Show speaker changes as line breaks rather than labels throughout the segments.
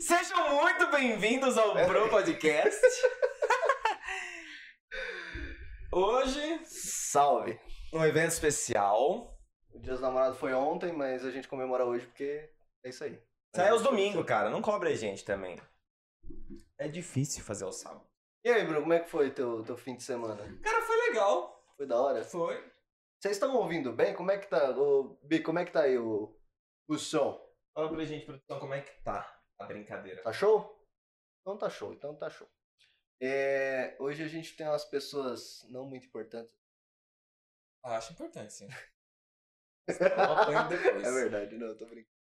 Sejam muito bem-vindos ao Bro Podcast. Hoje,
Salve!
um evento especial.
O Dia dos Namorados foi ontem, mas a gente comemora hoje porque é isso aí.
Isso aí é os domingos, cara. Não cobra a gente também. É difícil fazer o sábado.
E aí, Bruno, como é que foi teu, teu fim de semana?
Cara, foi legal.
Foi da hora?
Foi.
Vocês estão ouvindo bem? Como é que tá, ô, Bi, como é que tá aí o, o som?
Fala pra gente, produção, como é que tá a brincadeira.
Tá show? Então tá show, então tá show. É, hoje a gente tem umas pessoas não muito importantes.
Ah, acho importante, sim. Eu apanho depois.
É verdade, não, tô brincando.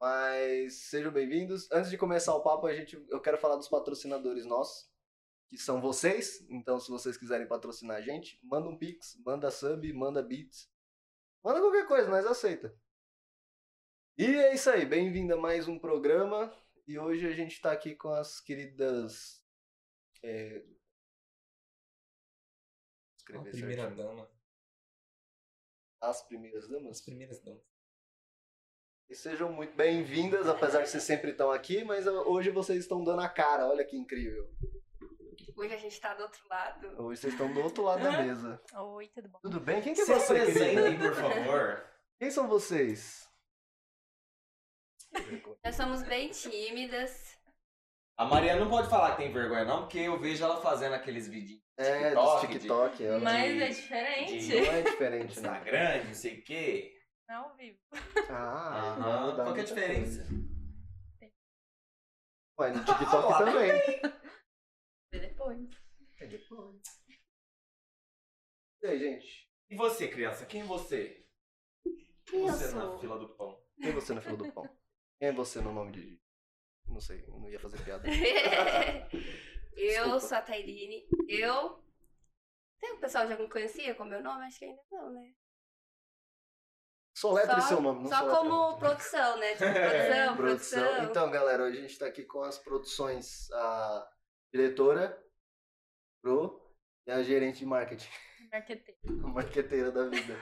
Mas sejam bem-vindos. Antes de começar o papo, a gente, eu quero falar dos patrocinadores nossos, que são vocês. Então, se vocês quiserem patrocinar a gente, manda um pix, manda sub, manda beats. Manda qualquer coisa, nós aceita. E é isso aí, bem-vindo a mais um programa. E hoje a gente tá aqui com as queridas. É...
A
Escrever
primeira
certinho.
dama.
As primeiras damas?
As primeiras damas.
E sejam muito bem-vindas, apesar de vocês sempre estão aqui, mas hoje vocês estão dando a cara, olha que incrível.
Hoje a gente tá do outro lado.
Hoje vocês estão do outro lado da mesa.
Oi, tudo bom?
Tudo bem? Quem que é
Se
você, querida?
apresentem, por favor.
Quem são vocês?
Nós somos bem tímidas.
A Maria não pode falar que tem vergonha, não, porque eu vejo ela fazendo aqueles vídeos
É,
TikTok,
dos TikTok. ela-
mas
de-
é diferente.
de-
Não é
no
diferente, né?
Instagram, não sei o quê.
Ao vivo.
Ah,
Aham.
não dá
Qual que é a
muita coisa.
diferença?
Mas no TikTok
Lá
também.
Vê depois.
É depois. E aí, gente?
E você, criança? Quem é você?
Quem eu
você tá na
sou?
fila do pão.
Quem é você na fila do pão? Quem é você no nome de... Não sei, eu não ia fazer piada.
eu
Desculpa.
sou a Tairine. Eu. Tem um pessoal já me conhecia com meu nome? Acho que ainda não, né?
Soletra
Só-
seu nome, não
Só
soletra.
como produção, né? Tipo, produção, produção.
Então, galera, hoje a gente tá aqui com as produções, a diretora, Pro, e a gerente de marketing,
Marqueteiro.
a marqueteira da vida.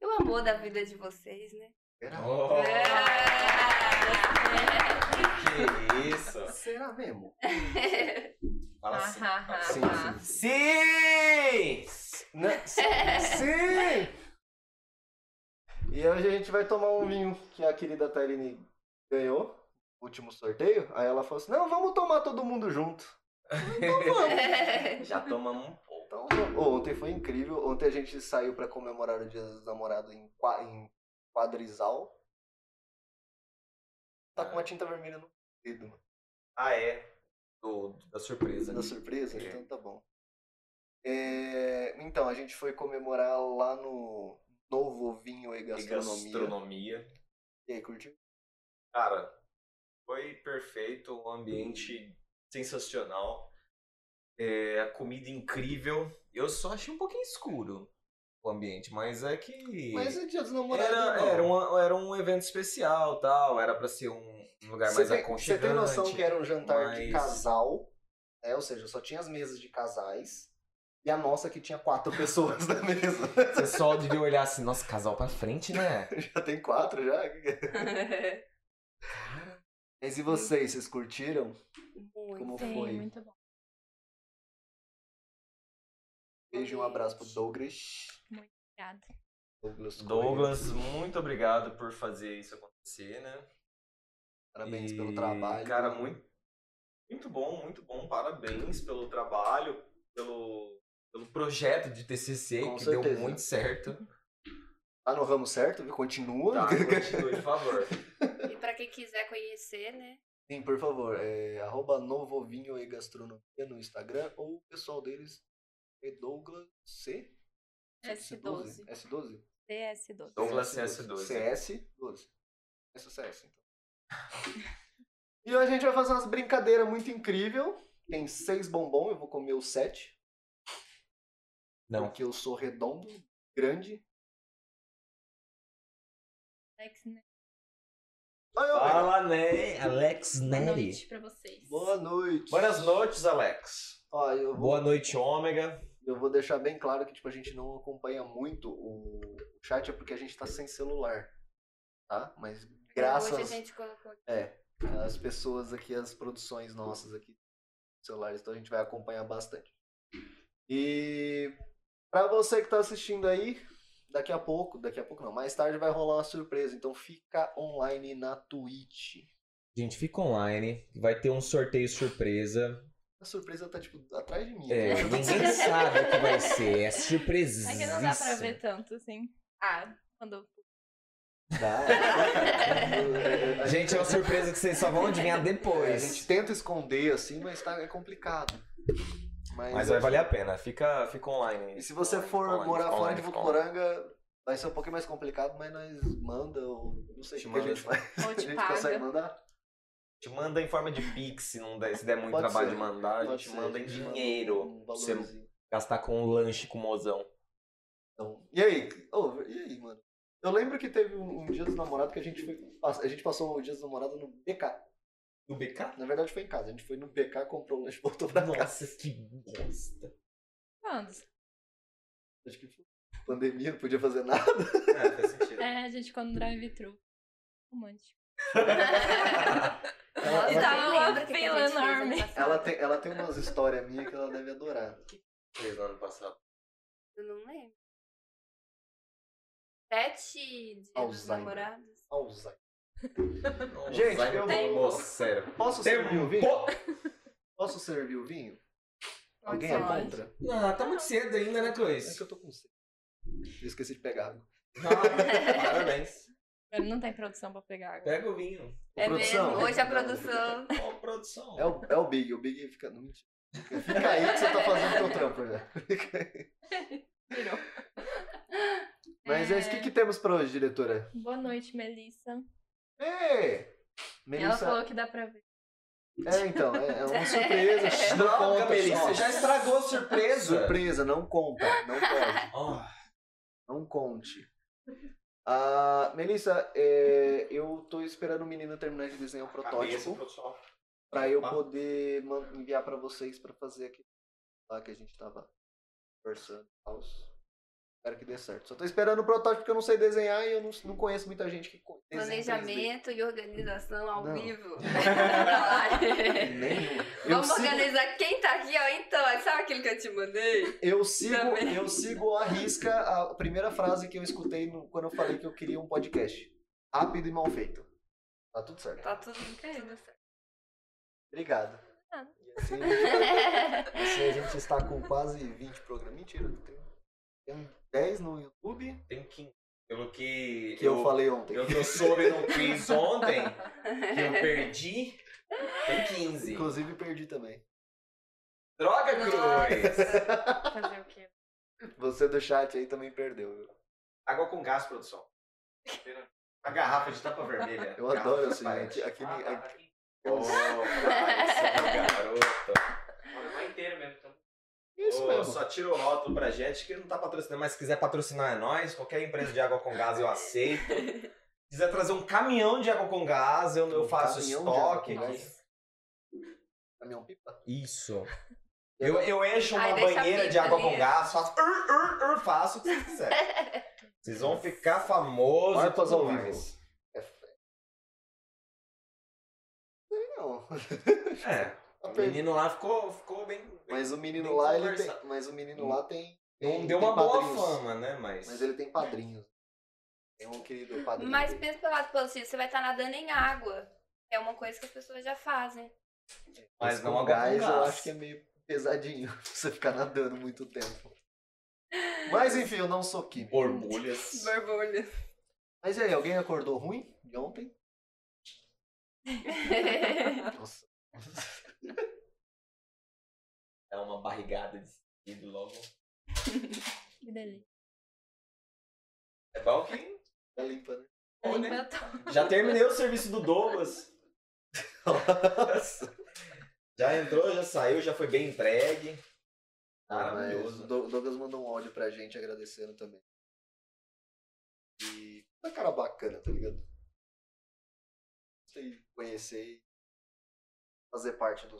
E o amor da vida de vocês, né?
Será?
Oh,
É.
que isso?
Será mesmo?
Fala assim.
Sim,
tá.
Ah.
sim.
Sim!
Né? Sim! E hoje a gente vai tomar um vinho que a querida Tairine ganhou, último sorteio. Aí ela falou assim, não, vamos tomar todo mundo junto.
Já tomamos um pouco.
Então, ô, ontem foi incrível. Ontem a gente saiu pra comemorar o Dia dos Namorados em, qua- em quadrizal. Tá com uma tinta vermelha no dedo, mano.
Ah, é. Do, da surpresa.
Da surpresa?
É.
Então tá bom. É, então, a gente foi comemorar lá no Novo Vinho e
E
Gastronomia.
gastronomia.
E aí, curtiu?
Cara, foi perfeito, um ambiente sensacional. É, a comida incrível. Eu só achei um pouquinho escuro o ambiente, mas é que.
Mas é Dia dos Namorados,
Era,
irmão.
era, um, era um evento especial, tal, era pra ser um um lugar
Você
mais
tem- Você
aconchegante.
tem noção que era um jantar de
mas-
casal, né? Ou seja, só tinha as mesas de casais. E a nossa que tinha quatro pessoas na mesa.
O pessoal devia olhar assim, nossa, casal pra frente, né?
Já tem quatro já? Mas e vocês, vocês curtiram? Como
Muito.
Sim,
foi?
muito bom.
Beijo e um abraço pro Douglas.
Obrigada.
Douglas. Correia.
Douglas, muito obrigado por fazer isso acontecer, né?
Parabéns
E,
pelo trabalho.
Cara, muito, muito bom, muito bom. Parabéns pelo trabalho, pelo, pelo projeto de TCC,
Com
que deu
certeza.
muito certo.
Tá no ramo certo, viu? Continua.
Tá, continue, por favor.
E pra quem quiser conhecer, né?
Sim, por favor. É, arroba Novo Vinho e Gastronomia no Instagram ou o pessoal deles é Douglas C? É,
S12.
S12?
DS12.
Então,
Douglas CS12.
CS12. É sucesso, então. e hoje a gente vai fazer umas brincadeiras muito incrível. Tem seis bombom, eu vou comer os sete.
Não,
Porque eu sou redondo, grande.
Alex, né?
Oi, oi.
fala, né? Alex
um
Boa
Neri.
noite pra vocês.
Boa noite.
Boas noites, Alex.
Ó, eu, vou,
Boa noite, Ômega.
eu vou deixar bem claro que tipo, a gente não acompanha muito o chat, é porque a gente tá sem celular. Tá? Mas graças.
Hoje a gente colocou.
É. as pessoas aqui, as produções nossas aqui, celulares, então a gente vai acompanhar bastante. E pra você que tá assistindo aí, daqui a pouco, daqui a pouco não, mais tarde vai rolar uma surpresa, então fica online na Twitch.
Gente, fica online. Vai ter um sorteio surpresa.
A surpresa tá, tipo, atrás de mim.
É,
né?
ninguém sabe o que vai ser. É
É
surpresíssimo.
que não dá pra ver tanto, assim. Ah, quando.
Dá. A
Gente, é uma surpresa que vocês só vão adivinhar
É, a
depois.
gente tenta esconder assim, mas tá, é complicado. Mas,
Mas vai valer a pena. Fica, fica online.
E se você
Online,
for
online,
morar fora
online,
de
fica
Votuporanga, vai ser um pouquinho mais complicado, mas nós manda ou não sei o
Te
que a
manda.
gente faz.
Ou
A
te
gente
paga.
consegue mandar?
Te manda em forma de pix, se, não der, se der muito
Pode
trabalho
ser.
de mandar. A
Pode
gente
ser,
manda em
a gente manda
dinheiro.
Um
pra você
valorzinho.
gastar com um lanche com o mozão.
Então, e aí? Ô, e aí, mano? Eu lembro que teve um, um dia dos namorados que a gente foi. A gente passou o dia dos namorados no BK.
Do BK?
Na verdade foi em casa. A gente foi no BK, comprou um lanche e voltou pra casa.
Nossa, que bosta.
Quando?
Acho que foi pandemia, não podia fazer nada.
É, faz sentido.
É, a gente ficou no drive-thru. Um Romântico.
Ela-
Nossa,
ela-
tava
eu
uma
lembro o que que a
fila
gente fez ano
enorme.
passado.
Ela tem, ela tem umas histórias minhas que ela deve adorar.
Fez no ano passado.
Eu não lembro. Sete dias dos
Alzheimer.
namorados.
Alzheimer.
Nossa,
Gente,
vai
eu-
no almoço, sério.
Posso
Tem
servir o
um
vinho?
po-
Posso servir o vinho?
Pode
Alguém
ser,
é
pode.
contra?
Não, tá muito cedo ainda, né,
É que
Clois?
eu tô com sede. Eu esqueci de pegar água.
Não, parabéns.
Agora não tem produção pra pegar água.
Pega o vinho.
É
produção.
mesmo? Hoje a produção.
Ó, produção.
É o, é o Big, o Big fica. Não, mentira. Fica aí que você tá fazendo teu trampo já.
Virou.
Mas é isso, o que, que temos pra hoje, diretora?
Boa noite, Melissa.
Ê!
Ela
Melissa.
falou que dá pra ver.
É, então, é, é uma surpresa. shh, Não
Droga,
conta,
Melissa,
só.
você já estragou a surpresa.
Surpresa, não conta. Não pode.
Ó,
Não conte. Ah, Melissa, é, eu tô esperando o menino terminar de desenhar o
cabeça,
protótipo.
pessoal.
Pra eu
Opa.
poder man- enviar pra vocês pra fazer aquele lá que a gente tava conversando. e tal. Espero que dê certo. Só tô esperando o protótipo porque eu não sei desenhar e eu não, não conheço muita gente que co- desenha em 3D.
Planejamento e organização ao
Não.
vivo. Pra lá.
Nenhum. Eu
Vamos
sigo,
organizar quem tá aqui, ó. Então, aí sabe aquilo que eu te mandei?
eu sigo,
Também.
eu sigo a risca a primeira frase que eu escutei no- quando eu falei que eu queria um podcast. Rápido e mal feito. Tá tudo certo.
Tá tudo, tudo certo.
Obrigado.
Nada.
E assim, a gente- assim a gente está com quase 20 programas. Mentira, tem, tem 10 no YouTube.
Tem que... Pelo que,
que eu, falei ontem.
Eu, eu soube no quiz ontem, que eu perdi, tem 15.
Inclusive perdi também.
Droga, Cruz!
Nossa.
Fazer o quê?
Você do chat aí também perdeu. viu?
Água com gás, produção. A garrafa de tapa vermelha.
Eu adoro
Garrafa
esse
Sprite.
gente, aquele-
Ah, tá
aquele-
aqui. Ô, garoto.
Mano, inteiro mesmo. Então,
É Isso
Ô,
mesmo.
só tira o rótulo pra gente que não tá patrocinando, mas se quiser patrocinar é nós, qualquer empresa de água com gás eu aceito. Se quiser trazer um caminhão de água com gás, eu, eu
Um
faço
caminhão de água
estoque.
com
aqui.
gás. Caminhão pipa.
Isso. Eu, eu encho uma
Aí deixa a
banheira
pipa
de água com
ali.
gás, faço. Ur, ur, ur, faço o que vocês quiserem. Vocês vão ficar famosos. e
Farpas
tudo
ao vivo.
mais.
É fé. Sei Não. Tá
É. O menino lá ficou, ficou bem.
Mas o menino
Nem
lá, ele
conversar.
tem. Mas o menino lá tem.
Não
tem-
deu
tem
uma boa
padrinhos.
fama, né? Mas.
Mas ele tem padrinhos. Tem um querido padrinho.
Mas
dele.
pensa pelo lado positivo, você vai estar nadando em água. É uma coisa que as pessoas já fazem.
mas
Esse
não
com
água com
gás, eu
gás.
acho que é meio pesadinho pra você ficar nadando muito tempo. Mas enfim, eu não sou químico.
Borbulhas.
Borbulha.
Mas e aí, alguém acordou ruim de ontem? Nossa. é
Dá uma barrigada de sentido logo.
Que delícia.
É bom que.
Tá limpa, né?
Bom, né?
Limpa tudo.
Já terminei o serviço do Douglas. Nossa. Já entrou, já saiu, já foi bem entregue.
Ah, Mas o
Maravilhoso.
Dou- Douglas mandou um áudio pra gente agradecendo também. E uma cara bacana, tá ligado? Gostei de conhecer e fazer parte do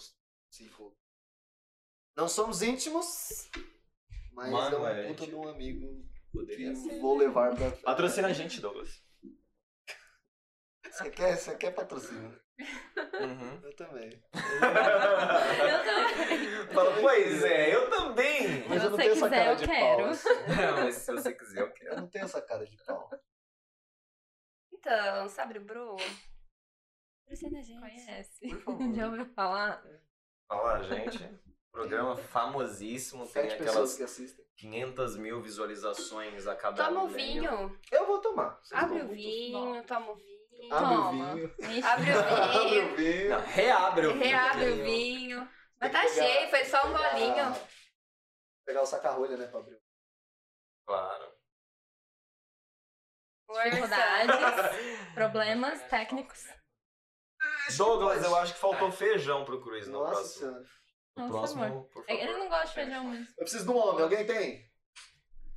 círculo. Não somos íntimos, mas
Mano,
é
é,
um puta
gente.
de um amigo que
Poderia ser.
vou levar pra
Patrocina a gente, Douglas.
Você quer, você quer patrocínio?
Uhum.
Eu também.
Eu também.
Fala, pois é, eu também.
Mas eu não
você
tenho essa
quiser,
cara
eu
de
quero.
pau. assim.
Não, mas se você quiser, eu quero.
Eu não tenho essa cara de pau.
Então, sabe o Bru? Patrocina a gente.
Conhece.
Por favor.
Já ouviu falar?
Fala, gente. Programa famosíssimo, tem
Sete pessoas
aquelas
que assistem.
500 mil visualizações a cada
Toma o
milênio.
vinho.
Eu vou tomar. Vocês
Abre
vão
o
muito-
vinho, toma o vinho.
Abre o
Toma.
vinho.
Ixi.
Abre o
Abre
vinho.
o vinho.
Não, reabre o vinho.
Reabre o vinho. Mas tá cheio, foi só um golinho.
Pegar o saca-rolha, né, pra abrir.
Claro.
Dificuldades, problemas técnicos.
Douglas,
pode.
eu acho que faltou feijão pro Cruz no
é. Nossa
próximo.
senhora.
No
Nossa,
próximo,
amor.
por favor.
É, Ele não gosta de feijão mesmo.
Eu preciso de um homem. Alguém tem?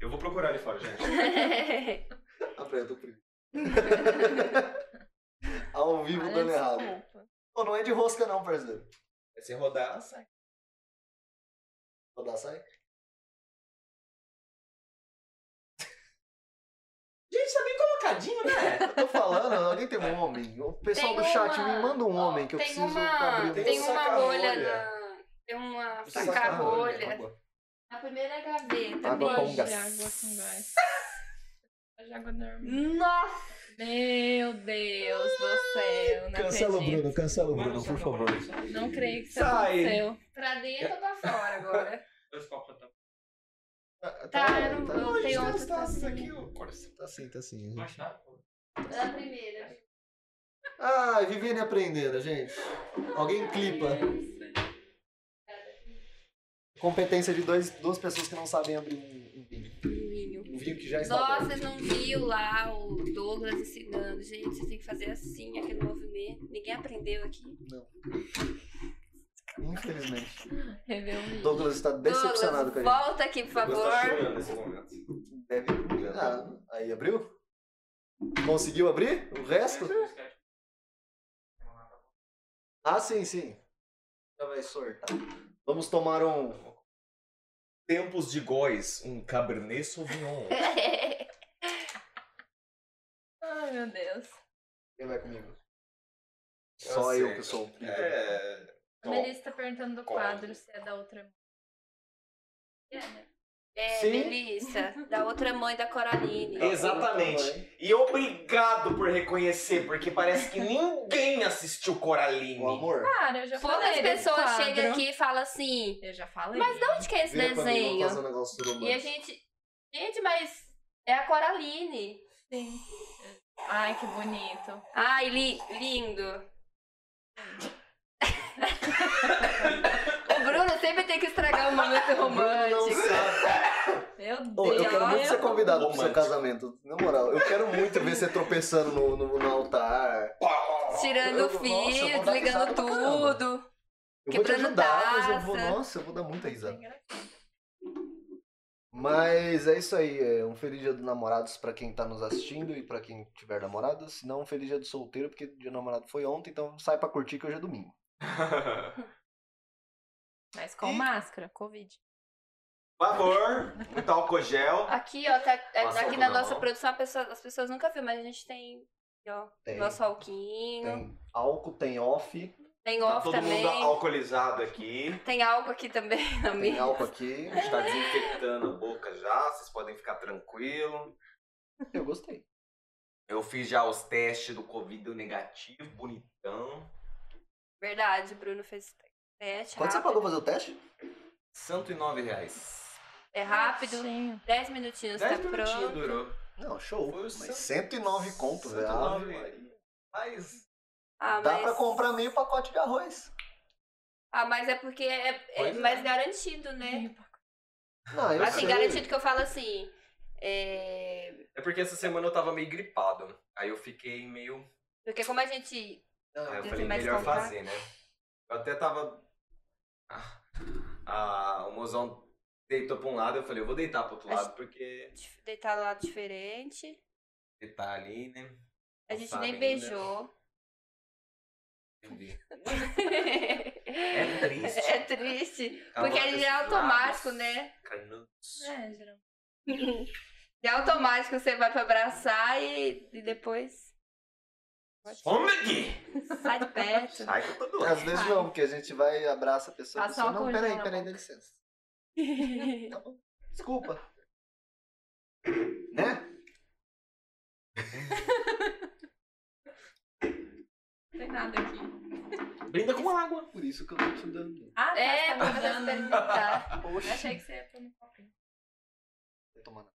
Eu vou procurar ele fora, gente.
Ah, peraí, eu tô frio. Ao vivo
Olha,
dando errado.
desculpa.
Pô, não é de rosca não, parceiro.
Se rodar, sai.
Vou dar sai.
Gente, tá bem colocadinho, né?
Eu tô falando, alguém tem um homem. O pessoal
Tem
do chat
uma-
me manda um
Ó,
homem que eu
tem
preciso
uma,
abrir
um
Tem uma
saca-rolha.
rolha na. Tem uma
Saca-rolha.
saca-rolha.
Água.
Na primeira é gaveta.
Água
bem-
com
Gosto de
gás.
Água com gás. Gosto de água normal.
Nossa!
Meu Deus do céu. Não
Cancela o
acredito.
Bruno, cancela o Bruno,
um-
por favor.
Não creio que isso
Sai.
aconteceu.
Pra dentro ou pra fora agora?
Tá,
eu não- eu tenho
tá,
outra
tá,
também.
tá sim, tá sim.
Na É primeira.
Ah, vivendo e aprendendo, gente. Alguém clipa. Competência de dois, duas pessoas que não sabem abrir um, um vinho. Um vinho que já está
Nossa,
aberto.
vocês não viu lá o Douglas ensinando, gente. Vocês têm que fazer assim, aquele movimento. Ninguém aprendeu aqui.
Infelizmente.
Reveu o vídeo.
Douglas está decepcionado com a gente.
volta aqui, por favor.
nesse momento.
Deve... Ah, aí, abriu? Conseguiu abrir o resto? Ah, sim, sim. Já vai sortar. Vamos tomar um...
Tempos de góis, um Cabernet Sauvignon.
É.
Ai, meu Deus.
Quem vai comigo?
Eu
Só eu,
sei.
que sou o primo.
É.
A Melissa tá perguntando do
Cola.
quadro se é da outra mão. É, né?
É,
Sim.
Melissa, da outra mãe da Coraline.
Exatamente. E obrigado por reconhecer, porque parece que ninguém assistiu Coraline.
O amor.
Ah,
Cara, eu já
Poucas
falei. desse
pessoas
quadro.
chegam aqui e falam assim:
Eu já falei.
Mas de onde que é esse
Vira pra mim, eu vou
desenho?
fazer um negócio todo
E a gente. Gente, mas é a Coraline.
Sim. É. Ai, que bonito.
Ai, li- lindo. o Bruno sempre tem que estragar o momento romântico.
um Meu Deus.
Ô, eu quero muito ser convidado pro seu
Romântico.
casamento. Na moral, eu quero muito ver você tropeçando no, no, no altar.
Tirando
Eu-
o
nossa, eu
fio,
vou dar
desligando
risada pra caramba.
tudo.
Eu vou te
Quebrando
ajudar, mas eu vou.
taça.
Nossa, eu vou dar muita risada. Mas é isso aí. É um feliz dia dos namorados pra quem tá nos assistindo e pra quem tiver namorado. Se não, um feliz dia do solteiro, porque o dia do namorado foi ontem, então sai pra curtir que hoje é domingo.
Mas com máscara, Covid.
Por favor, muito álcool gel.
Aqui, ó, tá, é,
um
Passa
aqui
álcool
na
na
nossa
mão.
produção a pessoa- as pessoas nunca viram, mas a gente tem, ó,
Tem.
nosso alquinho,
É, Tem álcool, tem off,
tem,
Tá
off
todo
também,
mundo alcoolizado aqui.
tem álcool aqui também na
tem
mesa.
álcool aqui.
A gente tá desinfectando a boca já, vocês podem ficar tranquilo.
Eu gostei.
Eu fiz já os testes do Covid deu negativo, bonitão.
Verdade, o Bruno fez teste.
Quanto você
rápido.
pagou fazer o teste?
109 reais.
É rápido,
Sim.
10 minutinhos, tá
10 minutinhos
pronto.
durou.
Não, show.
Foi o
Mas
cento-
109 conto,
né?
velho.
109.
é Ave Maria.
Mas
Ah,
Dá
mas-
pra comprar meio pacote de arroz.
Ah, mas é porque é, é
Pois é.
mais garantido, né?
Não, eu
Assim,
sei.
garantido que eu falo assim. é,
é porque essa semana eu tava meio gripado. Aí eu fiquei meio.
Porque como a gente.
Não,
Aí Ah, eu
Ah, Tem
falei,
mais
melhor
comprar?
fazer, né? Eu até tava. Ah, ah, o mozão deitou pra um lado, eu falei, eu vou deitar pro outro
Acho-
lado, porque
dif- Deitar lá diferente.
ele tá ali, né?
A
Não
gente
sabe
nem
ainda.
beijou.
Entendeu?
é
triste. Tá
É triste.
Calor
Porque ele é
dos
automático,
lados,
né?
canudos.
É, geralmente.
É automático, você vai pra abraçar e, e depois.
Some daqui!
Sai de perto.
Sai que eu tô
Às
doente.
vezes
Ai.
não, porque a gente vai e abraça a pessoa. A
Passa
pessoa não,
álcool gel
peraí,
na
peraí,
boca."
dá licença. Tá bom. Desculpa. Né?
Não tem nada aqui.
Brinda com água.
Por isso que eu tô te dando.
Ah, tá,
É,
você tá
pra você
mudando.
experimentar.
Eu
Poxa.
Achei que você ia pôr no copinho.
Vai tomar nada.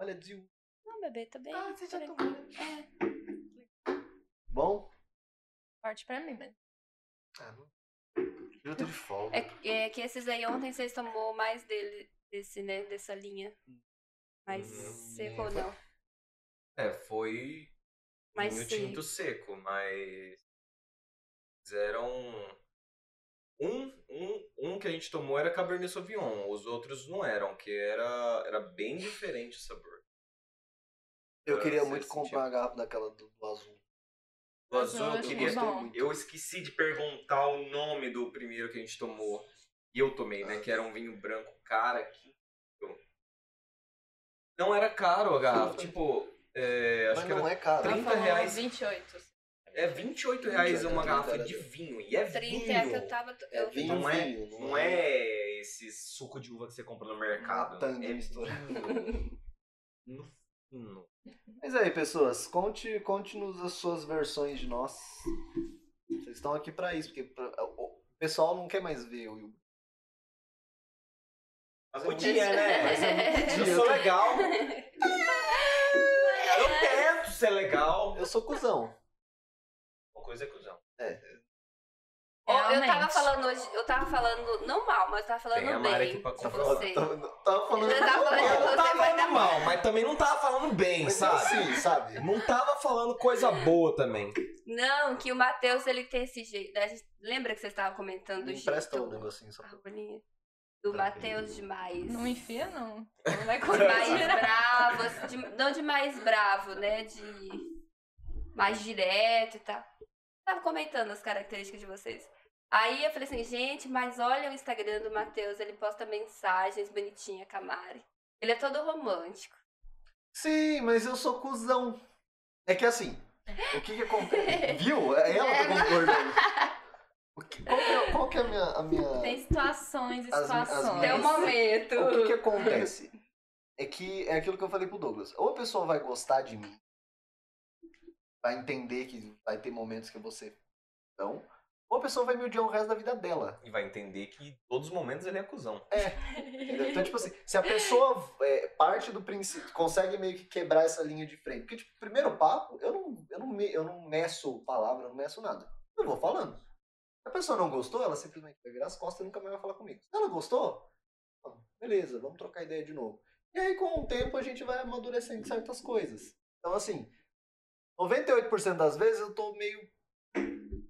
Olha, Dil.
Não, bebê,
tá
tô bem.
Ah, você já
Peraí.
tomou.
É,
Bom?
Forte pra mim, mas
Ah, não. Eu tô de folga.
É, que- é que esses aí ontem vocês tomou mais dele, desse, né? Dessa linha. Mais
Hum,
seco ou não?
É, foi
Mas
vinho
sim.
tinto seco, mas fizeram um, um, um que a gente tomou era Cabernet Sauvignon, os outros não eram, que era, era bem diferente o sabor.
Eu queria
Você
muito
sentiu.
comprar uma garrafa daquela do, do azul.
O azul
eu
eu
achei
queria
bom.
Eu esqueci de perguntar o nome do primeiro que a gente tomou. E eu tomei, né? Que era um vinho branco, cara. Que... Não era caro a garrafa. Tipo, é, acho
Mas
que
não
era.
é caro.
Tá
Ela
30
falou
reais.
28.
É 28 reais
28,
uma garrafa
cara.
de vinho. E é
30
vinho.
é a que eu tava. to-
É
eu-
vinho,
Não é-
vinho,
Não é esse suco de uva que você compra no mercado.
Matando,
é
misturando.
vinho. Não.
Mas aí, pessoas, conte, conte-nos as suas versões de nós. Vocês estão aqui pra isso, porque pra- o o pessoal não quer mais ver eu e o
é
Mas eu
Podia, né?
Mas eu não
Eu
podia.
sou legal. Eu tento ser legal.
Eu sou cuzão.
Uma coisa é cuzão.
Ó, Eu tava
É Realmente.
falando hoje, eu tava falando não mal, mas eu tava falando
Tem a
bem.
Mara aqui pra
Tá
comprar.
falando,
Você.
tá- tava falando.
Você tava falando
Eu não
Você
tava
vai dar
falando mal, mas também não tava falando bem,
Mas
sabe?
assim, sabe?
Não tava falando coisa boa também.
Não, que o Matheus ele tem esse jeito. né? Lembra que vocês estavam comentando do
Me
jeito?
empresta um negocinho só
a
pra
rolinha do
Tá,
Matheus demais.
Não enfia, não. Não vai
De mais
conseguir.
bravo, assim, de- não de mais bravo, né? De mais direto e tal. Tava comentando as características de vocês. Aí eu falei assim, gente, mas olha o Instagram do Matheus, ele posta mensagens bonitinha com a Mari. Ele é todo romântico.
Sim, mas eu sou cuzão. É que assim, o que que acontece? Viu? É Ela tá concordando. O que- qual, que é, qual que é a minha. a minha-
Tem situações e
As- as
situações. É
minhas-
Até
Deu
o
uma-
um momento.
o que que acontece? É que é aquilo que eu falei pro Douglas. Ou a pessoa vai gostar de mim, vai entender que vai ter momentos que você não. Ou a pessoa vai me odiar o resto da vida dela.
E vai entender que em todos os momentos ele é cuzão.
entendeu? Então, tipo assim, se a pessoa é, parte do princípio, consegue meio que quebrar essa linha de frente. Porque, tipo, primeiro papo, eu não, eu não, me, eu não meço palavra, eu não meço nada. Eu vou falando. Se a pessoa não gostou, ela simplesmente vai virar as costas e nunca mais vai falar comigo. Se ela gostou, ó, beleza, vamos trocar ideia de novo. E aí, com o tempo, a gente vai amadurecendo certas coisas. Então, assim, 98% das vezes eu tô meio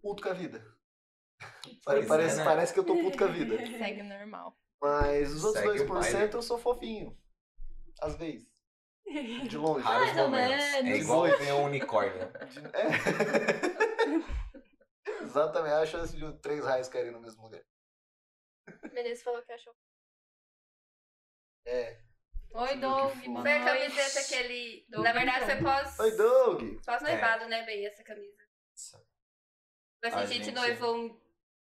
puto com a vida.
Pois é,
parece,
né?
parece que eu tô puto com é a vida.
Segue normal.
Mas os outros
Segue o
2% eu sou fofinho. Às vezes. De longe.
Raros
Mais ou
momentos. É
menos.
igual ver um unicórnio.
De- é. Exatamente. A chance de três raios caírem no mesmo lugar.
Beleza, falou que achou.
É.
Oi,
Você
Doug.
viu que
boa
foi?
Foi a
noite.
camiseta que ele.
Doug
Na verdade, foi
Doug.
pós.
Oi, É. Doug!
Pós noivado, né, Bem, essa camisa. Mas assim,
A
a gente
gente-
noivou um, um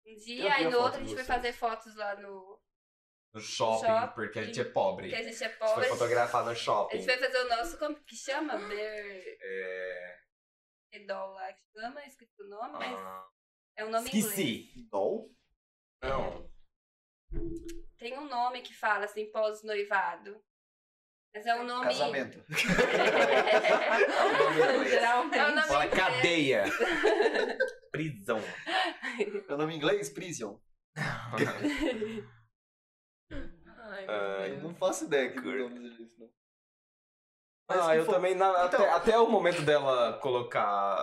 Eu vi
dia, aí
a
no
foto
outro a
de
gente foi
vocês.
fazer fotos lá no.
No shopping,
Shopping.
porque a gente é pobre.
Porque a gente é
A gente
pobre.
foi fotografar no
A gente
shopping.
vai fazer o nosso. Como que chama? Ber.
É...
Edol lá que chama, esqueci o nome, mas
ah,
é um nome em inglês.
Esqueci.
Dol?
Não.
Tem um nome que fala assim, pós-noivado. Mas é um nome.
Casamento.
É o nome em inglês.
Geralmente.
É o nome-
Fala cadeia. Prisão.
Meu nome em inglês? Prison.
Ai,
Ah,
Eu
meu Deus.
não faço ideia que
Curto.
nome disso, não. Mas
Ah,
que
eu
fo-
também, na-
Então-
até, até o momento dela colocar,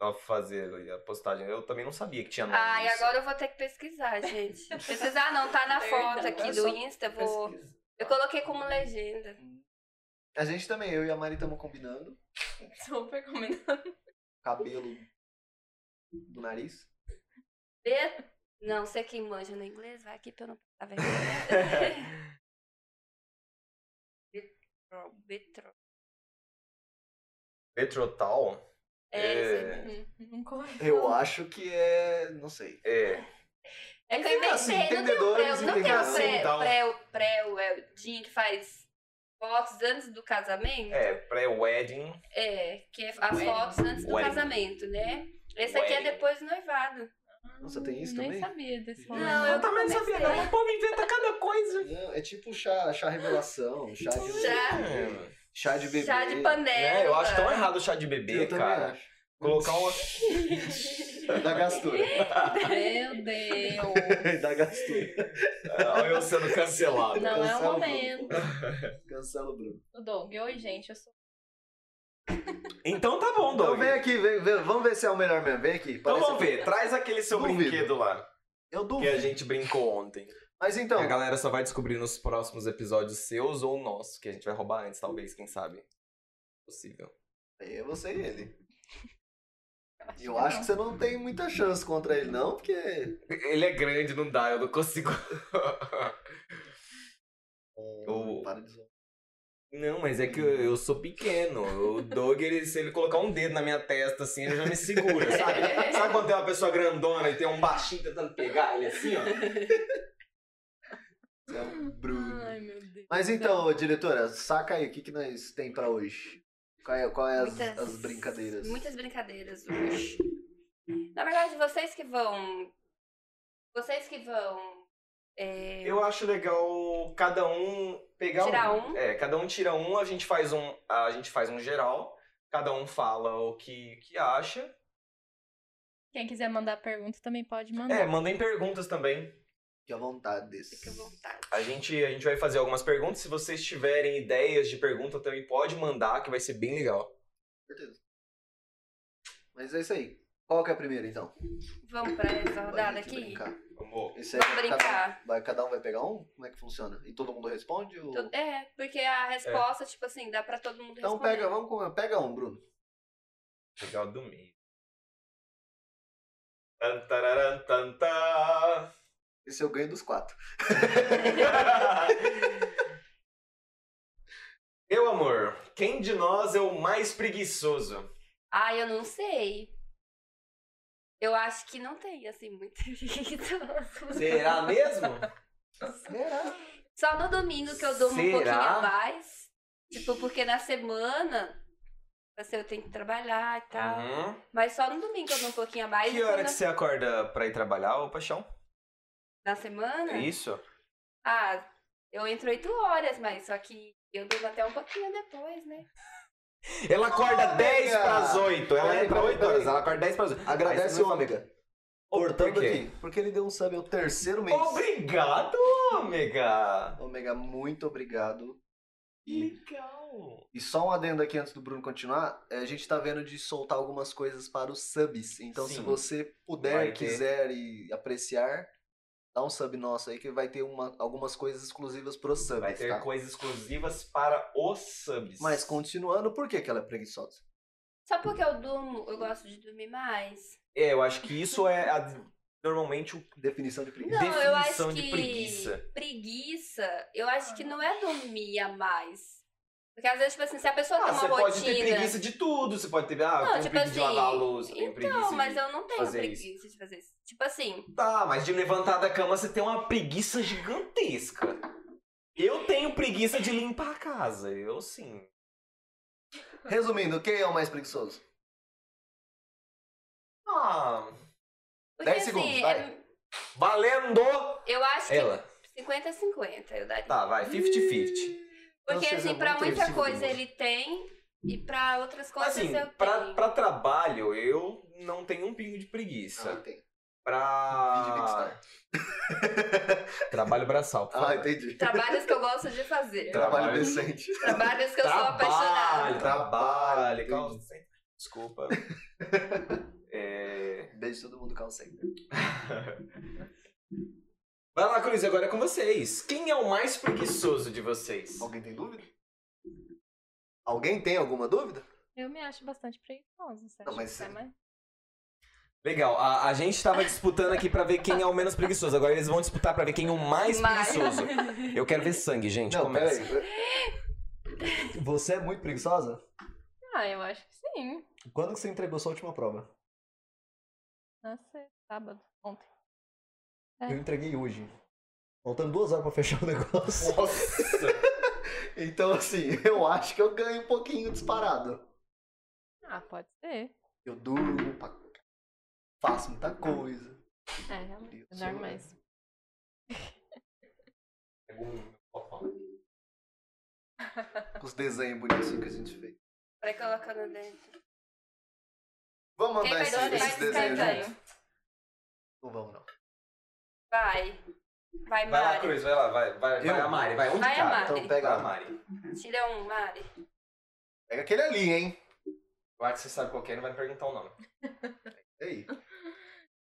a fazer ali a postagem, eu também não sabia que tinha nome.
Ai,
disso.
agora eu vou ter que pesquisar, gente. Pesquisar não, tá na foto aqui do Insta, eu vou. Eu coloquei como legenda.
A gente também, eu e a Mari estamos combinando.
Super combinado.
Cabelo do nariz.
Be- Não, sei quem manja no inglês, vai aqui pra eu não passar vergonha. Betrol, betrol.
Petrotal?
É, isso aí.
É.
Hum.
Não corre.
Eu acho que é. Não sei.
É,
É que eu inventei,
Assim,
não tem o pré,
entendedores,
não tem o
entendedores.
pré,
Então.
pré, o pré, o é, o Jim que faz fotos antes do casamento.
é pré-wedding.
É, que é as
Wedding.
fotos antes do
Wedding.
casamento, né? Esse aqui
Wedding.
é depois do noivado.
Nossa, tem isso
Nem
também?
sabia desse
Não,
momento.
eu também não sabia, não.
O povo inventa cada coisa.
Não, é tipo chá, chá revelação, chá de.
Chá.
Chá de bebê.
Chá de panela.
É, eu acho tão errado o chá de bebê,
Eu também
cara.
acho.
Colocar uma.
Da gastura.
Meu Deus.
da gastura.
Ah, eu sendo cancelado.
Não é o
Cancela o
momento.
Bruno. Cancela o Bruno.
O Doug, oi, gente. Eu sou.
Então tá bom,
Então
Doug.
vem aqui, vem, vem, vamos ver se é o melhor mesmo. Vem aqui.
Então
parece
vamos
aqui.
ver. Traz aquele seu
Duvido.
brinquedo lá.
Eu
Que
duvido.
a gente brincou ontem.
Mas então,
E a galera só vai descobrir nos próximos episódios seus ou nossos, que a gente vai roubar antes, talvez, quem sabe. Possível.
é você e ele. Eu
que
acho
não.
que você não tem muita chance contra ele, não, porque.
Ele é grande, não dá, eu não consigo. O-
Para de zoar.
Não, mas é que eu, eu sou pequeno. O Doug, ele- se ele colocar um dedo na minha testa assim, ele já me segura, sabe? Sabe quando tem uma pessoa grandona e tem um baixinho tentando pegar ele assim, ó?
Você é um Bruno.
Ai, meu Deus.
Mas então, diretora, saca aí o que, que nós tem pra hoje. Qual é, qual é as,
Muitas-
as brincadeiras?
Muitas brincadeiras hoje. Na verdade, vocês que vão. Vocês que vão. é,
Eu acho legal cada um pegar
Tirar
um.
um.
É, cada um tira um, a gente faz um, a gente faz um geral, cada um fala o que, que acha.
Quem quiser mandar pergunta também pode
É,
mandar.
mandem perguntas também.
Fique à vontade desse.
Fica à vontade.
A gente, a gente vai fazer algumas perguntas. Se vocês tiverem ideias de pergunta, também pode mandar, que vai ser bem legal.
Certeza. Mas é isso aí. Qual que é a primeira, então?
Vamos pra essa
Pra
rodada
gente
aqui?
Brincar.
Amor.
Esse aí,
Vamos
cada-
brincar.
vai, cada um vai pegar um? Como é que funciona? E todo mundo responde? Ou...
Tu- É, porque a
É.
resposta, tipo assim, dá pra todo mundo
Então
responder.
pega, vamos com... pega um, Bruno.
Legal do meio. Tan, tararam, tan, tá.
Esse eu ganho dos quatro.
Meu amor, quem de nós é o mais preguiçoso?
Ah, eu não sei. Eu acho que não tem, assim, muito preguiçoso.
Será mesmo?
Será?
Só no domingo que eu durmo um pouquinho
Será?
a mais. Tipo, porque na semana, assim, eu tenho que trabalhar e tal.
Uhum.
Mas só no domingo que eu durmo um pouquinho a mais.
Que
então
hora
Tá. na,
que você acorda pra ir trabalhar, ô paixão?
na semana?
É isso?
Ah, eu entro oito horas, mas só que eu durmo até um pouquinho depois, né?
Ela acorda
Ô,
10
nega!
pras 8. Ela
Peraí,
entra
peraí,
8 horas,
peraí.
ela acorda 10 pras 8.
Agradece o
amiga.
ômega. Cortando aqui. Porque ele deu um sub, é o terceiro mês.
Obrigado, ômega!
Ômega, muito obrigado. E
Legal!
E só um adendo aqui antes do Bruno continuar, é, a gente tá vendo de soltar algumas coisas para os subs. Então, se
Sim.
você puder,
Vai ter.
quiser e apreciar, dá um sub nosso aí que vai ter uma- algumas coisas exclusivas pros subs,
Vai ter
tá?
coisas exclusivas para os subs.
Mas continuando, por que, que ela é preguiçosa?
Só porque eu durmo, eu gosto de dormir mais.
É, eu acho que isso é a- normalmente o
Definição de preguiça.
Não, eu
Definição
acho
de
que
preguiça.
preguiça, eu acho que não é dormir a mais. Porque às vezes, tipo assim, se a pessoa tem uma
Ah, você
rotina.
pode ter preguiça de tudo, você pode ter. Ah, eu
Não,
tenho
tipo
preguiça de
assim,
lavar a louça, eu tenho preguiça.
Não,
de-
mas eu não tenho
fazer
preguiça de fazer isso. Tipo assim,
Tá, mas de levantar da cama você tem uma preguiça gigantesca. Eu tenho preguiça de limpar a casa, eu sim.
Resumindo, quem é o mais preguiçoso?
Ah,
porque
10
assim,
segundos,
é-
vai.
valendo!
eu acho que
Ela.
50-50 eu daria.
Tá, vai, 50-50.
Porque
Então,
assim,
seja
pra
muito
muita
agressivo
coisa
demais.
ele tem e pra outras coisas
Assim,
eu
pra,
tenho.
pra trabalho, eu não tenho um pingo de
Ah,
preguiça.
tem. Vídeo
Pra.
Vickstar.
Trabalho braçal. por
Ah,
favor.
entendi.
Trabalhos que eu gosto de fazer.
Tra-
Trabalho
Trabalho.
decente.
Trabalhos que eu sou
Trabalho,
apaixonada.
trabalho.
Entendi.
calma, sem- Desculpa. É,
Beijo todo mundo, call center.
Vai lá, Cruz, agora é com vocês. Quem é o mais preguiçoso de vocês?
Alguém tem dúvida? Alguém tem alguma dúvida?
Eu me acho bastante preguiçosa. Você
Não,
acha
mas
que você é
você-
mais?
Legal, a, a gente tava disputando aqui pra ver quem é o menos preguiçoso. Agora eles vão disputar pra ver quem é o mais
Mais.
preguiçoso. Eu quero ver sangue, gente.
Não,
começa.
peraí. Você é muito preguiçosa?
Ah, eu acho que sim.
Quando que você entregou sua última prova?
Na sexta, sábado, ontem.
Eu entreguei hoje. Faltando duas horas pra fechar o negócio.
Nossa!
Então, assim, eu acho que eu ganho um pouquinho disparado.
Ah, pode ser.
Eu durmo, pra... c- faço muita coisa.
É, realmente.
Eu
Eu dormo
sou-
mais.
Pegou um-
Os desenhos bonitos que a gente fez.
Pra colocar no dentro.
Vamos
Quem
mandar
vai
esse,
doar,
esses
vai
desenhos
descartar.
juntos? Não vamos, não.
Vai. Vai,
Vai lá,
Mari.
Cruz, vai lá, vai, vai, vai
Eu?
a Mari, vai, onde
Vai a
cabe?
Mari.
Vai
Então
a
pega,
Mari.
Tira um, Mari.
pega aquele ali, hein?
Eu acho que você sabe qual que é, não vai me perguntar o nome.
Ei.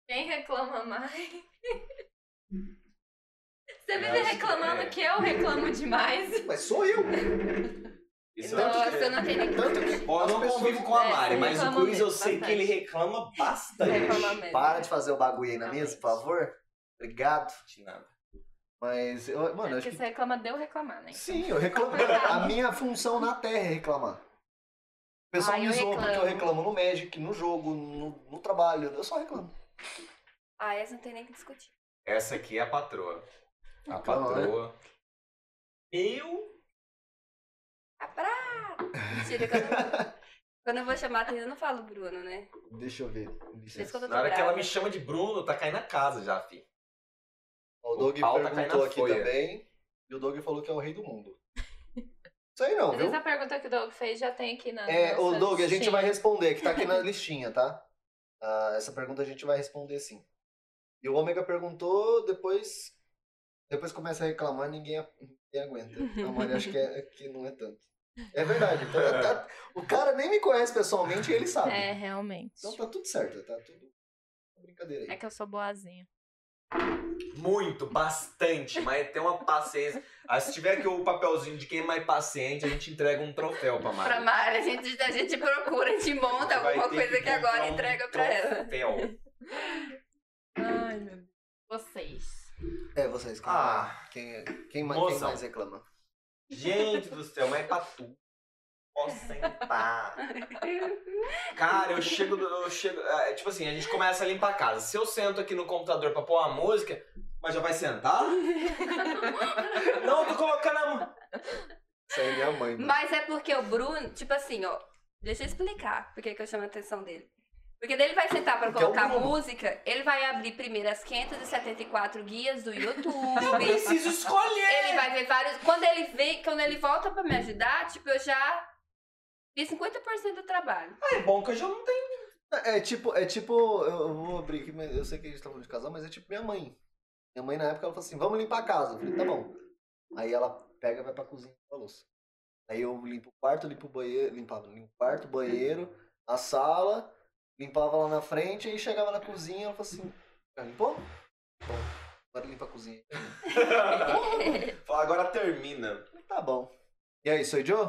Quem reclama mais? Você
Eu
vive
acho que
reclamando
é.
que eu reclamo demais.
Mas sou eu.
Então,
Isso eu acho
Nossa,
que-
eu não tenho
Tanto que.
Bom, eu não
as pessoas-
convivo com a
É,
Mari,
você
mas o
reclama
Cruz eu
mesmo,
sei que
bastante.
ele reclama
Reclama
bastante.
mesmo.
Para de fazer o bagulho aí na mesa, por favor. Obrigado.
De nada.
Mas, eu-
É
mano, eu acho
porque
que.
você reclama de eu reclamar, né?
Sim, eu reclamo. A minha função na Terra é reclamar. O pessoal
Ah,
me
eu
zoa porque eu
reclamo.
reclamo no Magic, no jogo, no, no trabalho. Eu só reclamo.
Ah, essa não tem nem o que discutir.
Essa aqui é a patroa. A
Reclama, né?
patroa. Eu.
Ah, pra! Mentira, quando eu, vou, quando eu vou chamar a atenção, eu não falo Bruno, né?
Deixa eu ver.
Por isso que eu tô
Na hora que ela
brava.
me chama de Bruno, tá caindo na casa já, fi.
Ó, O Doug
O pau tá caindo
perguntou
na
aqui
folha.
também. E o Doug falou que é o rei do mundo. Isso aí não,
Mas
viu?
essa pergunta que o Doug fez já tem aqui na.
É,
nossa
o Doug, a gente
listinha.
vai responder, que tá aqui na listinha, tá? Ah, essa pergunta a gente vai responder sim. E o Ômega perguntou, depois. Depois começa a reclamar, ninguém, ninguém aguenta. A Mari acho que, é, que não é tanto. É verdade. Então, tá- o cara nem me conhece pessoalmente e ele sabe.
É, realmente.
Então tá tudo certo, tá tudo. Brincadeira
É
aí.
que eu sou boazinha.
Muito, bastante, mas tem uma paciência. Ah, se tiver aqui o papelzinho de quem é mais paciente, a gente entrega um troféu pra Mari.
Pra Mari, a gente, a gente procura, a gente monta
Vai
alguma
ter
coisa que,
comprar
agora
um
entrega pra ela.
Troféu.
Ai, meu Deus. Vocês.
É, vocês. Quem,
Ah.
quem, é- quem ma- quem
Mozão.
mais reclama?
Gente do céu, mas é pra tu. Posso sentar. Cara, eu chego, do- eu chego. é, tipo assim, a gente começa a limpar a casa. Se eu sento aqui no computador pra pôr uma música, mas já vai sentar? Não, eu tô colocando a. mão.
Isso aí é minha mãe. mano.
Mas é porque o Bruno, tipo assim, ó, deixa eu explicar porque que eu chamo a atenção dele. Porque daí ele vai sentar pra
Porque é o
colocar
Bruno.
música, ele vai abrir primeiro as 574 guias do
Eu
YouTube.
preciso escolher!
Ele vai ver vários. Quando ele vem, quando ele volta pra me ajudar, tipo, eu já fiz 50% do trabalho.
É bom que eu já não tenho.
É tipo, é tipo, eu eu vou abrir aqui, mas eu sei que a gente tá falando de casal, mas é tipo minha mãe. Minha mãe na época ela falou assim, vamos limpar a casa. Eu falei, tá bom. Aí ela pega e vai pra cozinha com a louça. Aí eu limpo o quarto, limpo o banheiro, limpava, limpo o quarto, banheiro, a sala, limpava lá na frente, aí chegava na cozinha, ela falou assim, já limpou? Bom, agora limpa a cozinha.
Fala, agora termina.
Eu falei, Tá bom. E aí, sou Joe?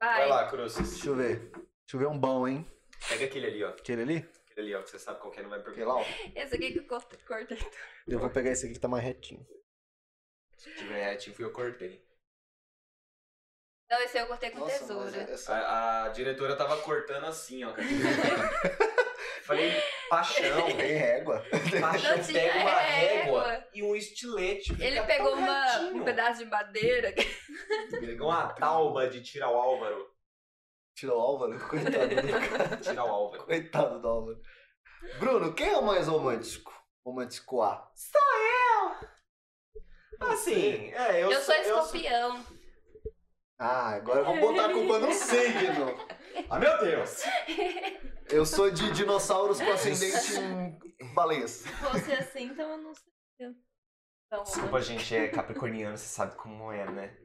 Vai
Vai.
lá, Cruzes.
Deixa eu ver. Deixa eu ver um bom, hein?
Pega aquele ali, ó.
Aquele ali?
Aquele ali, ó, que você sabe qual que é, não vai perguntar.
Aquele lá, ó.
Esse aqui que eu corto- cortei.
Eu vou pegar esse aqui que tá mais retinho.
Se tiver reativo, eu cortei.
Não, esse aí eu cortei com
Nossa, mas
tá
é,
tesoura.
essa...
A, a diretora tava cortando assim, ó. com a Falei, paixão,
Tem régua.
paixão
Não tinha
pega uma
régua.
régua e um estilete. fica
é, Ele
tão
pegou uma,
retinho.
um pedaço de madeira.
Pegou uma tauba de tirar o Álvaro.
Tirou o Álvaro, coitado do
Tirar o Álvaro.
Coitado do Álvaro. Bruno, quem é o mais romântico? Romântico A.
Assim, é, eu,
Eu, sou
sou-
escorpião.
Ah, agora vamos botar a culpa no signo.
Ah, meu Deus!
Eu sou de dinossauros com ascendente em baleias.
Se fosse assim, então eu não sei. Então,
Desculpa, gente, é capricorniano, você sabe como é, né?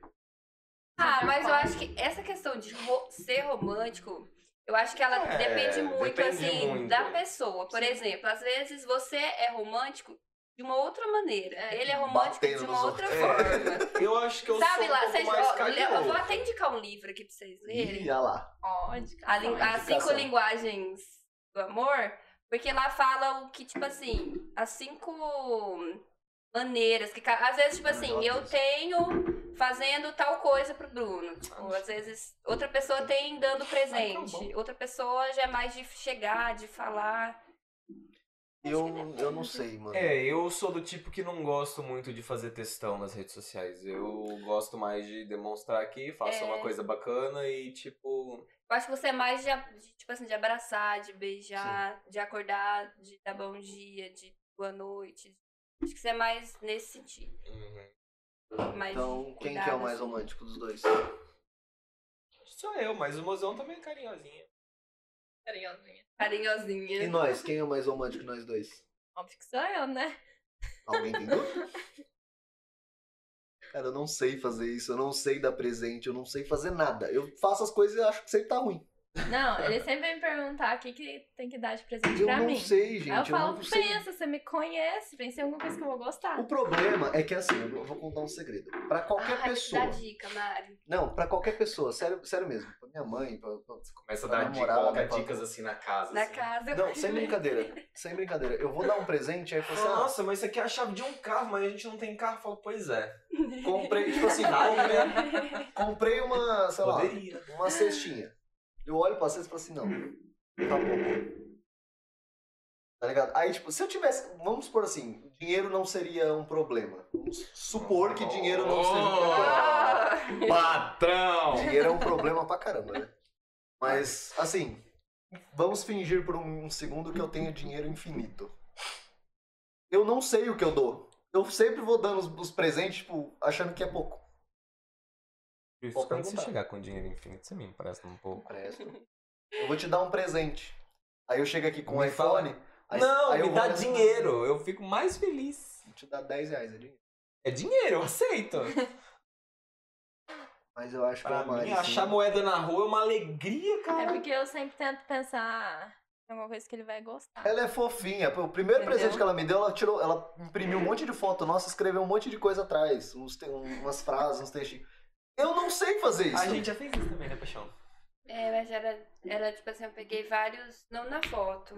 Ah, mas eu acho que essa questão de ro- ser romântico, eu acho que ela
É,
depende muito,
depende
assim,
muito.
da pessoa. Por exemplo, às vezes você é romântico de uma outra maneira.
É.
Ele é romântico
Batendo
de
nos
uma outra
outros.
forma.
Eu acho que eu
Sabe
sou
lá,
um pouco
vocês-
mais
ó, eu, eu vou
carinhoso.
até indicar um livro aqui pra vocês lerem.
Ih, olha lá.
ó, indicação,
Hum, A lin-
hein?
As cinco
indicação.
linguagens do amor, porque lá fala o que, tipo assim, as cinco maneiras que. ca- Às vezes, tipo
Ai, meu
assim, eu
Deus.
tenho fazendo tal coisa pro Bruno. Tipo,
Ah,
às vezes outra pessoa tem
Ah,
dando
então é
presente.
bom.
Outra pessoa já é mais de chegar, de falar.
Eu,
Acho que ele é
eu não sei, mano.
É, eu sou do tipo que não gosto muito de fazer textão nas redes sociais. Eu gosto mais de demonstrar aqui, faço
É.
uma coisa bacana e, tipo,
Eu acho que você é mais de, a- de, tipo assim, de abraçar, de beijar, de acordar, de dar bom dia, de boa noite. Acho que você é mais nesse sentido.
uhum.
Mais
Então,
de
quem
cuidado,
que é o mais
assim.
romântico dos dois?
sou eu, mas o mozão também é carinhosinho.
Carinhosinha.
Carinhosinha.
E nós? Quem é o mais romântico de nós dois?
Óbvio que sou eu, né?
Alguém tem dúvida? Cara, eu não sei fazer isso, eu não sei dar presente, eu não sei fazer nada. Eu faço as coisas e acho que sempre tá ruim.
Não, ele sempre vem me perguntar o que, que tem que dar de presente
Eu
pra
não
mim.
sei, gente.
Aí eu falo,
não sei.
pensa, você me conhece, pensa em alguma coisa que eu vou gostar.
O problema é que assim, eu vou contar um segredo. Pra qualquer
Ah,
Ai,
pessoa.
Ah, Dá dica, Mari.
Não, pra qualquer pessoa, sério, sério mesmo. Pra minha mãe, pra, pra-
Começa a
Pra
dar dica,
namorada,
coloca
pra-
dicas assim na casa.
Na
assim.
casa.
Não, sem brincadeira. Sem brincadeira. Eu vou dar um presente, aí eu falo assim, ah,
Nossa, mas isso aqui é a chave de um carro, mas a gente não tem carro. Eu falo, pois é. Comprei, tipo assim, comprei.
"Ah, comprei uma, sei lá,
Poderia.
uma cestinha. Eu olho pra cesta e falo assim, não, tá pouco. Tá ligado? Aí, tipo, se eu tivesse, vamos supor assim, dinheiro não seria um problema. Vamos supor que dinheiro não seria um problema.
Ah,
Patrão!
Dinheiro é um problema pra caramba, né? Mas, assim, vamos fingir por um, um segundo que eu tenho dinheiro infinito. Eu não sei o que eu dou. Eu sempre vou dando os, os presentes, tipo, achando que é pouco. Pode
Quando você
perguntar.
chegar com dinheiro infinito, você me empresta um pouco.
Eu vou te dar um presente. Aí eu chego aqui com um
Me fala-
iPhone. Aí,
Não,
aí eu
me dá
olho assim,
dinheiro, eu fico mais feliz.
Vou te dar 10 reais, é dinheiro.
É dinheiro, eu aceito.
Mas eu acho que
Pra
é mais.
mim,
assim.
achar moeda na rua é uma alegria,
É
cara.
porque eu sempre tento pensar em alguma coisa que ele vai gostar.
Ela é fofinha. O primeiro
Entendeu?
presente que ela me deu, ela tirou, ela imprimiu um monte de foto nossa, escreveu um monte de coisa atrás, uns te- um- umas frases, uns textinhos. Eu não sei fazer isso.
A gente já fez isso também, né, Paixão?
É, mas era, era tipo assim, eu peguei vários, não na foto.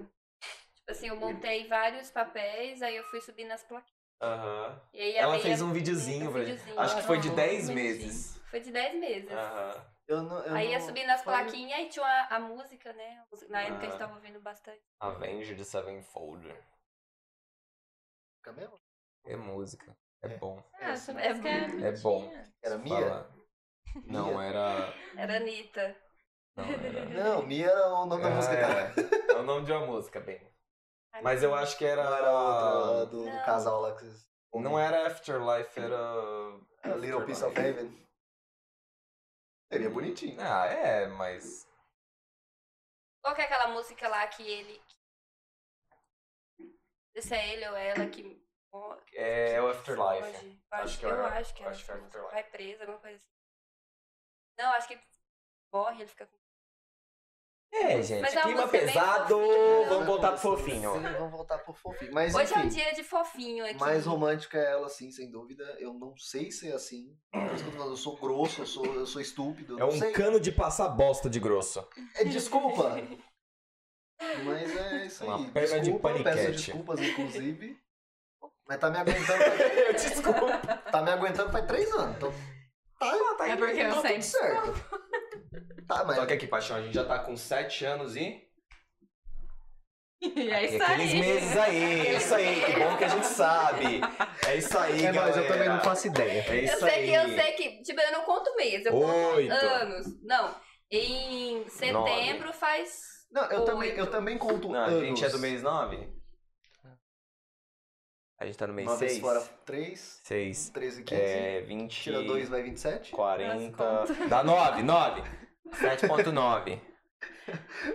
Tipo assim, eu montei vários papéis, aí eu fui subir nas plaquinhas.
Aham.
E aí
Ela
a
fez
meia-
um videozinho pra gente.
videozinho. Um
Acho que foi de
Ah,
10
bonitinho.
meses.
Foi de 10 meses.
Aham.
Eu não- eu
Aí ia
não-
subindo nas
foi-
plaquinhas e tinha a, a música, né? A música- Na época a gente
Ah.
tava ouvindo bastante.
Avenged Sevenfold.
Fica mesmo?
É música. É
É.
bom.
Ah, essa
É
música é,
É bom.
bonitinha.
Era
Se
Mia?
fala- Não, era.
Era Anitta.
Não, era.
Não, Mia era o nome da
Ah,
música dela.
é. É o nome de uma música, bem. Mas eu acho que era.
Não era outra lá do
Não.
casal lá que vocês.
Não era Afterlife, era. É,
A Little Piece of
Afterlife.
Heaven. Seria bonitinho.
Ah, é, mas.
Qual que é aquela música lá que ele. Se é ele ou ela que. mo-
É o
Foge.
Afterlife.
Eu Acho que eu acho que é.
acho que é Afterlife.
Vai presa, alguma coisa assim. Não, acho que morre, ele fica com.
É,
Mas
gente,
é uma
clima
música bem
pesado.
fofinha. né?
Vamos voltar pro fofinho.
Sim, vamos voltar pro fofinho. Mas
Hoje é um
enfim,
dia de fofinho aqui.
mais romântica é ela, sim, sem dúvida. Eu não sei ser assim. Por isso que Eu tô falando, eu sou grosso, eu sou, eu sou estúpido. eu
É
não
um
sei.
cano de passar bosta de grosso.
É, desculpa. Mas é isso aí.
Uma perna de
desculpa, eu peço
paniquete.
desculpas, inclusive. Mas tá me aguentando.
Eu desculpa.
Tá me aguentando faz três anos. Então,
Ah,
tá, tá
É porque eu
tá
sempre-
tudo certo. Tá, mas.
então Só que aqui, Paixão, a gente já tá com 7 anos e.
E é isso
aqueles
aí.
meses aí, É isso aí, que bom que a gente sabe. É isso aí,
É nóis,
galera.
eu também não faço ideia.
É
Eu
isso
sei
aí.
que, eu sei que. Tipo, eu não conto mês, eu
Oito.
conto anos. Não. Em setembro faz.
Não, eu também, eu
Oito.
também conto
Não, a
anos.
gente é do mês 9? A gente tá no mês
Uma vez
6?
é fora 3,
6.
13, 15.
É, 20.
Tira 2, vai 27.
40.
Nossa,
Dá 9, 9. 7.9.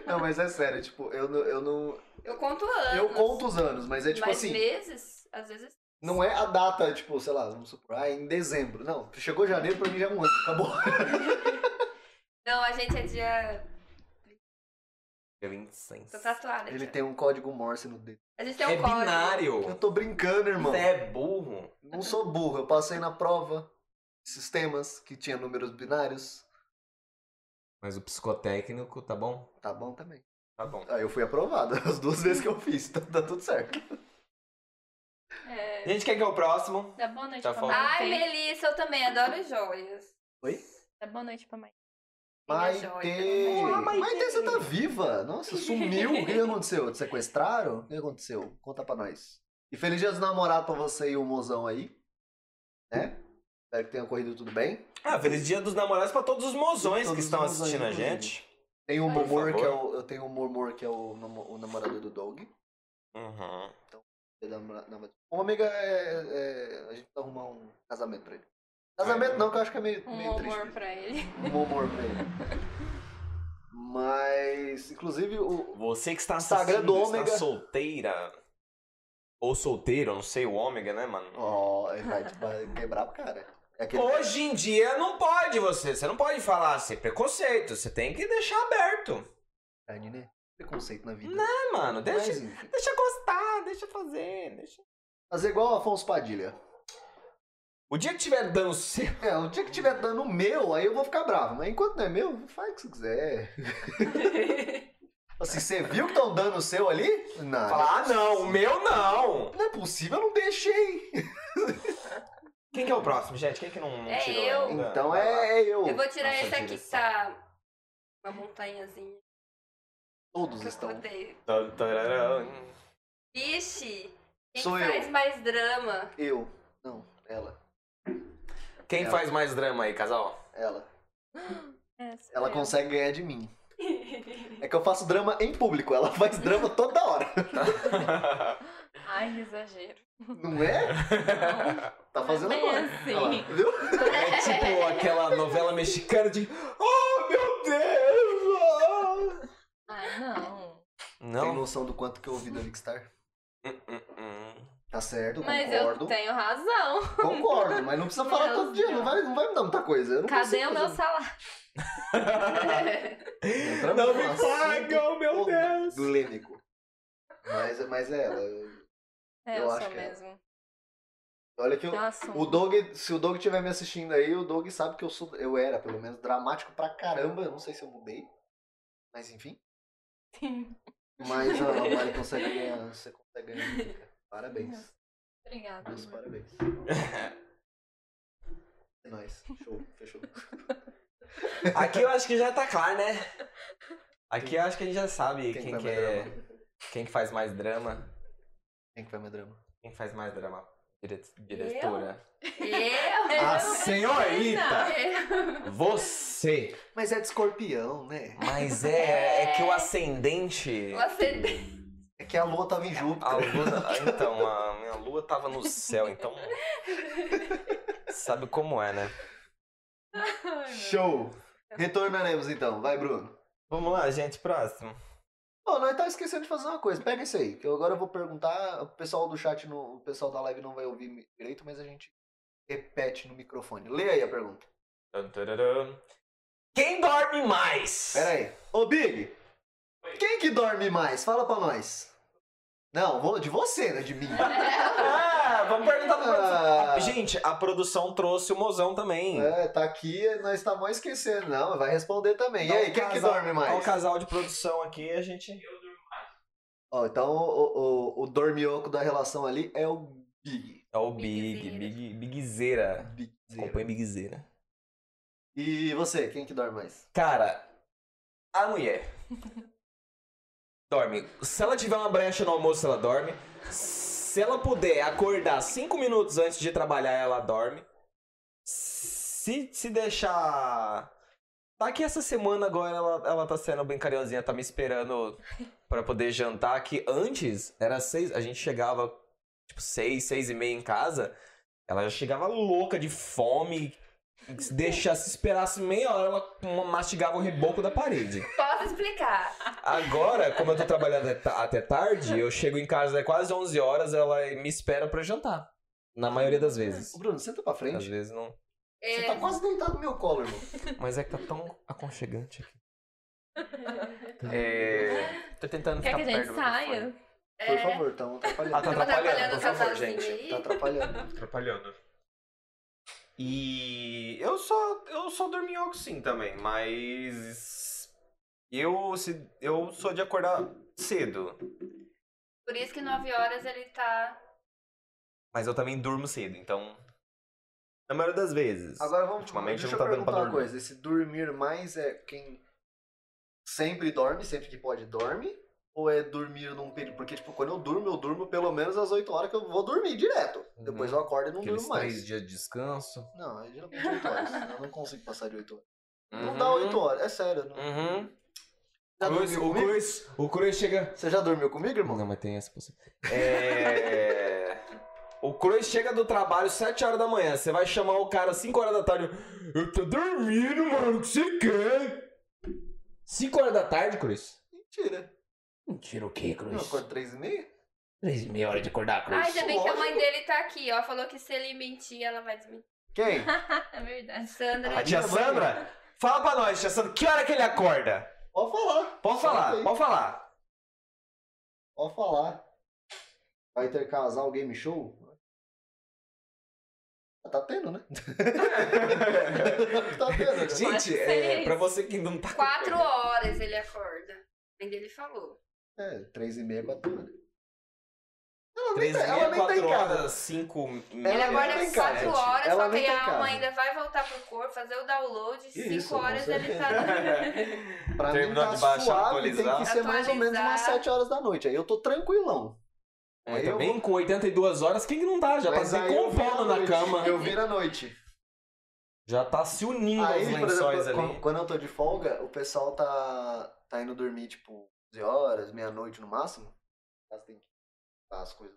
Não, mas é sério, tipo, eu, não- eu não.
Eu conto anos.
Eu conto os anos, mas é tipo
mas
assim.
meses, às vezes.
Não é a data, tipo, sei lá, vamos supor, ah, em dezembro. Não, chegou janeiro, pra mim já é um ano, acabou.
Não, a gente é dia.
Eu incenso.
Tô tatuada.
Ele
aqui, ó.
tem um código Morse no dedo.
A gente tem um
É
tá código.
Eu
binário.
tô brincando, irmão.
Você é burro.
Não sou burro, eu passei na prova de sistemas que tinha números binários.
Mas o psicotécnico, tá bom?
Tá bom também.
Tá bom.
Ah, eu fui aprovado as duas vezes que eu fiz, tá, tá tudo certo.
É.
Gente, quem que é o próximo?
Dá boa noite
Tá
pra
faltando.
Maite.
Ai, Melissa, eu também adoro joias.
Oi?
Dá boa noite pra Maite.
Minha
Maite!
joia.
Maite.
Olá,
Maite.
você tá viva! Nossa, sumiu! O que aconteceu? Te sequestraram? O que aconteceu? Conta pra nós. E feliz dia dos namorados pra você e o mozão aí. Né? Espero que tenha corrido tudo bem.
Ah, feliz dia dos namorados pra todos os mozões
Todos
que
os
estão
mozões,
assistindo a
inclusive.
gente.
Tem um
Por
murmur que é
favor.
o, eu tenho um murmur que é o, namo- o namorado do Doug.
Uhum.
Ele é namora- namorado- Ômega é, é- A gente tá arrumar um casamento pra ele. Casamento
Ai,
não, que eu acho que é meio,
Um
meio triste.
amor pra ele.
Um humor pra ele. Mas, inclusive, o,
Você que está assistindo,
Instagram do Ômega.
está solteira. Ou solteiro, não sei, o ômega, né, mano?
Ó, ele vai, tipo, vai quebrar o cara. É aquele-
Hoje em dia não pode você, você não pode falar assim, preconceito, você tem que deixar aberto.
Carne, né? Preconceito na vida.
É, mano, deixa,
Mas, enfim.
deixa gostar, deixa fazer, deixa...
Fazer igual o Afonso Padilha.
O dia que tiver dando certo,
É, o dia que tiver dando o meu, aí eu vou ficar bravo. Mas enquanto não é meu, faz o que você quiser. Assim, você viu que estão dando o seu ali? Não.
falar, ah não, o meu não.
Não é possível, eu não deixei.
Quem que é o próximo, gente? Quem que não, não
É
tirou
eu.
ainda?
Então
Vai lá.
é, é eu.
Eu vou tirar
Nossa,
esse aqui que
direção.
tá uma montanhazinha.
Todos
que eu
estão.
botei.
Tan, tararão.
Vixe, quem
Sou
que
eu.
faz mais drama?
Eu. Não, ela.
Quem
Ela.
faz mais drama aí, casal?
Ela.
Essa
Ela
é.
consegue ganhar de mim. É que eu faço drama em público. Ela faz drama toda hora.
Ai, que exagero.
Não é? Tá fazendo
Bem
agora.
assim.
Olha lá, viu?
É tipo aquela novela mexicana de Oh meu Deus! ah!"
Ah, não.
Tem
Não.
noção do quanto que eu ouvi da Vickstar?
Hum, hum, hum.
Tá certo,
Mas
concordo.
eu tenho razão.
Concordo, mas não precisa falar
Meu
todo dia, não
Deus.
vai, não vai mudar muita coisa. Eu não
Cadê
consigo
o meu
fazer-
salário?
Entramos
Não
num
me
assunto
pagam, meu Deus!
assim, um polêmico. Mas, mas é ela. eu-
É,
Eu
eu,
acho
sou
que é.
mesmo.
Olha que eu,
É um assunto.
o Doug, se o Doug estiver me assistindo aí, o Doug sabe que eu sou, eu era, pelo menos, dramático pra caramba. Eu não sei se eu mudei, mas enfim.
Sim.
Mas ó, a Mari consegue ganhar, você consegue ganhar. cara. Parabéns,
Obrigada.
meus
amor.
parabéns. É nóis, show, fechou.
Aqui eu acho que já tá claro, né? Aqui eu acho que a gente já sabe quem,
vai
que
mais
é-
drama?
quem que faz mais drama.
Quem que vai mais drama?
Quem faz mais drama? Dire- diretora.
Eu?
A
senhorita!
Eu?
Você!
Mas é de escorpião, né?
Mas é, é que o ascendente.
Você
É que a lua tava em Júpiter.
A lua. Então, a minha lua tava no céu, então. Sabe como é, né?
Show! Retornaremos então, vai, Bruno.
Vamos lá, gente, próximo.
Pô, nós tá esquecendo de fazer uma coisa. Pega isso aí, que eu agora vou perguntar. O pessoal do chat, não- o pessoal da live não vai ouvir mi- direito, mas a gente repete no microfone. Lê aí a pergunta.
Tan, tararam. Quem dorme mais?
Pera aí. Ô, Big! Quem que dorme mais? Fala pra nós. Não, vou- de você, né? De mim.
Ah, vamos perguntar pra produção.
Ah,
Gente, a produção trouxe o mozão também.
é, tá aqui, nós tá mó esquecendo. Não, vai responder também.
Dá
e
um
aí, quem que
casal-
dorme
dá Um
mais?
casal de produção aqui, a gente.
Ó, então o, o, o dormioco da relação ali é o Big.
É o Big, Big,
Bigzeira.
Bigzeira.
Big
Acompanha Bigzeira.
E você, quem que dorme mais?
Cara, a mulher dorme. Se ela tiver uma brecha no almoço, ela dorme. Se ela puder acordar cinco minutos antes de trabalhar, ela dorme. Se, se deixar. Tá que essa semana agora ela, ela tá sendo bem carinhosinha, tá me esperando pra poder jantar. Que antes era seis, a gente chegava tipo seis, seis e meia em casa. Ela já chegava louca de fome. e Se deixasse, esperasse meia hora, ela mastigava o reboco da parede.
posso explicar.
Agora, como eu tô trabalhando at- até tarde, eu chego em casa é quase 11 horas, ela me espera pra jantar. Na maioria das vezes.
Ô, Bruno, senta pra
Às
frente.
vezes não.
É,
Você tá quase deitado no meu colo, irmão.
Mas é que tá tão aconchegante aqui. É... Tô tentando
Quer
ficar
que a
perto
gente
do
saia?
microfone.
É,
Por favor, tá atrapalhando.
Ah, tá
tava
atrapalhando, por
o
favor,
casalzinho
gente.
aí.
Tá atrapalhando.
Atrapalhando. E eu só eu só dorminhoco sim também, mas eu se, eu sou de acordar cedo.
Por isso que 9 horas ele tá
Mas eu também durmo cedo, então. Na maioria das vezes.
Agora vamos.
Ultimamente
deixa
não
eu
tá dando pra
perguntar uma
dormir.
coisa. Esse dormir mais é quem sempre dorme, sempre que pode dorme? Ou é dormir num período. Porque, tipo, quando eu durmo, eu durmo pelo menos às 8 horas que eu vou dormir direto. Depois eu acordo e não
Uhum. Aqueles
durmo mais.
três dias de descanso.
Não, é geralmente 8 horas. eu não consigo passar de 8 horas. Não
Uhum.
dá 8 horas, é sério. Não...
Uhum.
Já
Cruz,
dormiu
o
comigo?
Cruz, o Cruz chega.
Você já dormiu comigo, irmão?
Não, mas tem essa possibilidade. É. O Cruz chega do trabalho 7 horas da manhã. Você vai chamar o cara 5 horas da tarde. Eu tô dormindo, mano. O que você quer? 5 horas da tarde, Cruz?
Mentira.
Mentira o quê,
Eu
Cruz?
acordo 3 e meia?
Três e meia hora de acordar, Cruz.
Ah, ainda bem que a mãe dele tá aqui, ó. Falou que se ele mentir, ela vai desmentir.
Quem?
É verdade.
Sandra.
A tia
minha mãe.
Sandra? Fala pra nós, tia Sandra, que hora que ele acorda?
Pode falar.
Pode falar,
Aí.
pode falar.
Pode falar. Vai ter casal game show? Ah, Tá tendo, né? tá tendo. né?
Gente,
ser
é,
isso.
pra você que ainda não tá.
Quatro horas ele acorda. A mãe dele falou.
É, três e meia, quatro horas. Ela nem,
Três
tá,
e meia,
ela nem tá em
quatro
casa.
horas, cinco.
Ele
Ela nem
acorda
tá em
às
casa,
quatro
gente.
horas,
Ela
só
nem
que
tá
a
em casa.
alma ainda vai voltar pro corpo, fazer o download. Cinco
Isso, com
horas ele tá
Pra mim
Terminou
tá
de baixar,
suave, tem que
atualizar.
ser mais ou menos umas
Atualizar.
sete horas da noite. Aí eu tô tranquilão.
É,
Aí eu
também com 82 horas, quem que não tá? Já
Mas
tá se
aí eu viro
compondo
à
na
noite,
cama.
Eu viro à noite.
Já tá se unindo aos
Aí, por
lençóis
exemplo, quando,
ali.
quando eu tô de folga, o pessoal tá, tá indo dormir, tipo, 11 horas, meia-noite no máximo. Mas tem que dar as coisas.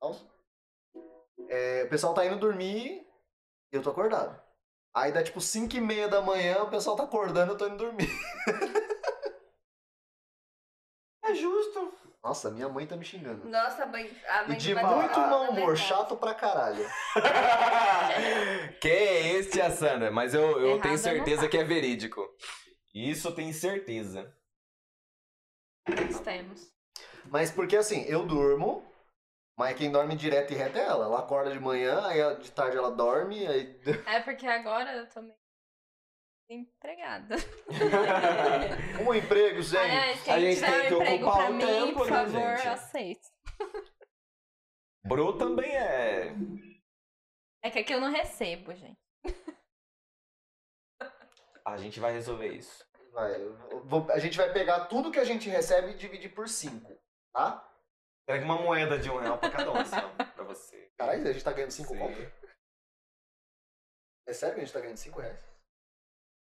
Nossa. É, o pessoal tá indo dormir e eu tô acordado. Aí dá tipo 5 e meia da manhã, o pessoal tá acordando e eu tô indo dormir.
É justo.
Nossa, minha mãe tá me xingando.
Nossa, a mãe, a
E
mãe tá
de
vai dar
muito
uma-
mau humor,
verdade.
chato pra caralho.
que é esse, tia Sandra? Mas eu, eu
Errada
tenho
não
tá.
certeza que é verídico. Isso eu tenho certeza.
Todos temos.
Mas porque assim, eu durmo, mas quem dorme direto e reto é ela. Ela acorda de manhã, aí de tarde ela dorme, aí
É porque agora eu tô meio empregada.
Um emprego, gente.
Aliás, quem
a gente tem
tiver
que
um emprego
ocupar
pra
o
mim,
tempo,
por
né,
favor,
gente?
aceito.
Bro também é.
É que aqui eu não recebo, gente.
A gente vai resolver isso.
Vai, eu vou- a gente vai pegar tudo que a gente recebe e dividir por 5, tá?
Pega uma moeda de um real pra cada um, assim, ó, pra você.
Caralho, a gente tá ganhando 5
Sim.
conto? É sério que a gente tá ganhando 5 reais?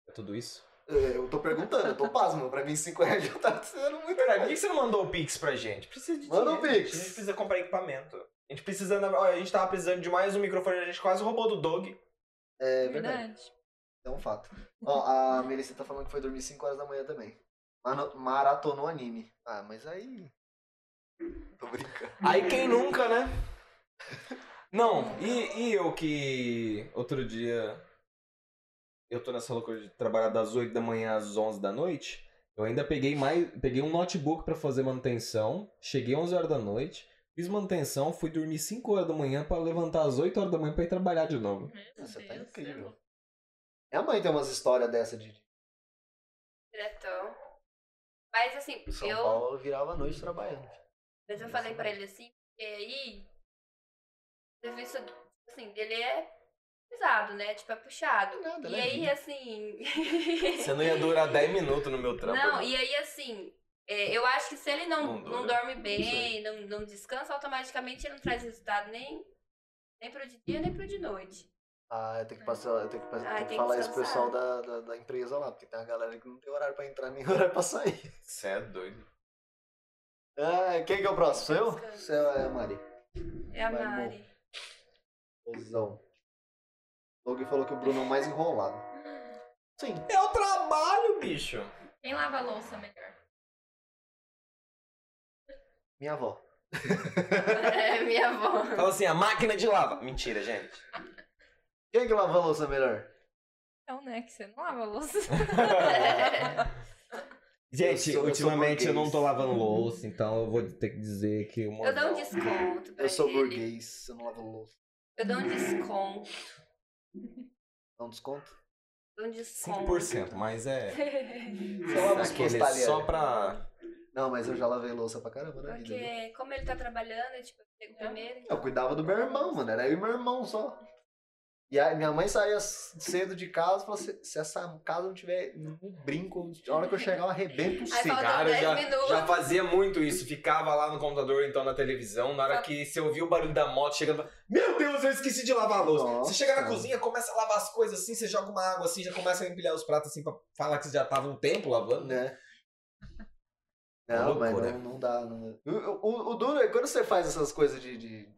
É tudo isso?
É, Eu tô perguntando, eu tô pasmo. Pra mim, 5 reais já tá sendo muito.
Peraí, por que você não mandou o Pix pra gente? Precisa de
Manda o
dinheiro,
Pix.
gente. A gente precisa comprar equipamento. A gente precisa. na- Olha, a gente tava precisando de mais um microfone, a gente quase roubou do Dog.
É
Né?
verdade.
É um fato. Ó, a Melissa tá falando que foi dormir 5 horas da manhã também. Mano- Maratonou anime. Ah, mas aí. Tô brincando.
Aí quem nunca, né? Não, e, e eu que outro dia eu tô nessa loucura de trabalhar das 8 da manhã às 11 da noite. Eu ainda peguei mais, peguei um notebook pra fazer manutenção, cheguei 11 horas da noite, fiz manutenção, fui dormir 5 horas da manhã pra levantar às 8 horas da manhã pra ir trabalhar de novo.
Você tá incrível. Minha mãe tem umas histórias dessa de
Diretão. Mas assim,
São
eu,
Paulo né, virava a noite trabalhando.
mas eu falei pra ele assim, porque aí o serviço assim, dele é pesado, né? Tipo, é puxado.
Nada,
e
né,
aí,
vida?
assim.
Você não ia durar 10 minutos no meu trampo.
né?
né?
Não, e aí assim, é, eu acho que se ele não,
Não
não,
dura.
dorme
É
bem, não, não descansa, automaticamente ele não traz resultado nem, nem pro de dia, nem pro de noite.
Ah, eu tenho que passar, eu tenho que, passar,
Ah,
tenho que
tem que
falar isso pro
descansar.
pessoal da, da, da empresa lá, porque tem uma galera que não tem horário pra entrar nem horário pra sair.
Você é doido.
Ah, quem que é o próximo? Sou eu?
Descansa.
Você é a Mari.
É a
Vai, amor.
Mari.
Osão. O Doug falou que o Bruno é o mais enrolado. Sim.
É o trabalho, bicho.
Quem lava a louça melhor?
Minha avó.
É minha avó.
Fala assim, a máquina de lava. Mentira, gente.
Quem que lava a louça melhor?
Então, né, que você não lava a louça.
Tá
Gente,
Eu sou- eu sou
ultimamente eu não tô
burguês.
lavando louça, então eu vou ter que dizer que o
Eu dou um
mozão-
desconto pra
Eu sou
ele.
burguês, eu não lavo louça.
Eu dou um desconto.
Dá um desconto?
Dou um desconto.
5%, mas é.
Você lava os
Hum, aquele
postalheiros.
só pra
Não, mas eu já lavei louça pra caramba na vida. viu?
Porque como ele tá trabalhando, eu, tipo, eu pego primeiro.
Eu cuidava do meu irmão, mano. Era eu e meu irmão só. E aí minha mãe saía cedo de casa e falava, assim, se, se essa casa não tiver um brinco, a hora que eu chegar eu arrebento o
Aí
cedo.
faltam
Cara, eu
10
já,
minutos.
já fazia muito isso. Ficava lá no computador, então na televisão. Na hora
Só-
que você ouvia o barulho da moto chegando, meu Deus, eu esqueci de lavar a louça.
Nossa.
Você chega na cozinha, começa a lavar as coisas assim, você joga uma água assim, já começa a empilhar os pratos assim pra falar que você já tava um tempo lavando, né?
Né? Não, mas
É Loucura.
não, não dá. Não dá. O, o- o duro é quando você faz essas coisas de, de-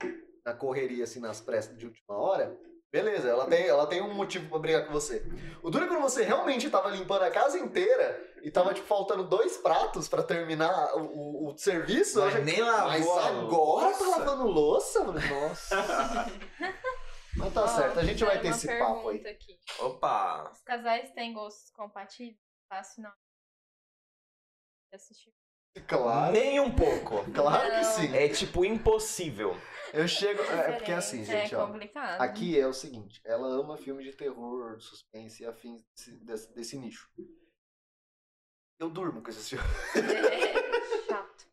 na correria, assim, nas pressas de última hora, beleza, ela tem, ela tem um motivo pra brigar com você. O duro é quando você realmente tava limpando a casa inteira e tava, tipo, faltando dois pratos pra terminar o, o- o serviço. eu já-
Mas nem
Ah,
lavou.
Mas
a
agora tá
louça.
lavando louça? mano? Nossa. Mas tá
Ó,
certo, a gente vai
fizeram
ter
é uma
esse papo aí.
pergunta aqui.
Opa!
Os casais têm gostos compatíveis? Fácil não. Assistir.
Claro,
Nem um pouco.
claro que
Não.
sim.
É tipo impossível.
Eu chego. É porque assim,
É
gente, ó.
complicado.
Aqui é o seguinte, ela ama filme de terror, suspense e afins desse, desse, desse nicho. Eu durmo com esses filmes.
né? Chato.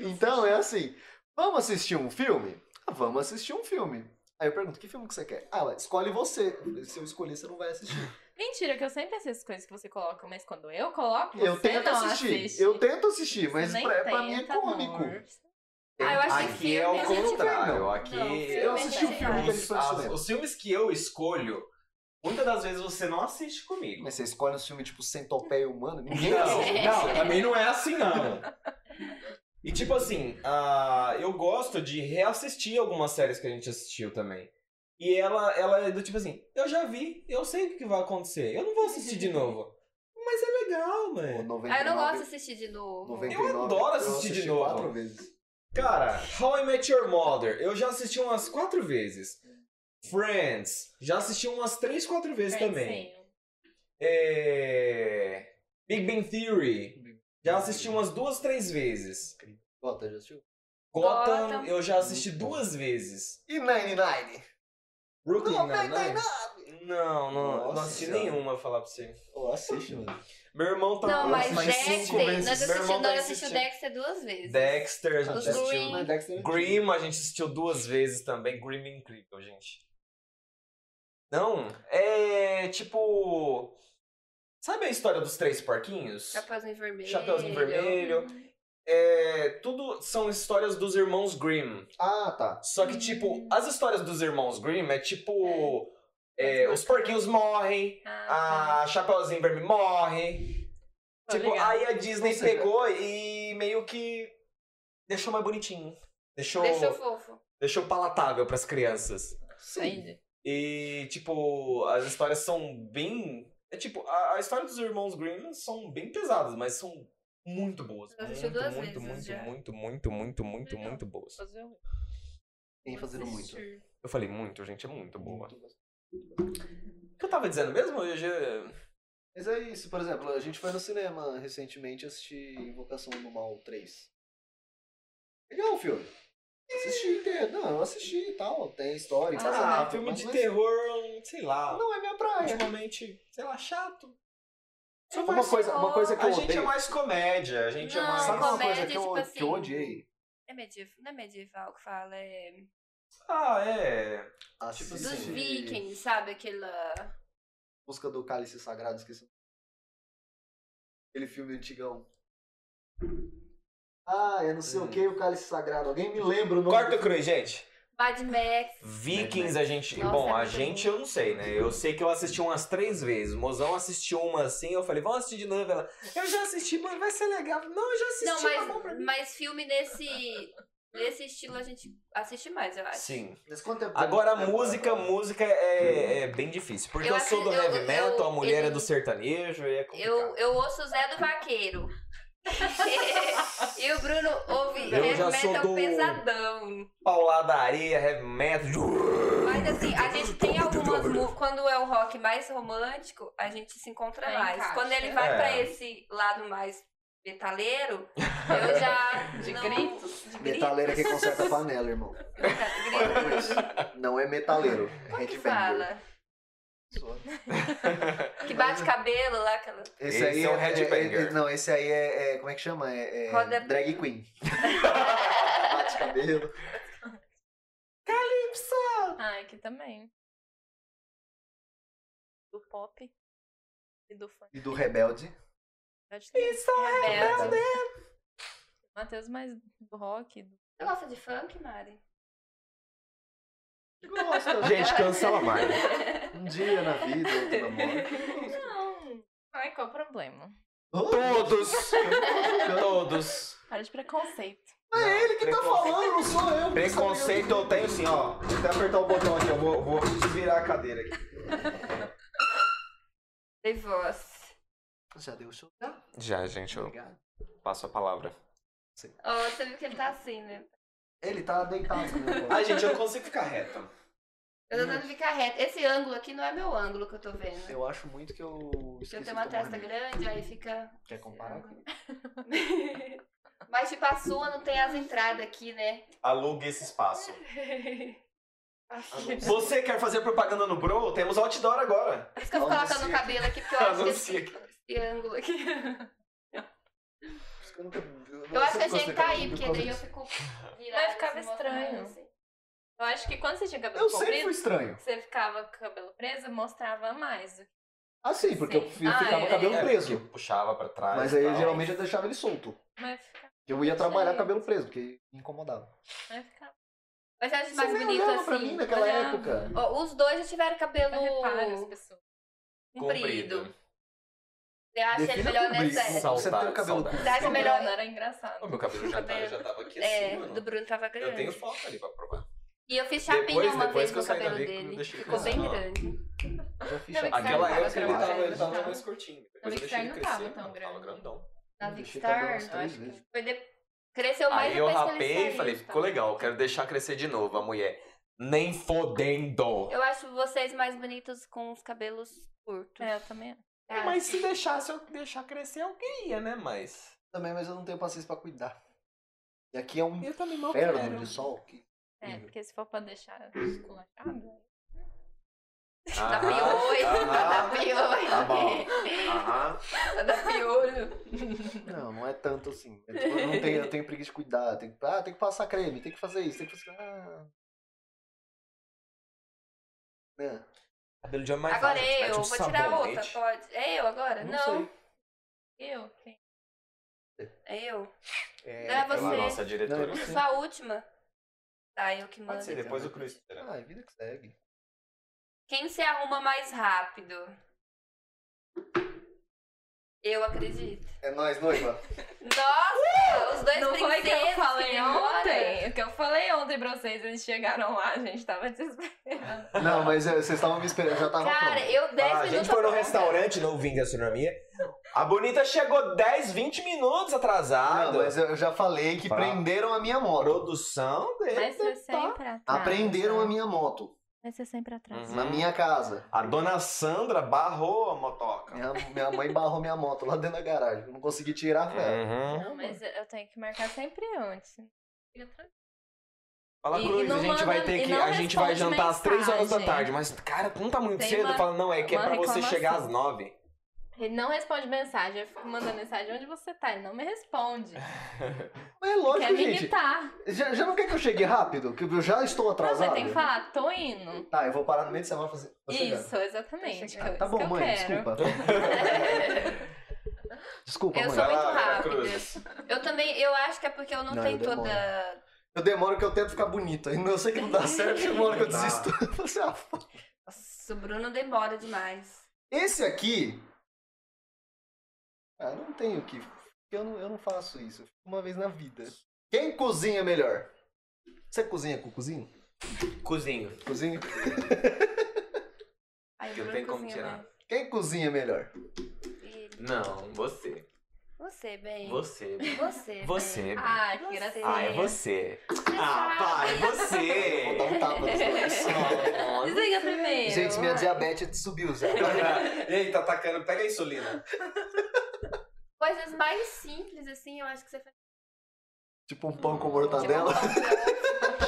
Então é assim, vamos assistir um filme? Ah, vamos assistir um filme. Aí eu pergunto, que filme que você quer? Ah, ela, escolhe você. Eu falei, Se eu escolher, você não vai assistir.
Mentira, que eu sempre assisto coisas que você coloca, mas quando eu coloco,
eu
você
tento
não
assistir.
assiste.
Eu tento assistir, mas
Você nem
pra, pra mim é
tenta,
cômico.
amor.
tá Ah, eu acho que
Aqui é o
filme a gente
vai,
contrário.
não.
Aqui
Não, filme
Eu assisti o
é
filme que a
verdade.
gente foi no
Ah, Os-
cinema.
os filmes que eu escolho, muitas das vezes você não assiste comigo.
Mas você escolhe um filme tipo centopeia humana? Ninguém assiste.
Não, não, também não é assim, não. E tipo assim, ah, eu gosto de reassistir algumas séries que a gente assistiu também. E ela, ela é do tipo assim, eu já vi, eu sei o que que vai acontecer, eu não vou assistir de novo. Mas é legal,
O
mano.
Ah,
99,
eu não gosto de assistir de novo.
99,
Eu adoro assistir de
assisti
novo.
quatro vezes.
Cara, How I Met Your Mother, eu já assisti umas quatro vezes. Friends, já assisti umas três, quatro vezes também.
Sim.
É... Big Bang Theory. Já assisti umas duas, três vezes.
Bota, já assistiu?
Gotham,
Gotham.
eu já assisti duas vezes.
E 99?
Brooklyn
Não,
Nine-Nine? Não, não, eu não
Nossa
assisti
Senhora.
nenhuma, vou falar pra você.
Ou assiste, mano.
Meu irmão tá
Não,
eu
mas
assisti cinco
Dexter, nós
vezes. Meu irmão
assistimos
tá
nós assistimos
insistindo.
Dexter duas vezes.
Dexter, a gente
Os
assistiu.
Green.
Grimm, a gente assistiu duas vezes também. Grimm é incrível, gente. Não, é tipo... Sabe a história dos três porquinhos?
Chapeuzinho vermelho.
Chapeuzinho Vermelho. É, tudo são histórias dos irmãos Grimm.
Ah, tá.
Só que, tipo, as histórias dos irmãos Grimm é tipo. é, os porquinhos morrem,
Ah,
a Chapeuzinho Vermelho morre.
tá.
tipo,
Obrigada.
aí a Disney
Nossa,
pegou e meio que deixou mais bonitinho. Deixou,
Deixou
deixou...
fofo.
palatável pras crianças.
Entendi.
E, tipo, as histórias são bem. É tipo, a, a história dos irmãos Grimm são bem pesadas, mas são muito boas.
Eu assisti
muito,
duas
muito,
vezes já.
muito, muito, muito, muito, muito,
Legal.
muito boas.
Fazer um-
Tem fazendo muito.
assistir.
Eu falei muito, gente, é muito boa. O que eu tava dizendo mesmo? Eu já-
Mas é isso, por exemplo, a gente foi no cinema recentemente assistir Invocação do Mal 3. Legal o filme. Assisti inteiro. Não, eu assisti e tal. Tem história e
Ah,
Ah,
casamento,
filme
mas-
de
mas
terror, eu não- sei lá.
Não é minha praia.
Ultimamente, sei lá, chato.
Só uma coisa, uma coisa que eu
A gente é
odeio.
mais comédia, a gente é
Não,
mais.
Sabe uma
comédia,
coisa que eu,
tipo
que eu
assim.
odiei?
É medieval, não é medieval que fala, é
Ah, é.
Assistir
dos
Sim.
vikings, sabe? Aquela...
Busca do Cálice Sagrado, esqueci. Aquele filme antigão. Ah, eu não sei o
Hum.
que, o Cálice Sagrado. Alguém me lembra o nome?
Corta o cruz, gente.
Mad Max.
Vikings, a gente.
Nossa,
Bom,
é
a
muito
gente
bom.
eu não sei, né? Eu sei que eu assisti umas três vezes. O mozão assistiu uma assim, eu falei, vamos assistir de novo. Ela, eu já assisti, mas vai ser legal. Não, eu já assisti,
Não,
tá bom pra
mas,
mim.
mas filme nesse, nesse estilo a gente assiste mais, eu acho.
Sim.
Mas quanto tempo-
Agora,
tempo-
música, música é, é bem difícil. Porque eu,
Eu
sou do
acredito-
heavy
eu-
metal, a
eu-
mulher é
ele-
do sertanejo, e é complicado.
Eu, eu ouço o Zé do Vaqueiro. e o Bruno ouve
Eu
heavy
já sou
metal
do-
pesadão.
Pauladaria, heavy metal.
Mas assim, a gente tem algumas. mu- Quando é o rock mais romântico, a gente se encontra
Aí
mais.
encaixa.
Quando ele vai
É.
pra esse lado mais metaleiro, eu já.
De
não-
gritos?
De gritos.
Metaleiro que conserta a panela, irmão.
Grita- gritos.
Não é metaleiro. é
Como que
headbanger.
fala?
Só.
Que bate cabelo lá, aquela.
Esse,
Esse
aí
é
é,
um
é-
headbanger.
é- não, esse aí é, é- Como é que chama? É, é
Roda-
drag queen. Bate cabelo. tá
Ah, aqui também. Do pop e do funk.
E do rebelde.
Isso
é
É, Rebelde.
é Matheus mais do rock. do-
Você gosta de funk, Mari?
Gosta.
Gente, cancela mais.
Um dia na vida, outro namoro.
Não. Ai, qual o problema?
Todos! Todos!
Para de preconceito.
É ele
Quem tá falando? Não sou eu.
Preconceito eu tenho sim, ó. Vou até apertar o botão aqui, eu vou, vou virar a cadeira aqui.
Dei voz.
Já deu show.
Já, gente, eu
Obrigado.
passo a palavra.
Ó, você viu que ele tá assim, né?
Ele tá deitado. né?
Ai, gente, eu não consigo ficar reto.
Eu tô tentando ficar reto. Esse ângulo aqui não é meu ângulo que eu tô vendo.
Eu acho muito que eu.
Porque eu
esqueci
tenho
como
uma
é o
testa
nome.
grande, aí fica.
Quer comparar?
Mas tipo, a sua não tem as entradas aqui, né?
Alugue esse espaço. Você quer fazer propaganda no Bro? Temos outdoor agora.
Por isso que eu fico colocando o
Anuncia.
cabelo aqui, porque eu acho que
Anuncia.
esse, esse ângulo aqui.
Por isso que Eu, nunca- eu
Eu acho que a
sempre gostei
gente tá
de
aí,
cabelo
porque daí eu
assim.
comprido.
fico virada.
Mas ficava
assim, mostrando
estranho.
assim.
Eu acho que quando você tinha cabelo
Eu sempre
comprido,
fui estranho.
você ficava com o cabelo preso, mostrava mais.
Assim, porque eu
Sim.
fi-
Ah,
ficava
é.
o
um
cabelo preso.
puxava pra trás.
Mas aí
é
geralmente eu deixava ele solto.
Mas ficava.
Eu ia trabalhar
Gente.
cabelo preso, porque me incomodava.
Mas ficava.
Mas eu acho
Você
mais
nem
bonito
olhava
assim.
pra mim naquela
olhava.
época.
Ó, os dois já tiveram cabelo
Eu reparo as pessoas.
comprido. Você acha ele é melhor
comprido.
nessa
época.
Você tem o cabelo
Saudades.
Você acha
O
melhor.
Bruno era engraçado.
O meu cabelo já, tá,
Cabelo.
já tava aqui assim,
É,
mano.
do Bruno tava grande.
Eu tenho foto ali pra provar.
E eu fiz chapinha
Depois-
uma
depois
vez
que eu
no
saí da
cabelo
Bico, eu
dele.
deixei
Ficou bem
crescer, ó.
grande.
Já fiz
Não,
chapinha.
mas que
Aquela
saiu,
época ele
tava
tava, ele tava
grande.
mais curtinho.
Não,
Depois eu
Big
deixei
Star
ele
não
crescer,
tava tão
mano, tava
grande.
grandão.
Na
Deixei o cabelo
Victor,
umas três
acho
vezes.
foi de- cresceu mais
Aí eu
depois que ele
rapei e
saiu,
falei,
tá?
ficou legal, quero deixar crescer de novo. A mulher, nem fodendo.
Eu acho vocês mais bonitos com os cabelos curtos.
É, eu também.
Ah,
Mas se deixasse eu deixar crescer, eu queria, né? Mas.
Também, mas eu não tenho paciência pra cuidar. E aqui é um
Eu também mal
inferno de sol.
É,
Uhum.
porque se for pra deixar esculachado.
Dá piolho, dá piolho.
Ah, Tá bom. Aham.
Dá piolho.
Não, não é tanto assim. É tipo, Eu, não tenho, eu tenho preguiça de cuidar. Tem que, ah, tem que passar creme, tem que fazer isso, tem que fazer. Ah. É,
Cabelo de homem mais
Agora é
fácil, a gente
eu,
mete um
vou tirar outra,
sabonete.
pode? É eu
Tá
agora?
não,
Não,
sei.
Eu? Quem?
é eu.
É,
Não é
Pela
você.
nossa diretora.
Não,
Eu
Sim.
sou a última. Tá, eu que mando.
Pode ser, depois o Cruz.
Ah, vida que segue.
Quem se arruma mais rápido? Eu acredito.
É nós, noiva.
Nossa, os dois
Não foi o que eu
princesos
falei
demora.
ontem. É O que eu falei ontem pra vocês, eles chegaram lá, a gente tava desesperado.
Não, mas é, vocês estavam me esperando, eu já tava
Cara,
pronto.
eu 10
Ah, a
minutos.
gente foi no
pra-
restaurante no Vim Gastronomia. A bonita chegou 10, 20 minutos atrasada.
Não, mas eu já falei que
Fala.
prenderam a minha moto.
Produção dele. né?
Mas você é sempre atrás.
Aprenderam a minha moto
Mas você sempre atrás.
Uhum.
na minha casa.
A dona Sandra barrou a motoca.
Minha, minha mãe barrou minha moto lá dentro da garagem. Eu não consegui tirar a vela.
Uhum.
Não, mas eu tenho que marcar sempre antes. Fica tranquilo.
Fala,
E- e
Cruz,
não
a gente vai
manda-
ter
e
que.
não
A gente vai
responde
jantar às 3 horas da
mensagem.
tarde. Mas, cara, não tá muito
Tem
cedo?
uma-
Fala, não, é que é
uma
pra você
reclamação.
chegar às 9.
Ele não responde mensagem. Eu fico mandando mensagem onde você tá. Ele não me responde.
Mas é lógico,
Quer me
gente.
imitar.
Já, já não quer que eu chegue rápido? Que eu já estou
tá- Não,
atrasado.
você tem que falar, tô indo.
Tá, eu vou parar no meio de semana e fazer. tô chegando.
Isso, exatamente.
Ah,
É
tá
isso que
bom,
eu
mãe,
quero.
desculpa. Desculpa,
Eu
mãe.
sou
Vai
muito
lá, vai lá,
rápida.
Cruz.
Eu também, eu acho que é porque eu não,
Não,
tenho
eu demoro.
toda.
Eu demoro que eu tento ficar bonito. ainda Eu sei que não dá certo, chega uma hora que eu
Não dá.
desisto. Eu falo assim, ah, f-
Nossa, o Bruno demora demais.
Esse aqui. Ah, não tenho o que. Eu não, eu não faço isso. Eu fico Uma vez na vida. Quem cozinha melhor? Você cozinha com cozinho?
Cozinho.
Cozinha?
Aí o
Não
Bruno
tem como
cozinha né?
tirar.
mais.
Quem cozinha melhor?
E
Não, você.
Você, bem.
Você.
Você.
Você.
bem.
É. Ah, que
Você.
engraçado.
Ah, é você.
Você
Ah,
sabe.
pai, é você.
Vou dar um tapa nessa
Nossa.
Desliga primeiro.
Gente, minha
vai.
diabetes subiu já.
Ei, tá atacando. Pega a insulina.
Coisas mais simples, assim, eu acho que você faz.
Tipo um pão com mortadela,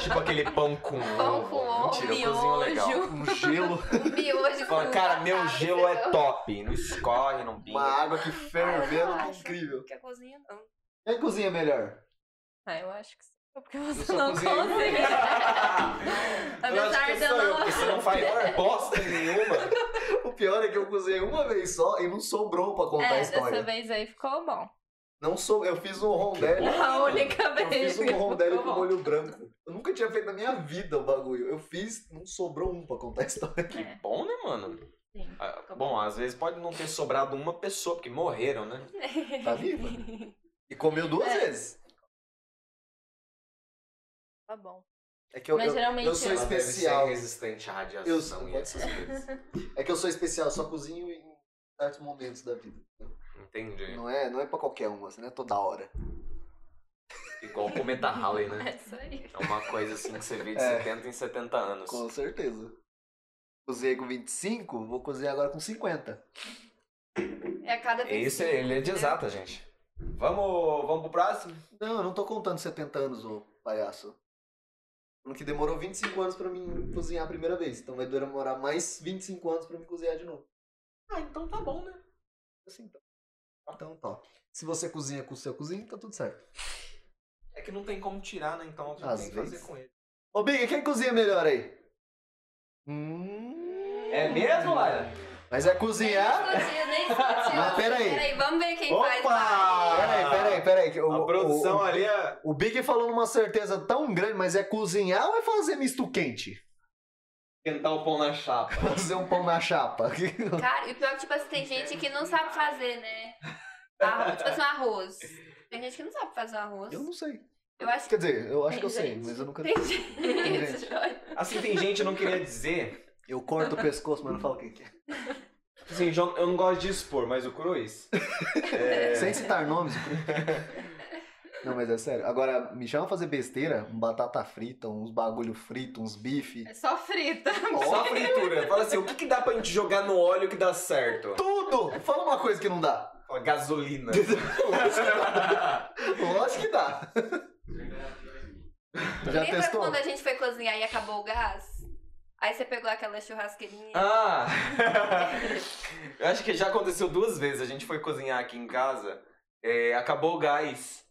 Tipo aquele pão com
Pão
ovo.
com ovo,
Mentira, eu cozinho legal.
miojo.
um gelo,
Um miojo
Fala,
com
cara, meu
batata,
gelo é
entendeu?
top. Não escorre, não pinga.
uma água que fervendo,
Ah, eu
que é
acho.
incrível.
Que a cozinha não.
Quem cozinha melhor?
Ah, eu acho que sim. Porque
Eu
você
só
não
cozinho.
consegue.
Eu acho
Apesar
é
que
de eu
sou eu,
não.
porque você não faz bosta nenhuma.
O pior é que eu cozinhei uma vez só e não sobrou pra contar a
É,
história.
dessa vez aí ficou bom.
Não sou, eu fiz um rondelli.
A única
Eu
vez.
fiz um
que
rondelli
ficou
com
bom.
molho branco. Eu nunca tinha feito na minha vida o bagulho. Eu fiz, não sobrou um pra contar a história.
Que
É.
bom, né, mano?
Sim.
Ah, Bom, às vezes pode não ter sobrado uma pessoa, porque morreram, né?
Tá viva? E comeu duas
É.
vezes.
Tá bom.
É que eu,
Mas
eu,
geralmente
eu sou
eu-
Ela deve ser
especial.
resistente à
Eu
radiação
sou,
e
pode
essas coisas.
É que eu sou especial, eu só cozinho em certos momentos da vida.
Entendi.
Não é, não é pra qualquer um, assim, não é toda hora.
Igual o cometa Halley, né?
É isso aí.
É uma coisa assim que você vê de
É.
70 em 70 anos.
Com certeza. Cozinhei com 25, vou cozinhar agora com 50.
É a cada
É Isso, ele
né?
é de exata, gente. Vamos, vamos pro próximo?
Não, eu não tô contando 70 anos, ô palhaço. Falando que demorou 25 anos pra mim cozinhar a primeira vez. Então vai demorar mais 25 anos pra mim cozinhar de novo.
Ah, então tá bom, né?
Assim, então. Então, tá. Se você cozinha com o seu cozinho, tá tudo certo.
É que não tem como tirar, né? Então eu
Às
tem que fazer
vezes.
com ele.
Ô, Big, quem cozinha melhor aí? Hum...
É mesmo, Laila?
Mas é
Nem
cozinhar...
discutia, nem discutia.
Mas peraí.
Peraí, vamos ver quem
Opa!
faz mais.
Peraí, peraí, peraí. que o-
A produção
o-
ali é.
O Big falou numa certeza tão grande, mas é cozinhar ou é fazer misto quente?
Quentar o pão na chapa.
Fazer um pão na chapa.
Cara, e o pior que, tipo assim, tem gente que não sabe fazer, né? Arroz, tipo assim, um arroz. Tem gente que não sabe fazer um arroz.
Eu não sei.
Eu acho que
Quer dizer, eu acho que eu sei,
Gente.
mas eu nunca.
tem gente.
gente.
Assim, tem gente que não queria dizer.
Eu corto o pescoço, mas não falo o que que é.
Assim, João, eu não gosto de expor, mas o Cruz. É,
Sem citar nomes. porque- Não, mas é sério. Agora, me chama a fazer besteira, um batata frita, uns bagulho frito, uns bife.
É só frita.
Só fritura. Fala assim, o que, que dá pra gente jogar no óleo que dá certo?
Tudo! Fala uma coisa que não dá.
Fala, Gasolina.
Lógico que dá. Já
Lembra
testou?
quando a gente foi cozinhar e acabou o gás? Aí você pegou aquela churrasqueirinha.
Ah! Eu acho que já aconteceu duas vezes. A gente foi cozinhar aqui em casa, é, acabou o gás.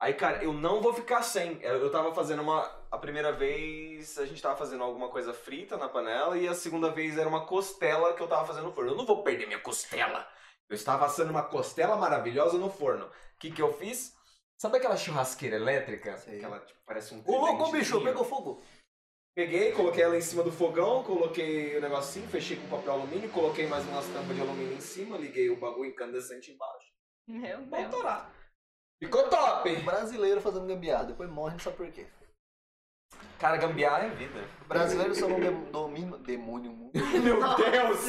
Aí, cara, eu não vou ficar sem. Eu eu tava fazendo uma. A primeira vez a gente tava fazendo alguma coisa frita na panela e a segunda vez era uma costela que eu tava fazendo no forno. Eu não vou perder minha costela. Eu estava assando uma costela maravilhosa no forno. O que, que eu fiz? Sabe aquela churrasqueira elétrica?
Sei.
Aquela tipo, parece um.
Ô, louco, bicho,
tridentezinho?
pegou fogo.
Peguei, coloquei ela em cima do fogão, coloquei o negocinho, fechei com papel alumínio, coloquei mais umas tampas de alumínio em cima, liguei o bagulho incandescente embaixo.
Meu
Vou
tá.
Deus.
torar. Ficou top!
Brasileiro fazendo gambiarra, depois morre, não sabe por quê.
Cara, gambiarra é vida.
Brasileiro só não dem- domina. Demônio o mundo.
Meu Deus!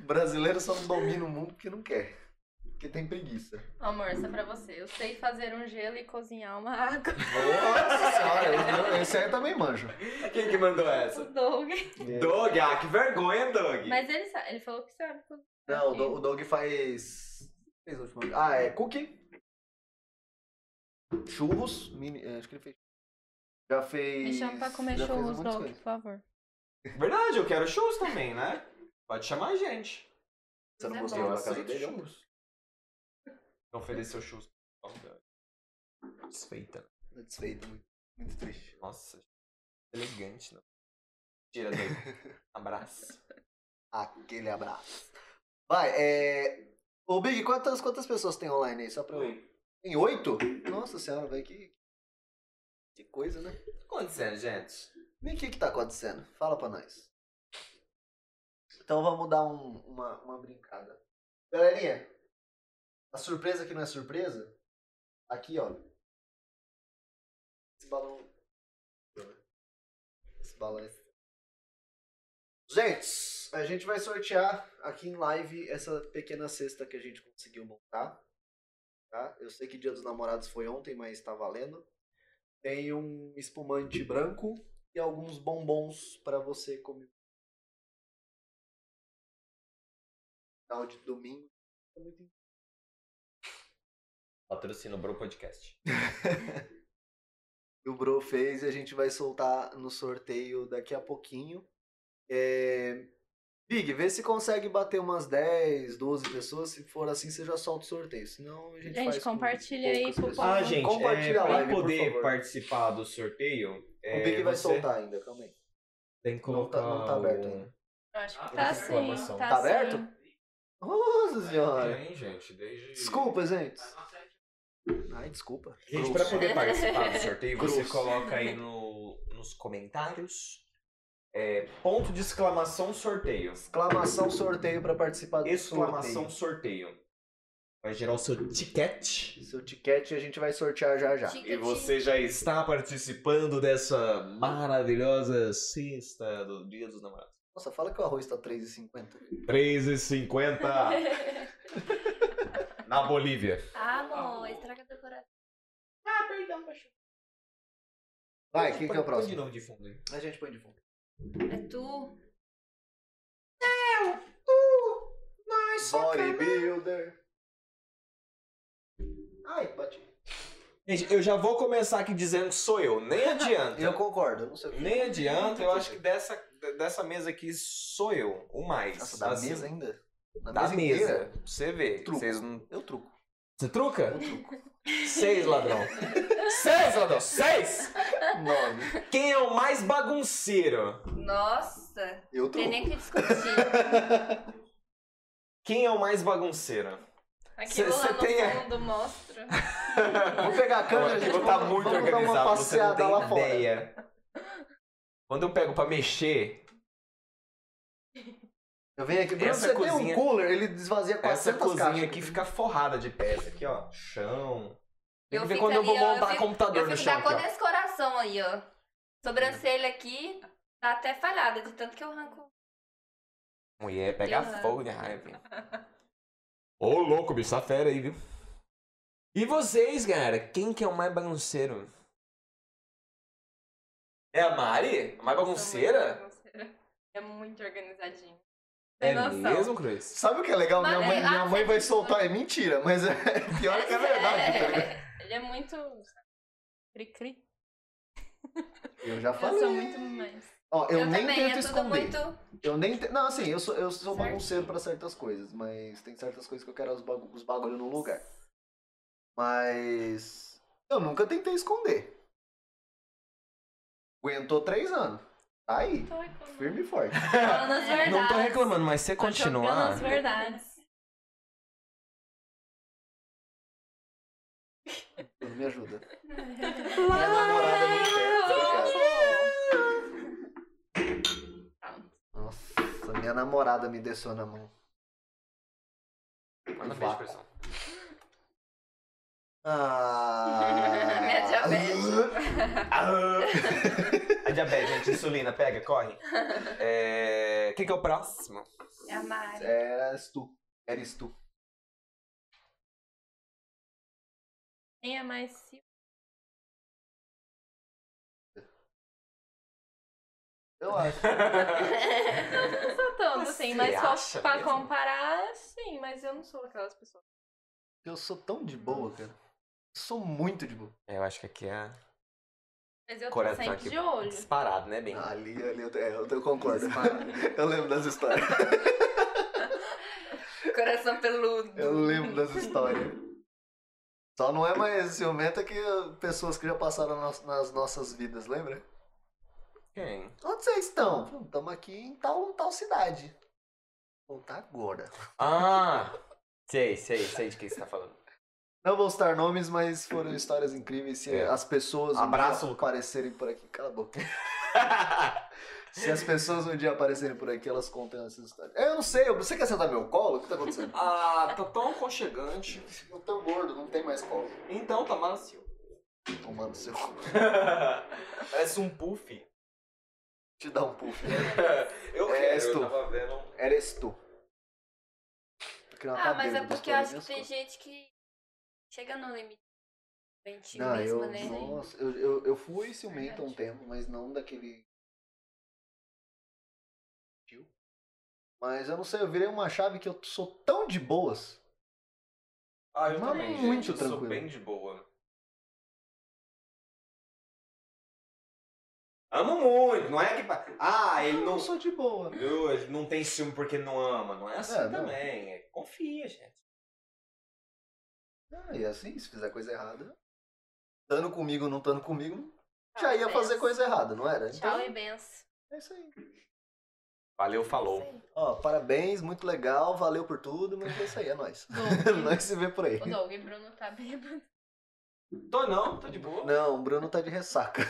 Brasileiro só não domina o mundo porque não quer. Porque tem preguiça.
Amor, essa é pra você. Eu sei fazer um gelo e cozinhar uma água.
Nossa senhora, eu- esse aí eu também manjo.
Quem que mandou
O
essa?
Doug.
Doug, ah, que vergonha, Doug!
Mas ele, sa- ele falou que sabe cozinhar.
Não, o Do- o Dog faz. fez a última vez? Ah, é cookie. Churros. mini- é, acho que ele fez. Já fez.
Me chama pra comer
já fez
churros,
muitas
Doug,
coisas.
por favor.
Verdade, eu quero shows também, né? Pode chamar a gente.
Você não
É
gostou
bom,
da
aceito
casa dele?
churros. Não ofereceu shows. Desfeita.
Satisfeito, muito, muito triste.
Nossa, elegante, não. Tira Doug. Abraço.
Aquele abraço. Vai, é. Ô, Big, quantas, quantas pessoas tem online aí? Só pra eu. Tem oito? Nossa senhora, velho, que. Que coisa, né?
O que tá acontecendo, gente?
E o que que tá acontecendo? Fala pra nós. Então vamos dar um- uma, uma brincada. Galerinha, a surpresa que não é surpresa, aqui, ó. Esse balão. né? Esse balão. é- Gente, a gente vai sortear aqui em live essa pequena cesta que a gente conseguiu montar. Tá? Eu sei que Dia dos Namorados foi ontem, mas tá valendo. Tem um espumante branco e alguns bombons pra você comer. Tal de domingo. É muito
Patrocina o Bro Podcast.
que o Bro fez e a gente vai soltar no sorteio daqui a pouquinho. É, Big, vê se consegue bater umas 10, 12 pessoas. Se for assim, você já solta o sorteio. Senão a gente,
Gente,
faz com
compartilha aí
poucas
com o
pessoas.
povo.
Ah, gente,
Compartilha
é,
a
pra
live, por
poder
favor.
participar do sorteio, é,
O Big vai
você
soltar ainda, calma aí.
Tem que
Não tá-
colocar
não tá aberto
o-
ainda.
Eu acho que
Ah,
tá
essa
assim,
sim.
informação.
Tá,
Tá
sim.
aberto? Nossa senhora.
Tem, gente, desde...
Desculpa, gente. Ai, desculpa.
Gente, pra
Grosso.
poder participar do sorteio, você
Grosso.
coloca aí no, nos comentários. é, ponto de exclamação sorteio.
Exclamação sorteio pra participar do
Exclamação
sorteio.
sorteio. Vai gerar o seu ticket.
Seu ticket a gente vai sortear já já.
Ti-
E você já está participando dessa maravilhosa sexta do Dia dos Namorados.
Nossa, fala que o arroz tá 3,50.
3,50 na Bolívia.
ah, amor, estraga teu coração.
Ah, perdão, cachorro.
Vai, quem que é o
Põe de
próximo?
novo de fundo aí.
A gente põe de fundo.
É tu.
Bodybuilder. Ai, bati.
Gente, eu já vou começar aqui dizendo que sou eu. Nem adianta.
Eu concordo, eu não sei o que.
Nem adianta, eu acho que dessa, dessa mesa aqui sou eu, o mais.
Nossa, da
Assim,
mesa ainda? Da,
Da
mesa
mesa. É.
inteira?
Pra Você vê.
Truco.
Vocês não.
Eu truco.
Você
Eu
truca?
truco.
Seis, ladrão. Seis, ladrão. Seis!
Nove.
Quem é o mais bagunceiro?
Nossa,
Eu truco.
tem nem o que discutir.
Quem é o mais bagunceiro?
Aquilo
Cê-
lá
cê
no
tem a-
fundo mostra.
Vou pegar a câmera,
Olha,
gente.
eu vou tá
vamos-
muito
vamos
organizado, você
dar uma
não
passeada
tem
lá fora.
ideia. Quando eu pego pra mexer,
Eu venho aqui. Bruno,
Essa
você tem um
cozinha-
cooler, ele desvazia
essa
400
cozinha
caixas.
aqui fica forrada de peça. Aqui, ó. Chão. Tem
Eu
que ver
fico
quando eu
ali,
vou
ó, eu
montar
fico-
computador
Eu
no
fico
chão.
da cor
Aqui, ó.
desse coração aí, ó. Sobrancelha aqui tá até falhada, de tanto que eu arranco.
Mulher, pega
Aham.
fogo de raiva. Ô, louco, bicho, tá fera aí, viu? E vocês, galera? Quem que é o mais bagunceiro? É a Mari? A mais bagunceira?
Bagunceira. É muito organizadinho. Tem
É
noção.
mesmo, Cruz?
Sabe o que é legal? Minha
Mas
mãe,
é-
minha
ah,
mãe
você
vai
disse,
soltar, é mentira, mas é pior que é verdade, tá ligado?
Ele é muito. Cri-cri.
Eu já
Eu
falei.
sou muito mais.
Ó, eu, nem
também,
tento
é tudo
esconder.
muito.
Eu nem te- Não, assim, eu sou, eu sou
Certo.
bagunceiro pra certas coisas, mas tem certas coisas que eu quero os, bagu- os bagulho no lugar. Mas. Eu nunca tentei esconder. Aguentou três anos. Tá Aí,
Tô reclamando.
firme e forte.
Falando as verdades.
Não tô reclamando, mas
Tá
você
Tô jogando
continuar.
as verdades.
Me ajuda. Minha namorada não quer, tá ligado? Nossa, minha namorada me desceu na mão.
Manda um beijo pra ela.
Ah.
Minha diabetes.
Ah! A diabetes, gente, insulina, pega, corre. É... Quem que é o próximo?
É a Mari.
Eras tu. Eres tu.
Quem é mais ciumento?
Eu acho.
É,
Não sou tanto, assim, mas
Você
só
acha
pra
mesmo?
comparar, sim, mas eu não sou aquelas pessoas.
Eu sou tão de boa, cara. Sou muito de boa.
É, Eu acho que aqui é
Mas eu tô
coração
sempre
aqui.
de olho.
Disparado, né, Bem?
Ali, ali, eu, é, eu, eu concordo. Eu lembro das histórias.
Coração peludo.
Eu lembro das histórias. Só não é mais ciumenta que pessoas que já passaram nas, nas nossas vidas, lembra?
Quem?
Onde vocês estão? Estamos aqui em tal, tal cidade. Contar agora.
Ah! Sei, sei, sei de quem você tá falando.
Não vou citar nomes, mas foram histórias incríveis. Se
É.
as pessoas
Abraço,
um dia
Lucas.
aparecerem por aqui, cala a boca. Se as pessoas um dia aparecerem por aqui, elas contam essas histórias. Eu não sei, você quer sentar meu colo? O que tá acontecendo?
ah, tá tão aconchegante.
Não tão gordo, não tem mais colo.
Então, tá macio.
Tomando seu cu.
Parece um puff.
Te dá um puff.
Eu
É,
quero,
estou.
eu tava vendo... um-
Eres tu. Porque ela
Ah,
tá
mas é
bêbada,
porque eu
história minhas
acho que tem
costas.
gente que chega no limite. Doentio
Não,
mesmo,
Ah, eu,
né?
nossa, eu, eu, eu fui ciumento há um tempo, mas não daquele. Mas eu não sei, eu virei uma chave que eu sou tão de boas.
Ah, eu
Mas
também,
muito
gente. Eu sou
tranquilo.
bem de boa. Amo muito, não é que. pa- Ah, ele não.
Eu sou de boa.
Eu, ele não tem ciúme porque não ama. Não é assim
É, não.
também. É, confia, gente.
Ah, e assim, se fizer coisa errada, estando comigo ou não estando comigo, já ia fazer
Benção.
coisa errada, não era?
Tá.
Então,
Tchau e benção.
é isso aí.
Valeu, falou.
Ó, parabéns, muito legal, valeu por tudo, mas é isso aí, é nóis.
Doug.
Nós se vê por aí.
O Doug e Bruno tá bêbado.
Tô não, tô de boa.
Não, o Bruno tá de ressaca.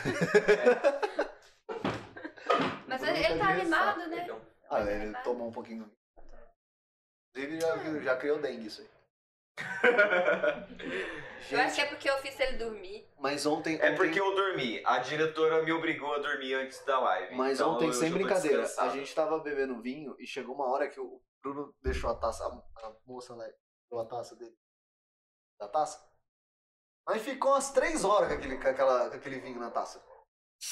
Mas
Eu
ele,
nunca
ele tá
vi essa.
animado, né?
Perdão.
Ah,
Ele tá
ele
animado.
tomou um pouquinho.
Tá,
Inclusive, já, já criou dengue isso aí.
Eu acho que
Gente,
é porque eu fiz ele dormir.
mas ontem.
É
ontem-
porque eu dormi. A diretora me obrigou a dormir antes da live.
é, Mas
Então,
ontem,
eu
sem
já tô
brincadeira, a
descansado.
gente tava bebendo vinho e chegou uma hora que o Bruno deixou a taça, a, a moça lá, deu a taça dele, da taça. Mas ficou umas três horas com aquele, com aquela, com aquele vinho na taça. Eu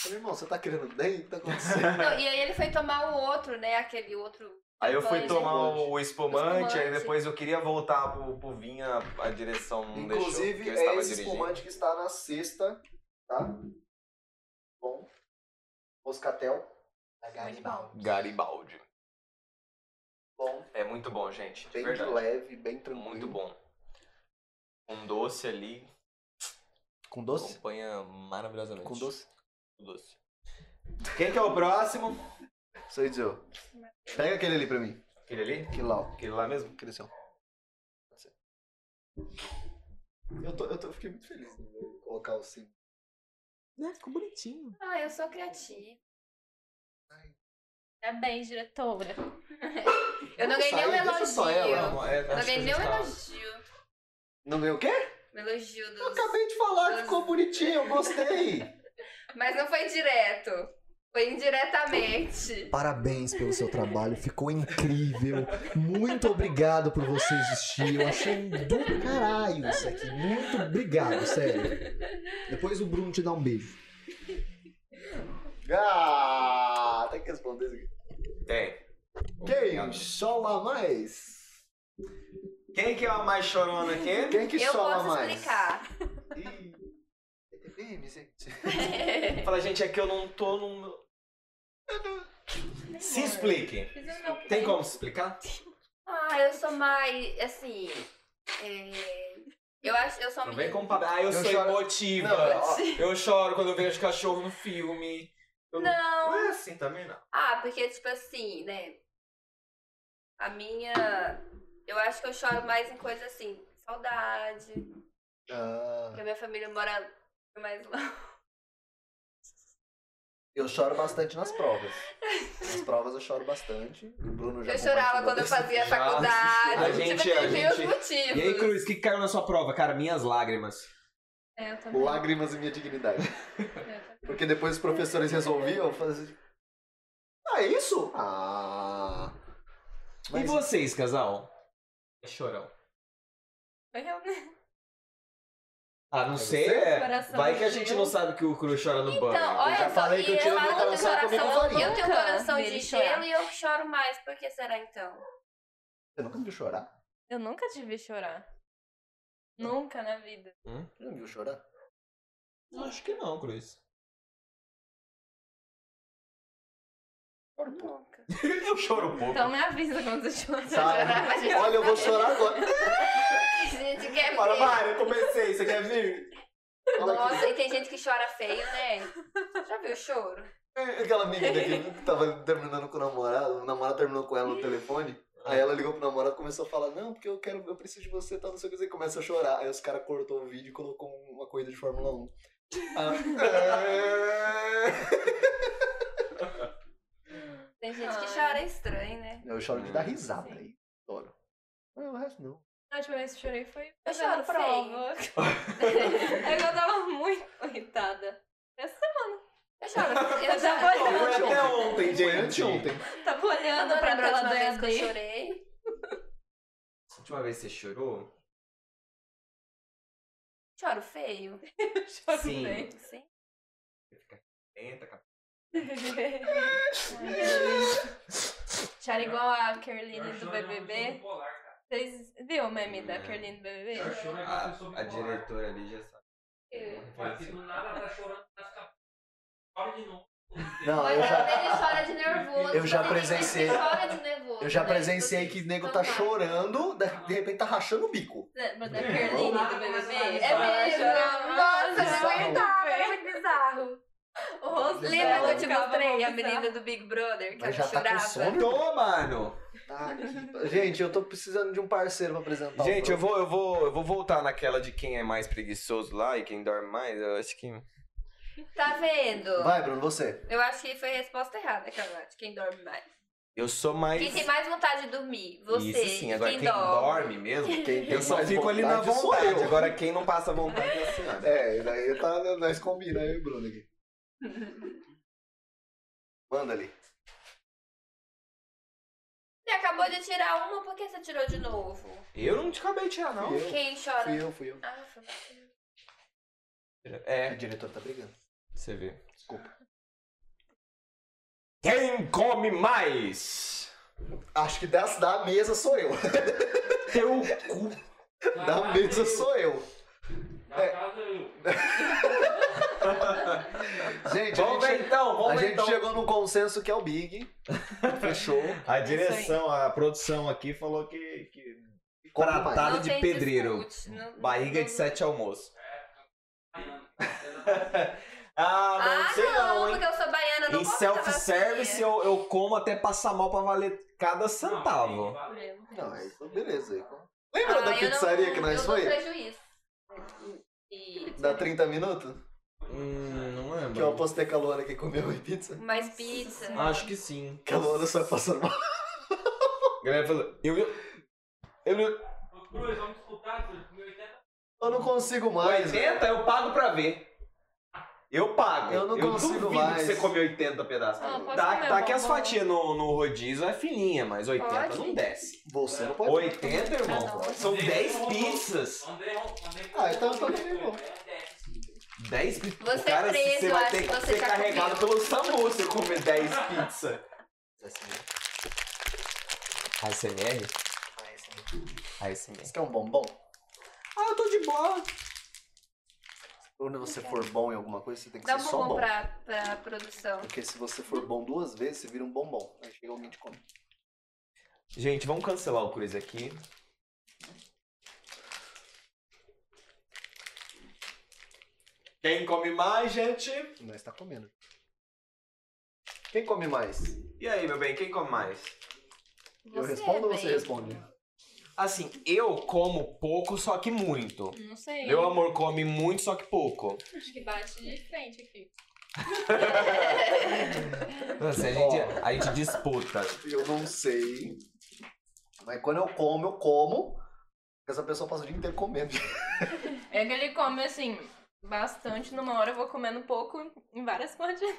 Falei, irmão, você tá querendo dengue? O que tá acontecendo?
Não, e aí ele foi tomar o outro, né? Aquele outro.
Aí eu fui
Foi,
tomar
gente.
o espumante, aí
Espumante.
depois eu queria voltar pro, pro vinho, a a direção não deixou,
Inclusive,
porque eu
é
estava
esse
dirigindo.
espumante que está na cesta, tá? Bom. Moscatel. Da
Muito bom.
Garibaldi.
Bom,
É muito bom, gente. de
bem
verdade.
leve, bem tranquilo.
Muito bom. Um doce ali
Com
acompanha maravilhosamente.
Com doce?
Com doce. Quem que é o próximo?
Sou eu. Pega aquele ali pra mim.
Aquele ali?
Aquele lá, ó.
Aquele lá mesmo?
Aquele assim, ó. Pode ser. Eu, tô, eu, tô, eu fiquei muito feliz em colocar o sim.
Ah, eu sou criativa.
Parabéns, Tá diretora.
Eu não ganhei nenhum
Deixa só ela,
elogio.
Não, é,
Eu não
acho que
ganhei
a gente
nenhum
tá-
elogio.
Não ganhou o quê?
Um elogio
Eu
dos.
acabei de falar que
Doce.
ficou bonitinho, eu gostei.
Mas não foi direto. Foi indiretamente.
Parabéns pelo seu trabalho, ficou incrível. Muito obrigado por você existir. Eu achei do caralho isso aqui. Muito obrigado, sério. Depois o Bruno te dá um beijo. Ah, tem que responder isso aqui.
Tem.
Quem chola mais?
Quem que é a mais chorona aqui?
Quem que
eu
chola
posso
mais?
explicar.
Ih, misericórdia.
Fala, gente, é que eu não tô no. meu- Se explique.
Fiz o meu
Tem como se explicar?
ah, eu sou mais. Assim. é, Eu acho. Eu sou
Não
uma
vem
menina.
como pra... Ah, eu,
Eu
sou
choro-
emotiva.
Não, é, ó,
Eu choro quando eu vejo cachorro no filme. Eu
Não.
Não é assim também, não.
Ah, porque, tipo assim, né? A minha. Eu acho que eu choro mais em coisas assim. Saudade.
ah,
Porque a minha família mora mais longe.
eu choro bastante nas provas. Nas provas eu choro bastante. O Bruno já
Eu chorava
compartilhou
quando eu
dessa-
fazia
Já
faculdade.
assistiu. A gente-
tipo,
a
tem meus
gente-
motivos.
E aí, Cruz, o que caiu na sua prova? Cara, minhas lágrimas.
É, eu também.
Lágrimas e minha dignidade.
Eu também.
Porque depois os professores resolviam fazer. Ah, é isso? Ah.
E
Mas
vocês, casal? É chorão.
Foi eu, né?
Ah, não
É
sei.
você?
é.
Coração
Vai que a gente
frio.
não sabe que o Cruz chora no banho.
Então,
já
olha só,
falei que eu
e
tiro
eu falo
meu
que eu tenho
coração como
coração,
farinha.
eu tenho um
Nunca
coração
vi
de
ele
gelo
chorar.
e eu choro mais. Por que será então?
Você nunca me viu chorar?
Eu nunca te vi chorar. Nunca na vida.
Você não me viu chorar?
Acho que não, Cruz.
Choro um pouco.
Nunca.
Eu choro um pouco.
Então me avisa quando você chora.
Tá.
então,
Olha, eu vou chorar agora.
Gente, é quer
Fala,
ver?
Mari, eu comecei, você quer vir?
Fala aqui.
Nossa, e tem gente que chora feio, né? Já viu o choro?
Aquela menina que tava terminando com o namorado, o namorado terminou com ela no telefone. Aí ela ligou pro namorado e começou a falar, não, porque eu quero, eu preciso de você, tal, não sei o que, e começa a chorar. Aí os caras cortou o vídeo e colocou uma corrida de Fórmula 1. Ah,
Tem gente que
Ai.
chora estranho, né?
eu choro de dar risada aí. Adoro. Não, o resto não.
A última vez que eu chorei foi
Eu
fazendo
choro
prova. é que eu tava muito irritada.
Eu choro. Eu
Eu já
choro.
vou olhar.
Foi até ontem,
Foi
gente.
anteontem.
Tava
Eu
olhando
não
pra
lembro a
tela do
última vez que eu
EAD.
chorei.
A última vez que você chorou?
Choro feio.
Eu choro
Sim.
bem.
Sim.
Tenta, cara.
Chora igual a Caroline
Ele
do BBB. Vocês viu o meme da Caroline do BBB?
Eu choro.
A, a diretora ali já sabe.
Mas se do nada tá chorando, tá ficando. Chora de novo.
Não,
Mas é
eu já,
quando ele chora de nervoso.
eu já
quando ele
presenciei-
chora de nervoso,
eu já
né?
presenciei
Tipo
que
assim,
o nego
então
tá
vai.
chorando, de de repente tá rachando o bico.
Da, da Perline do BBB.
É mesmo. Nossa,
Bizarro.
não aguentava, era muito bizarro.
O rosto
Lembra
dela
que eu te
ficava
mostrei a
bizarro.
menina do Big Brother? Que
Mas já
ela
tá com
chorava?
sono?
Tô, mano!
Tá aqui. Gente, eu tô precisando de um parceiro pra apresentar
Gente,
o
eu vou, eu, vou, eu vou voltar naquela de quem é mais preguiçoso lá e quem dorme mais. Eu acho que.
Tá vendo?
vou... Vai, Bruno, você.
Eu acho que foi a resposta errada, Carla, de quem dorme mais.
Eu sou mais.
Quem tem mais vontade de dormir? Você.
Isso sim, agora
quem,
quem, dorme mesmo.
Quem tem
Eu só
mais
fico ali na
sou
vontade.
eu.
Agora quem não passa vontade é assim, ó.
É, daí tá, nós combinamos, eu e o Bruno aqui. Manda ali.
Você acabou de tirar uma, por que você tirou de novo?
Eu não te acabei de tirar, não.
Fui eu,
Quem chora?
fui eu, fui eu.
Ah, foi você.
A
É,
diretora tá brigando.
você vê.
Desculpa.
Quem come mais?
Acho que das, da mesa sou eu.
Teu cu. um
Da mesa sou eu.
É.
Gente, a
Vamos ver
gente,
então,
a
vamos ver
gente
então.
chegou num consenso que é o Big. Fechou.
A
direção,
a produção aqui falou que.
Come mais.
Tratado
Não
de
tem
pedreiro.
discute, não-
Barriga
não-
de sete almoço. um ah,
Ah,
não,
não,
sei não, hein?
porque eu sou baiana, eu não
Em
posso
self-service eu, eu como até passar mal pra valer cada centavo.
eu...
Não, é isso, beleza. aí. Lembra da
Ah, eu
pizzaria
não-
que nós
eu
foi?
dou prejuízo. E
Da 30 minutos?
Hum, não
Que eu apostei com a Luana que comeu em pizza.
mais pizza.
Acho que sim.
Que a Luana só passando mal.
A galera falou, eu vi. Eu vi.
Cruz, vamos disputar, Cruz, com 80.
Eu não consigo mais.
80 eu pago pra ver. Eu pago.
Eu não consigo
duvido
mais.
que você come 80 pedaços.
Ah, posso
Tá,
comer
tá que as
bombom?
fatias no, no rodízio é fininha, mas 80
um Pode. um.
não desce.
Você não pode.
80, irmão?
Ah, não.
São 10 pizzas.
André, André.
Ah, então eu tô bem, pô.
É,
10 pizzas.
Você
o cara,
é preso,
você
eu
vai
acho
ter
que
que
você
ser
já
carregado
comeu.
pelo SAMU se eu comer 10 pizzas. ASMR? ASMR.
Você quer um bombom?
Ah, eu tô de boa.
Quando você for bom em alguma coisa, você tem que
Dá um
ser só
bombom
bom.
pra, pra produção.
Porque se você for bom duas vezes, você vira um bombom. Aí chega alguém e te come.
Gente, vamos cancelar o Cruz aqui. Quem come mais, gente?
Nós tá comendo. Quem come mais?
E aí, meu bem, quem come mais?
eu
Você, é
respondo ou você
bem.
responde?
Assim, eu como pouco, só que muito.
Não sei.
Meu amor come muito, só que pouco.
Acho que bate de frente aqui.
Nossa, a gente, a gente disputa.
Eu não sei. Mas quando eu como, eu como. Porque essa pessoa passa o dia inteiro comendo.
É que ele come assim, bastante numa hora, eu vou comendo pouco em várias quantidades.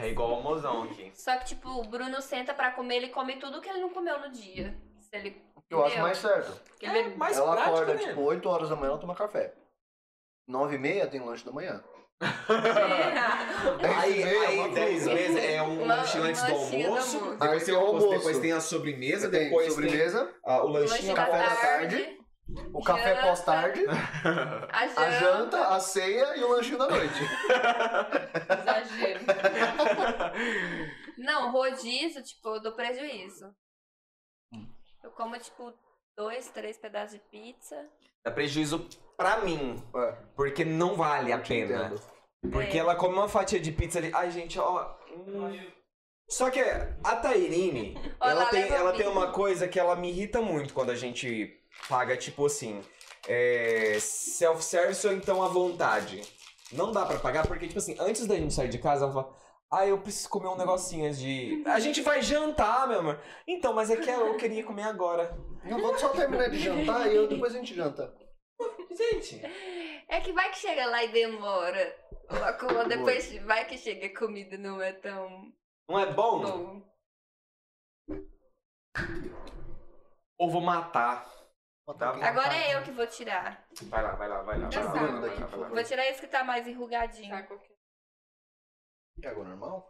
É igual o mozão aqui.
Só que, tipo, o Bruno senta pra comer, ele come tudo que ele não comeu no dia. Se ele...
Que eu acho
Entendeu?
mais certo.
que ele-
mais
ela
prático,
acorda,
né?
tipo, 8 horas da manhã, ela toma café. 9 e meia tem lanche da manhã.
Aí,
10 e meia, uma
aí 10
fruta.
meses é um
Uma-
lanchinho antes do
um lanchinho do
almoço.
almoço.
Aí
Depois tem o
tem o
almoço,
almoço.
depois tem a sobremesa,
Tem
depois tem
sobremesa,
ah, o
O lanche
lanchinho
da
café da tarde.
tarde,
o café
janta.
pós-tarde,
a janta.
a janta, a ceia e o lanchinho da noite.
Exagero.
Não, rodízio, tipo, eu dou prejuízo. Eu como, tipo, dois, três pedaços de pizza.
Dá prejuízo pra mim,
É,
porque não vale a
eu te
pena.
entendo.
Porque
É.
ela come uma fatia de pizza ali. Ai, gente, ó. hum. Só que a Tairine,
Olha
ela,
lá,
tem,
leva
ela
o
tem
vinho.
uma coisa que ela me irrita muito quando a gente paga, tipo assim, é, self-service ou então à vontade. Não dá pra pagar, porque, tipo assim, antes da gente sair de casa, ela fala. Ah, eu preciso comer um negocinho antes de. A gente vai jantar, meu amor. Então, mas é que eu queria comer agora.
Não, vamos só terminar de jantar e eu- depois a gente janta.
Gente,
É que vai que chega lá e demora. Uma co- Depois vai que chega a comida não é tão
não é bom?
bom.
Ou vou matar. Dá vontade.
Agora é eu que vou tirar.
Vai lá, vai lá, vai lá. Vai lá,
Cansado.
vai lá, vai lá, vai lá.
Vou tirar esse que tá mais enrugadinho.
Saco aqui.
É água normal?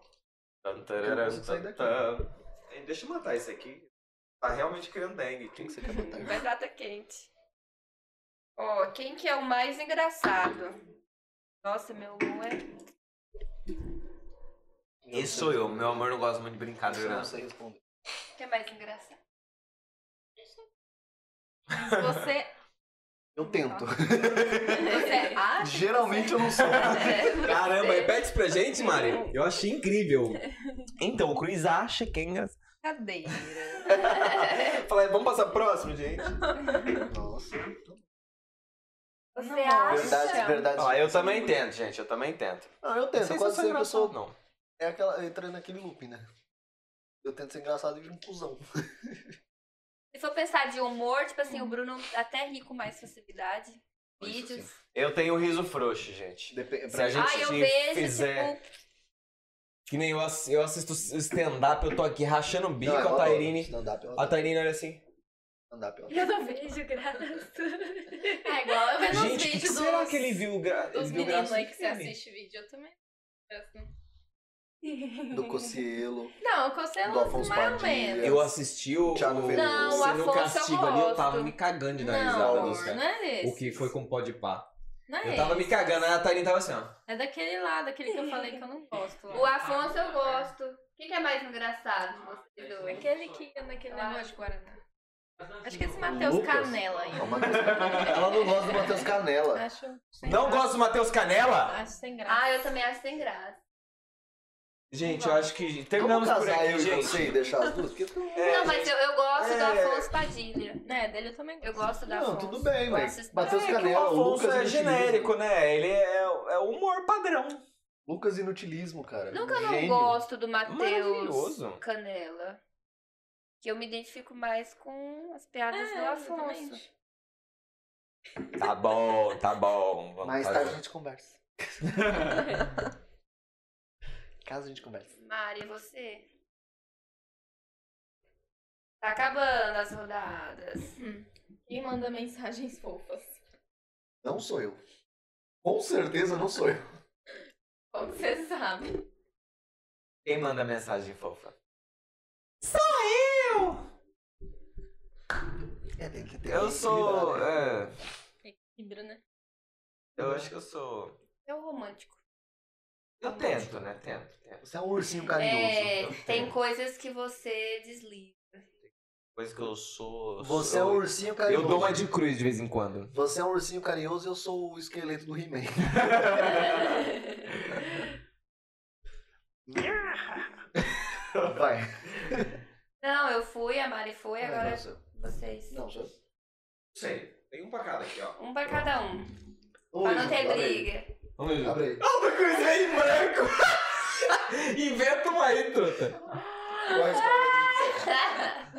Tan,
Eu não
tararam,
consigo sair
tan, tan. Ei, Deixa eu matar esse aqui. Tá realmente criando dengue.
Quem que você quer matar?
Vai dar tá quente. Ó, quem que é o mais engraçado? Nossa, meu um é.
Esse sou eu, meu amor não é gosta muito de
Eu
brincadeira.
não sei responder.
O que é mais engraçado?
Você.
Eu tento.
Você é, né? acha? que
Geralmente eu não sou.
você-
Caramba,
você-
repete isso pra gente, Mari. Eu achei incrível. Então, o Cruz acha que é engraçado.
Cadeira.
Falei, É, vamos passar pro próximo, gente.
Nossa.
Você
Não,
Verdade,
acha?
verdade.
Ó, eu também tento, gente. Eu também tento.
Não, eu
Não
tento.
sei se eu sou
Quase sempre eu
engraçado,
sou.
não.
É aquela. Eu entrei naquele loop, né? Eu tento ser engraçado e viro um cuzão.
Se for pensar de humor, tipo assim, o Bruno até ri com mais facilidade.
Isso
Vídeos.
Eu tenho riso frouxo, gente.
Depende.
Se a gente
ah, eu
se
vejo,
fizer-
tipo,
Que nem eu, ass- eu assisto stand-up, eu tô aqui rachando o bico,
Não, eu
a
adoro
Tairine.
Stand-up, eu
A
adoro.
Tairine olha assim.
Stand-up, eu adoro.
eu não vejo graças.
É igual eu vendo os
Gente, o que
vídeos
que
dos,
será que ele viu? Gra... ele
dos
viu
meninos
graça
aí que você
dele?
assiste vídeo, eu também. Assim.
Do Cocielo.
Não, o
Do
Cosselo,
Afonso
mais ou
Padilha.
menos.
Eu assisti o,
Thiago
o
Veloso. Não, o
Você no
Afonso eu
Castigo ali, eu tava
gosto.
me cagando de dar
Não,
risada dos
amor,
caras.
não é esse.
O que foi com o pó de pá.
Não é
Eu tava me
esse.
cagando, aí a Tairine tava assim, ó.
É daquele lá, daquele que eu falei que eu não gosto.
O Afonso eu gosto. O que, que é mais engraçado de vocês dois?
é Aquele que anda naquele negócio de Guaraná. Acho que esse
matou.
Matheus
Lucas?
Canela aí.
Não, Matheus- É Ela não gosta do Matheus Canela.
Acho sem
Não
graça.
gosto do Matheus Canela?
Acho sem graça.
Ah, eu também acho sem graça.
Gente, eu acho que terminamos
Vamos
por
casar eu
aqui,
e
gente.
você e deixar as duas? Porque tu-
não, mas eu, eu gosto do
é.
Afonso Padilha.
É, dele eu também
Eu
gosto.
gosto da
Não,
Afonso.
tudo bem,
Gosto
mas
desse-
Matheus
É que o
Canela,
Afonso
Lucas
é
inutilismo.
genérico, né? Ele é, é humor padrão.
Lucas Inutilismo, cara.
Nunca eu não
é Gênio.
gosto do Matheus
Maravilhoso.
Canela. Que eu me identifico mais com as
É,
piadas do Afonso.
exatamente.
Tá bom, tá bom. Vamos
Mais
fazer.
tarde tá, a gente conversa. Caso a gente converse.
Mari, você? Tá acabando as rodadas.
Quem manda mensagens fofas?
Não sou eu. Com certeza não sou eu.
Como você sabe?
Quem manda mensagem fofa?
É, tem que ter
Eu
alguém que
sou.
lidar, né?
É,
Vibra, né?
eu acho que eu sou.
É o romântico.
Eu tento, né? Tento, tento.
Você é um ursinho
Tá
carinhoso.
É,
eu
tem
tenho.
coisas que você desliga.
Coisa que eu sou. eu
Você é um
sou-
ursinho carinhoso.
Eu dou uma de cruz de vez em quando.
Você é um ursinho carinhoso e eu sou o esqueleto do He-Man. Vai.
Não, eu fui, a Mari foi,
Não,
agora
não sou eu.
vocês.
Não, sou eu.
Sei, tem um pra cada aqui, ó.
Um pra cada um.
Oi,
Pra não ter
abre aí.
briga.
Vamos ver.
Abre aí.
Outra coisa aí, branco! Inventa uma aí, Tuta.
Vai, escolhe.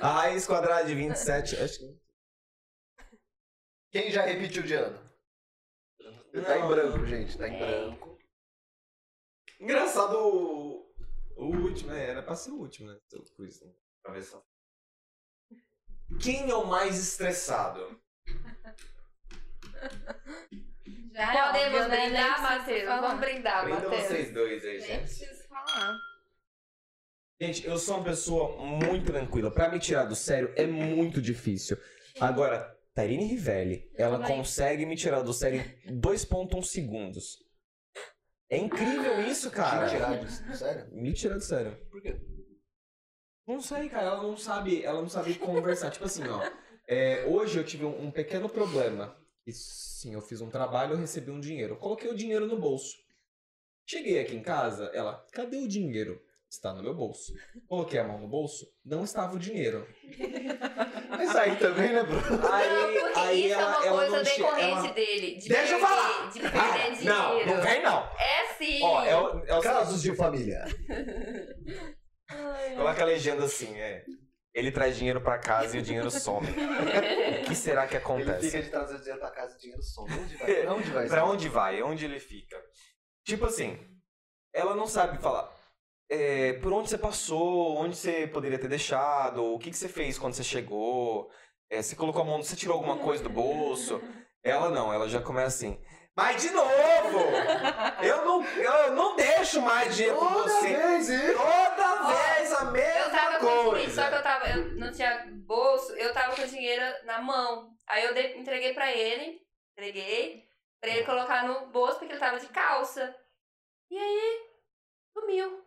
Raiz quadrada Ah, de 27, acho que.
Quem já repetiu de ano? Tá em
Não.
branco, gente. Tá em
É.
branco.
Engraçado o. O último, né? Era pra ser o último, né? Seu quiz, né? Pra ver só. Quem é o mais estressado?
Já é né?
Podemos brindar, Matheus?
Matheus.
Vamos brindar,
Ainda
Ah, Matheus.
vocês dois aí,
Nem
gente.
preciso falar.
Gente, eu sou uma pessoa muito tranquila. Pra me tirar do sério é muito difícil. Agora, Tarine Rivelli, ela
Vai.
consegue me tirar do sério em 2,1 segundos. É incrível isso, cara.
Gente, rádio, sério?
Me tirar do sério.
Por quê?
Não sei, cara, ela não sabe, ela não sabe conversar. tipo assim, ó. é, hoje eu tive um, um pequeno problema. E sim, eu fiz um trabalho, eu recebi um dinheiro. Eu Coloquei o dinheiro no bolso. Cheguei aqui em casa, ela, cadê o dinheiro? Está no meu bolso. Coloquei a mão no bolso, não estava o dinheiro.
Mas aí também, né, Bruno?
Aí,
Não, porque
aí
isso
ela,
é uma
ela
coisa
não che-
decorrente
ela-
dele. De
Deixa eu
perder-
falar!
De perder
Ah, não,
dinheiro.
não vem não.
É sim.
Ó, é, o- é os
Casos de família.
Coloca a legenda assim, é. Ele traz dinheiro pra casa e o dinheiro some. o que será que
Ele
acontece?
fica de trazer dinheiro pra casa e dinheiro some. Onde vai? Pra onde vai?
É. Pra onde vai? Onde ele fica? Tipo assim, ela não sabe falar. é, por onde você passou? Onde você poderia ter deixado? O que, que você fez quando você chegou? É, você colocou a mão, você tirou alguma coisa do bolso? Ela não, ela já começa assim. Mas de novo! Eu não, eu não deixo mais dinheiro com
Toda
você.
vez, hein?
Toda vez a
Eu
mesma
tava com o seguinte, só que
coisa.
eu tava. Eu não tinha bolso, eu tava com o dinheiro na mão. Aí eu dei- entreguei pra ele, entreguei, pra ele colocar no bolso porque ele tava de calça. E aí, sumiu.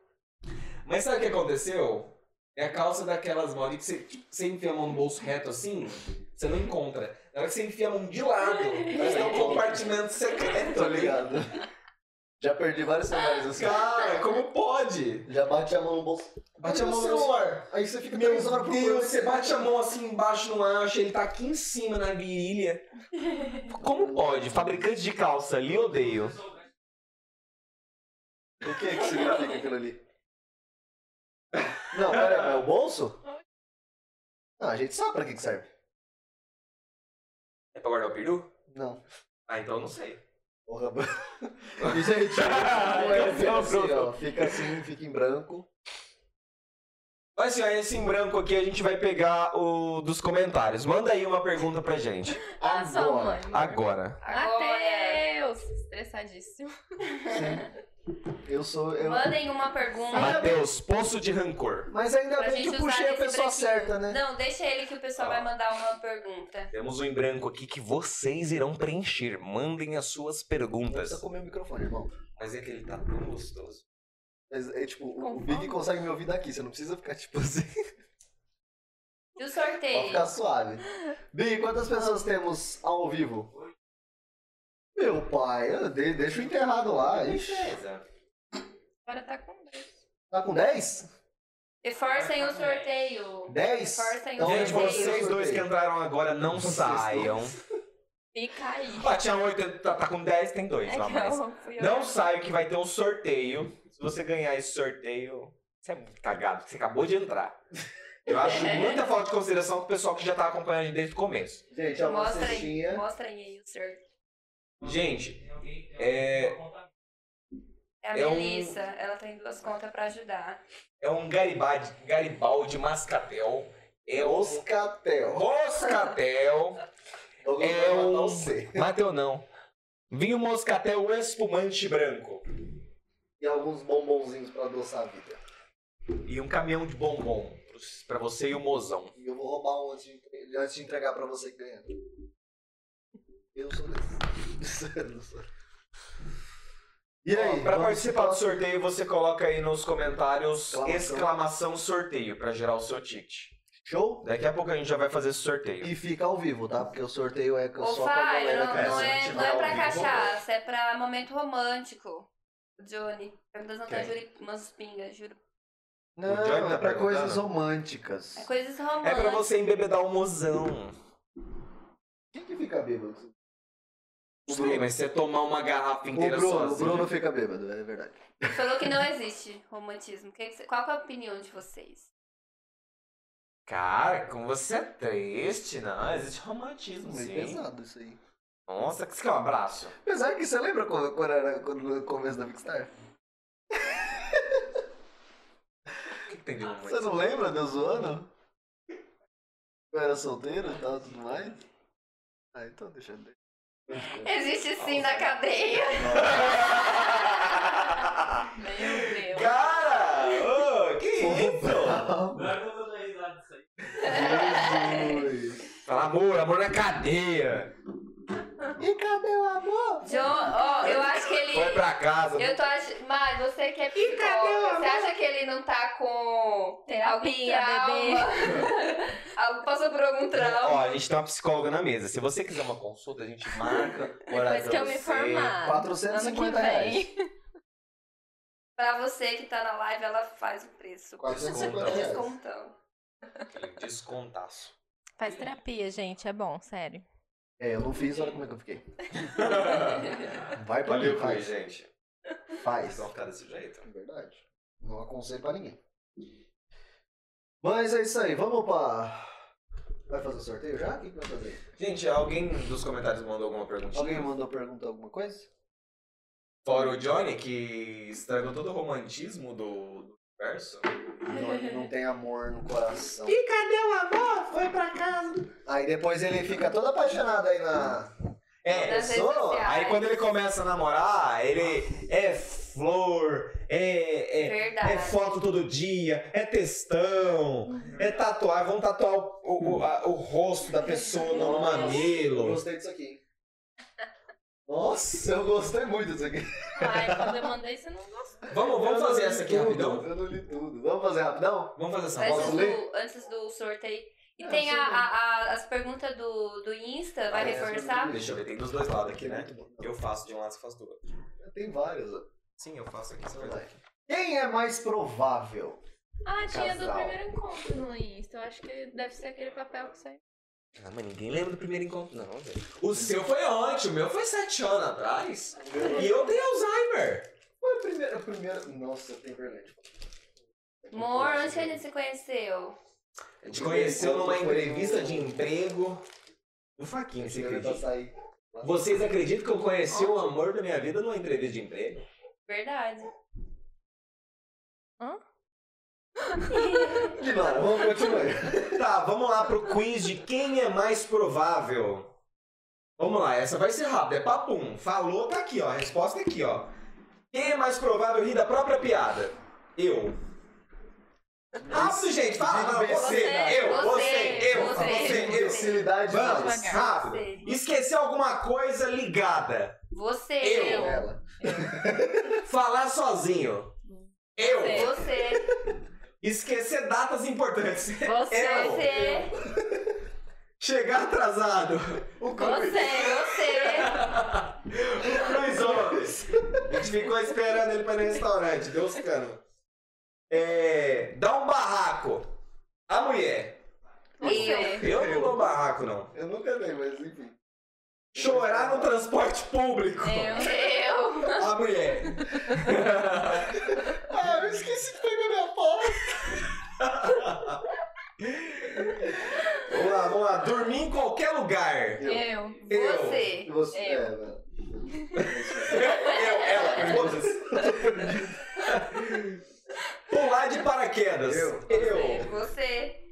Mas sabe o que aconteceu? É a calça daquelas modas que você, tipo, você enfia a mão no bolso reto assim, você não encontra. Na hora que você enfia a mão de lado, parece que é um compartimento secreto. né?
Tô ligado. Já perdi vários celulares assim.
Cara, como pode?
Já bate a mão no bolso.
Bate a
Cadê
mão
meu
no celular.
Aí você fica
Meu
três horas procurando.
Deus, você bate a mão assim embaixo, não acha, ele tá aqui em cima na virilha. Como pode? Fabricante de calça, ali odeio.
O que que significa aquilo ali? Não, pera aí, mas é o bolso? Não, a gente sabe pra que que serve.
É pra guardar o peru?
Não.
Ah, então eu não sei.
Porra, mano. E, gente, não é assim, assim, ó. Fica assim, fica em branco.
Mas assim, ó, esse em branco aqui a gente vai pegar o dos comentários. Manda aí uma pergunta pra gente.
Ah, sua mãe.
Agora.
Agora,
Matheus! Estressadíssimo.
Eu sou... Eu...
mandem uma pergunta.
Mateus, poço de rancor.
Mas ainda
Pra
bem que
gente
eu
usar
puxei a
nesse
pessoa
branquinho.
certa, né?
Não, deixa ele que o pessoal vai mandar uma pergunta.
Temos um em branco aqui que vocês irão preencher. Mandem as suas
Não
perguntas.
precisa comer o microfone, irmão.
Mas é que ele tá tão gostoso.
Mas, é, tipo, o- o
Conforme.
Big consegue me ouvir daqui, você não precisa ficar tipo assim.
E
Pra
o sorteio?
ficar suave. Bi, quantas pessoas temos ao vivo? Meu pai, eu de- deixa o enterrado lá. Ixi.
Agora tá com dois.
Tá com 10?
Reforcem o
né?
sorteio.
10?
Força aí,
Gente,
Então,
vocês dois que entraram agora, não
Vocês
saiam.
Fica aí.
Ah, tinha oito, tá, tá com dez, tem dois
É
lá
que
mais.
eu fui eu.
Não saiam que vai ter um sorteio. Se você ganhar esse sorteio, você é muito cagado, porque você acabou de entrar. Eu acho muita falta de consideração com o pessoal que já tá acompanhando a gente desde o começo.
Gente, é uma
Mostra aí.
cestinha.
Mostrem aí o sorteio.
Gente,
Alguém-
É.
alguém conta-
É a
É um-
Melissa, ela tem duas contas pra ajudar.
é um Garibaldi, Garibaldi Mascatel. É o
Moscatel.
Moscatel.
Douglas
É
vai matar
um-
o C.
Mateu não. Vinho Moscatel espumante branco.
E alguns bombonzinhos pra adoçar a vida.
E um caminhão de bombom pros- pra você e o mozão.
E eu vou roubar um antes de, antes de entregar pra você que ganha. Eu sou desse. Eu não sou. E aí?
Pra
vamos
participar do
falar-
sorteio, você coloca aí nos comentários
Exclamação.
exclamação sorteio pra gerar o seu ticket.
Show?
Daqui a pouco a gente já vai fazer esse sorteio.
E fica ao vivo, tá? Porque o sorteio é
Ô,
só pra
Fábio,
galera
não,
que tá
é,
não,
se
é,
tiver
não é
ao
pra
vivo,
cachaça, é pra momento romântico. O Johnny. Perguntando se não tem
Quem?
juri- umas pingas, juro.
Não,
O Johnny tá
é pra
perguntando?
coisas românticas.
É coisas
É
românticas.
pra você embebedar o mozão.
Quem que fica bêbado?
Não sei, mas você tomar uma garrafa
O
inteira
Bruno, o
sozinho.
Bruno fica bêbado, é verdade.
Falou que não existe romantismo. Que que cê- Qual que é a opinião de vocês?
Cara, como você é triste, não. Existe romantismo,
Meio
sim.
pesado isso aí.
Nossa, que você quer um abraço?
Apesar que você lembra quando, quando era quando, no começo da Big
O que, que tem de romântico?
Você não lembra, Deus zoando? Eu era solteiro e tal, tudo mais? Ah, então deixa eu
É.
Existe sim na cadeia.
Meu Deus.
Cara! ô, que isso?
um- Agora eu vou dar risada disso aí.
Jesus!
Fala amor, amor na cadeia.
E cadê o amor?
John, ó, eu acho que
Vai
ele.
pra casa.
Eu tô achando. Mas você que é psicóloga, você acha que ele não tá com.
Terapia,
algum
bebê.
trauma? Algo- Passou por algum
Ó,
trauma?
a gente tem uma psicóloga na mesa. Se você quiser uma consulta, a gente marca.
Depois que eu me
Ah,
formar.
450
ano que
reais.
vem.
Pra você que tá na live, ela faz o preço.
450 reais.
Descontão.
Um Descontaço.
Faz terapia, gente. É bom, sério.
É, eu não fiz, olha como é que eu fiquei. Vai pra mim,
Cris,
faz.
gente.
Faz. É
ficar desse jeito.
Verdade. Não aconselho pra ninguém. Mas é isso aí, vamos pra. Vai fazer o sorteio já? O que, que vai fazer?
Gente, alguém dos comentários mandou alguma perguntinha?
Alguém mandou perguntar alguma coisa?
Fora o Johnny, que estragou todo o romantismo do, do universo.
Não, ele não tem amor no coração. E cadê o amor? Foi pra casa. Aí depois ele fica todo apaixonado aí na.
É,
Nas redes
só-
sociais.
aí quando ele começa a namorar, ele é flor, é, é,
Verdade.
é foto todo dia, é textão, é tatuar, vão tatuar o, o, o- a- o rosto da pessoa no, no mamilo.
Gostei disso aqui, hein? Nossa, eu gostei muito disso aqui.
Ai, quando eu mandei, você não gostou.
Vamos, vamos
Eu não
fazer
li
essa aqui
tudo,
rapidão?
Eu não li tudo. Vamos fazer rapidão?
Vamos fazer essa
Mas
bola?
Antes
Posso ler?
do, antes do sorteio. E
Ah,
tem
sim.
a, a- a- as perguntas do, do Insta, vai
Ah, é,
reforçar?
sim.
Deixa eu ver, tem dos dois lados aqui, né?
Muito bom.
Eu faço de um lado, você faz do outro.
Tem várias. ó.
Sim, eu faço aqui, você
Então
faz
vai.
aqui.
Quem é mais provável?
Ah, tinha do
Casal.
primeiro encontro no Insta. Eu acho que deve ser aquele papel que saiu.
Ah, mas ninguém lembra do primeiro encontro, não, velho. O seu foi ontem, o meu foi sete anos atrás. E eu dei Alzheimer.
Foi é a primeira, a primeira. Nossa, tem tipo, verdade.
Amor, onde que a gente se conheceu?
A gente conheceu numa entrevista de emprego. O Um Faquinha, você
Primeiro pra
acredita?
sair.
Vocês acreditam que eu conheci o amor da minha vida numa entrevista de emprego?
Verdade.
Não, vamos continuar.
Tá, vamos lá pro quiz de quem é mais provável. Vamos lá, essa vai ser rápida, é papum. Falou, tá aqui, ó. A resposta é aqui, ó. Quem é mais provável rir da própria piada? Eu. Rápido, gente, fala. fala, Você,
Você,
eu, você,
você,
eu,
você.
você, eu.
Facilidade
Vamos,
Devagar.
rápido.
Você.
Esquecer alguma coisa ligada.
Você.
Eu.
Ela.
Falar sozinho. É. Eu.
Você.
Esquecer datas importantes.
Você.
Eu.
Você.
Chegar atrasado. O
Você. Você.
Dois homens. A gente ficou esperando ele pra ir no restaurante. Deu os canos. É, dá um barraco. A mulher.
Eu.
Eu não dou barraco, não.
Eu nunca dei, mas enfim.
Chorar no transporte público.
Eu.
É, Eu.
A mulher.
Ah, eu esqueci de pegar minha pauta.
Vamos lá, vamos lá. Dormir em qualquer lugar.
Eu.
Eu.
Você.
Você.
Eu.
É, mano.
Eu, ela, todas. Pular de paraquedas.
Eu.
Eu.
Você.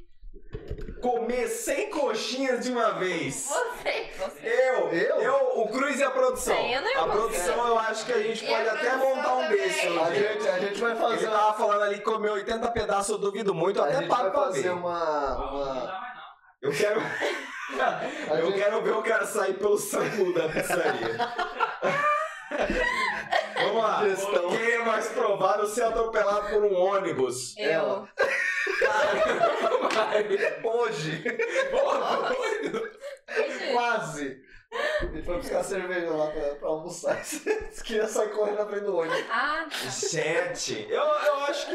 Comer 100 coxinhas de uma vez.
Você.
Eu,
Eu?
eu, o Cruz e a produção.
Sim, eu não ia
a
mostrar.
produção eu acho que a gente
E
pode
a
até
produção
montar um
também.
desse.
A
hoje.
gente, a gente vai fazer
Ele
uma.
tava falando ali que comeu 80 pedaços, eu duvido muito, eu
A
até
gente vai
pago pra
fazer um-
ver.
uma. uma-
Eu quero.
A
eu
gente-
quero ver o cara sair pelo sangu da pizzaria. Vamos lá.
Digestão.
Quem é mais provável ser atropelado por um ônibus?
Ela.
Eu.
Hoje.
Porra, doido.
Quase. Ele foi buscar cerveja lá pra, pra almoçar. Diz que ia sair correndo na frente do ônibus.
Ah,
Gente, eu, eu acho que.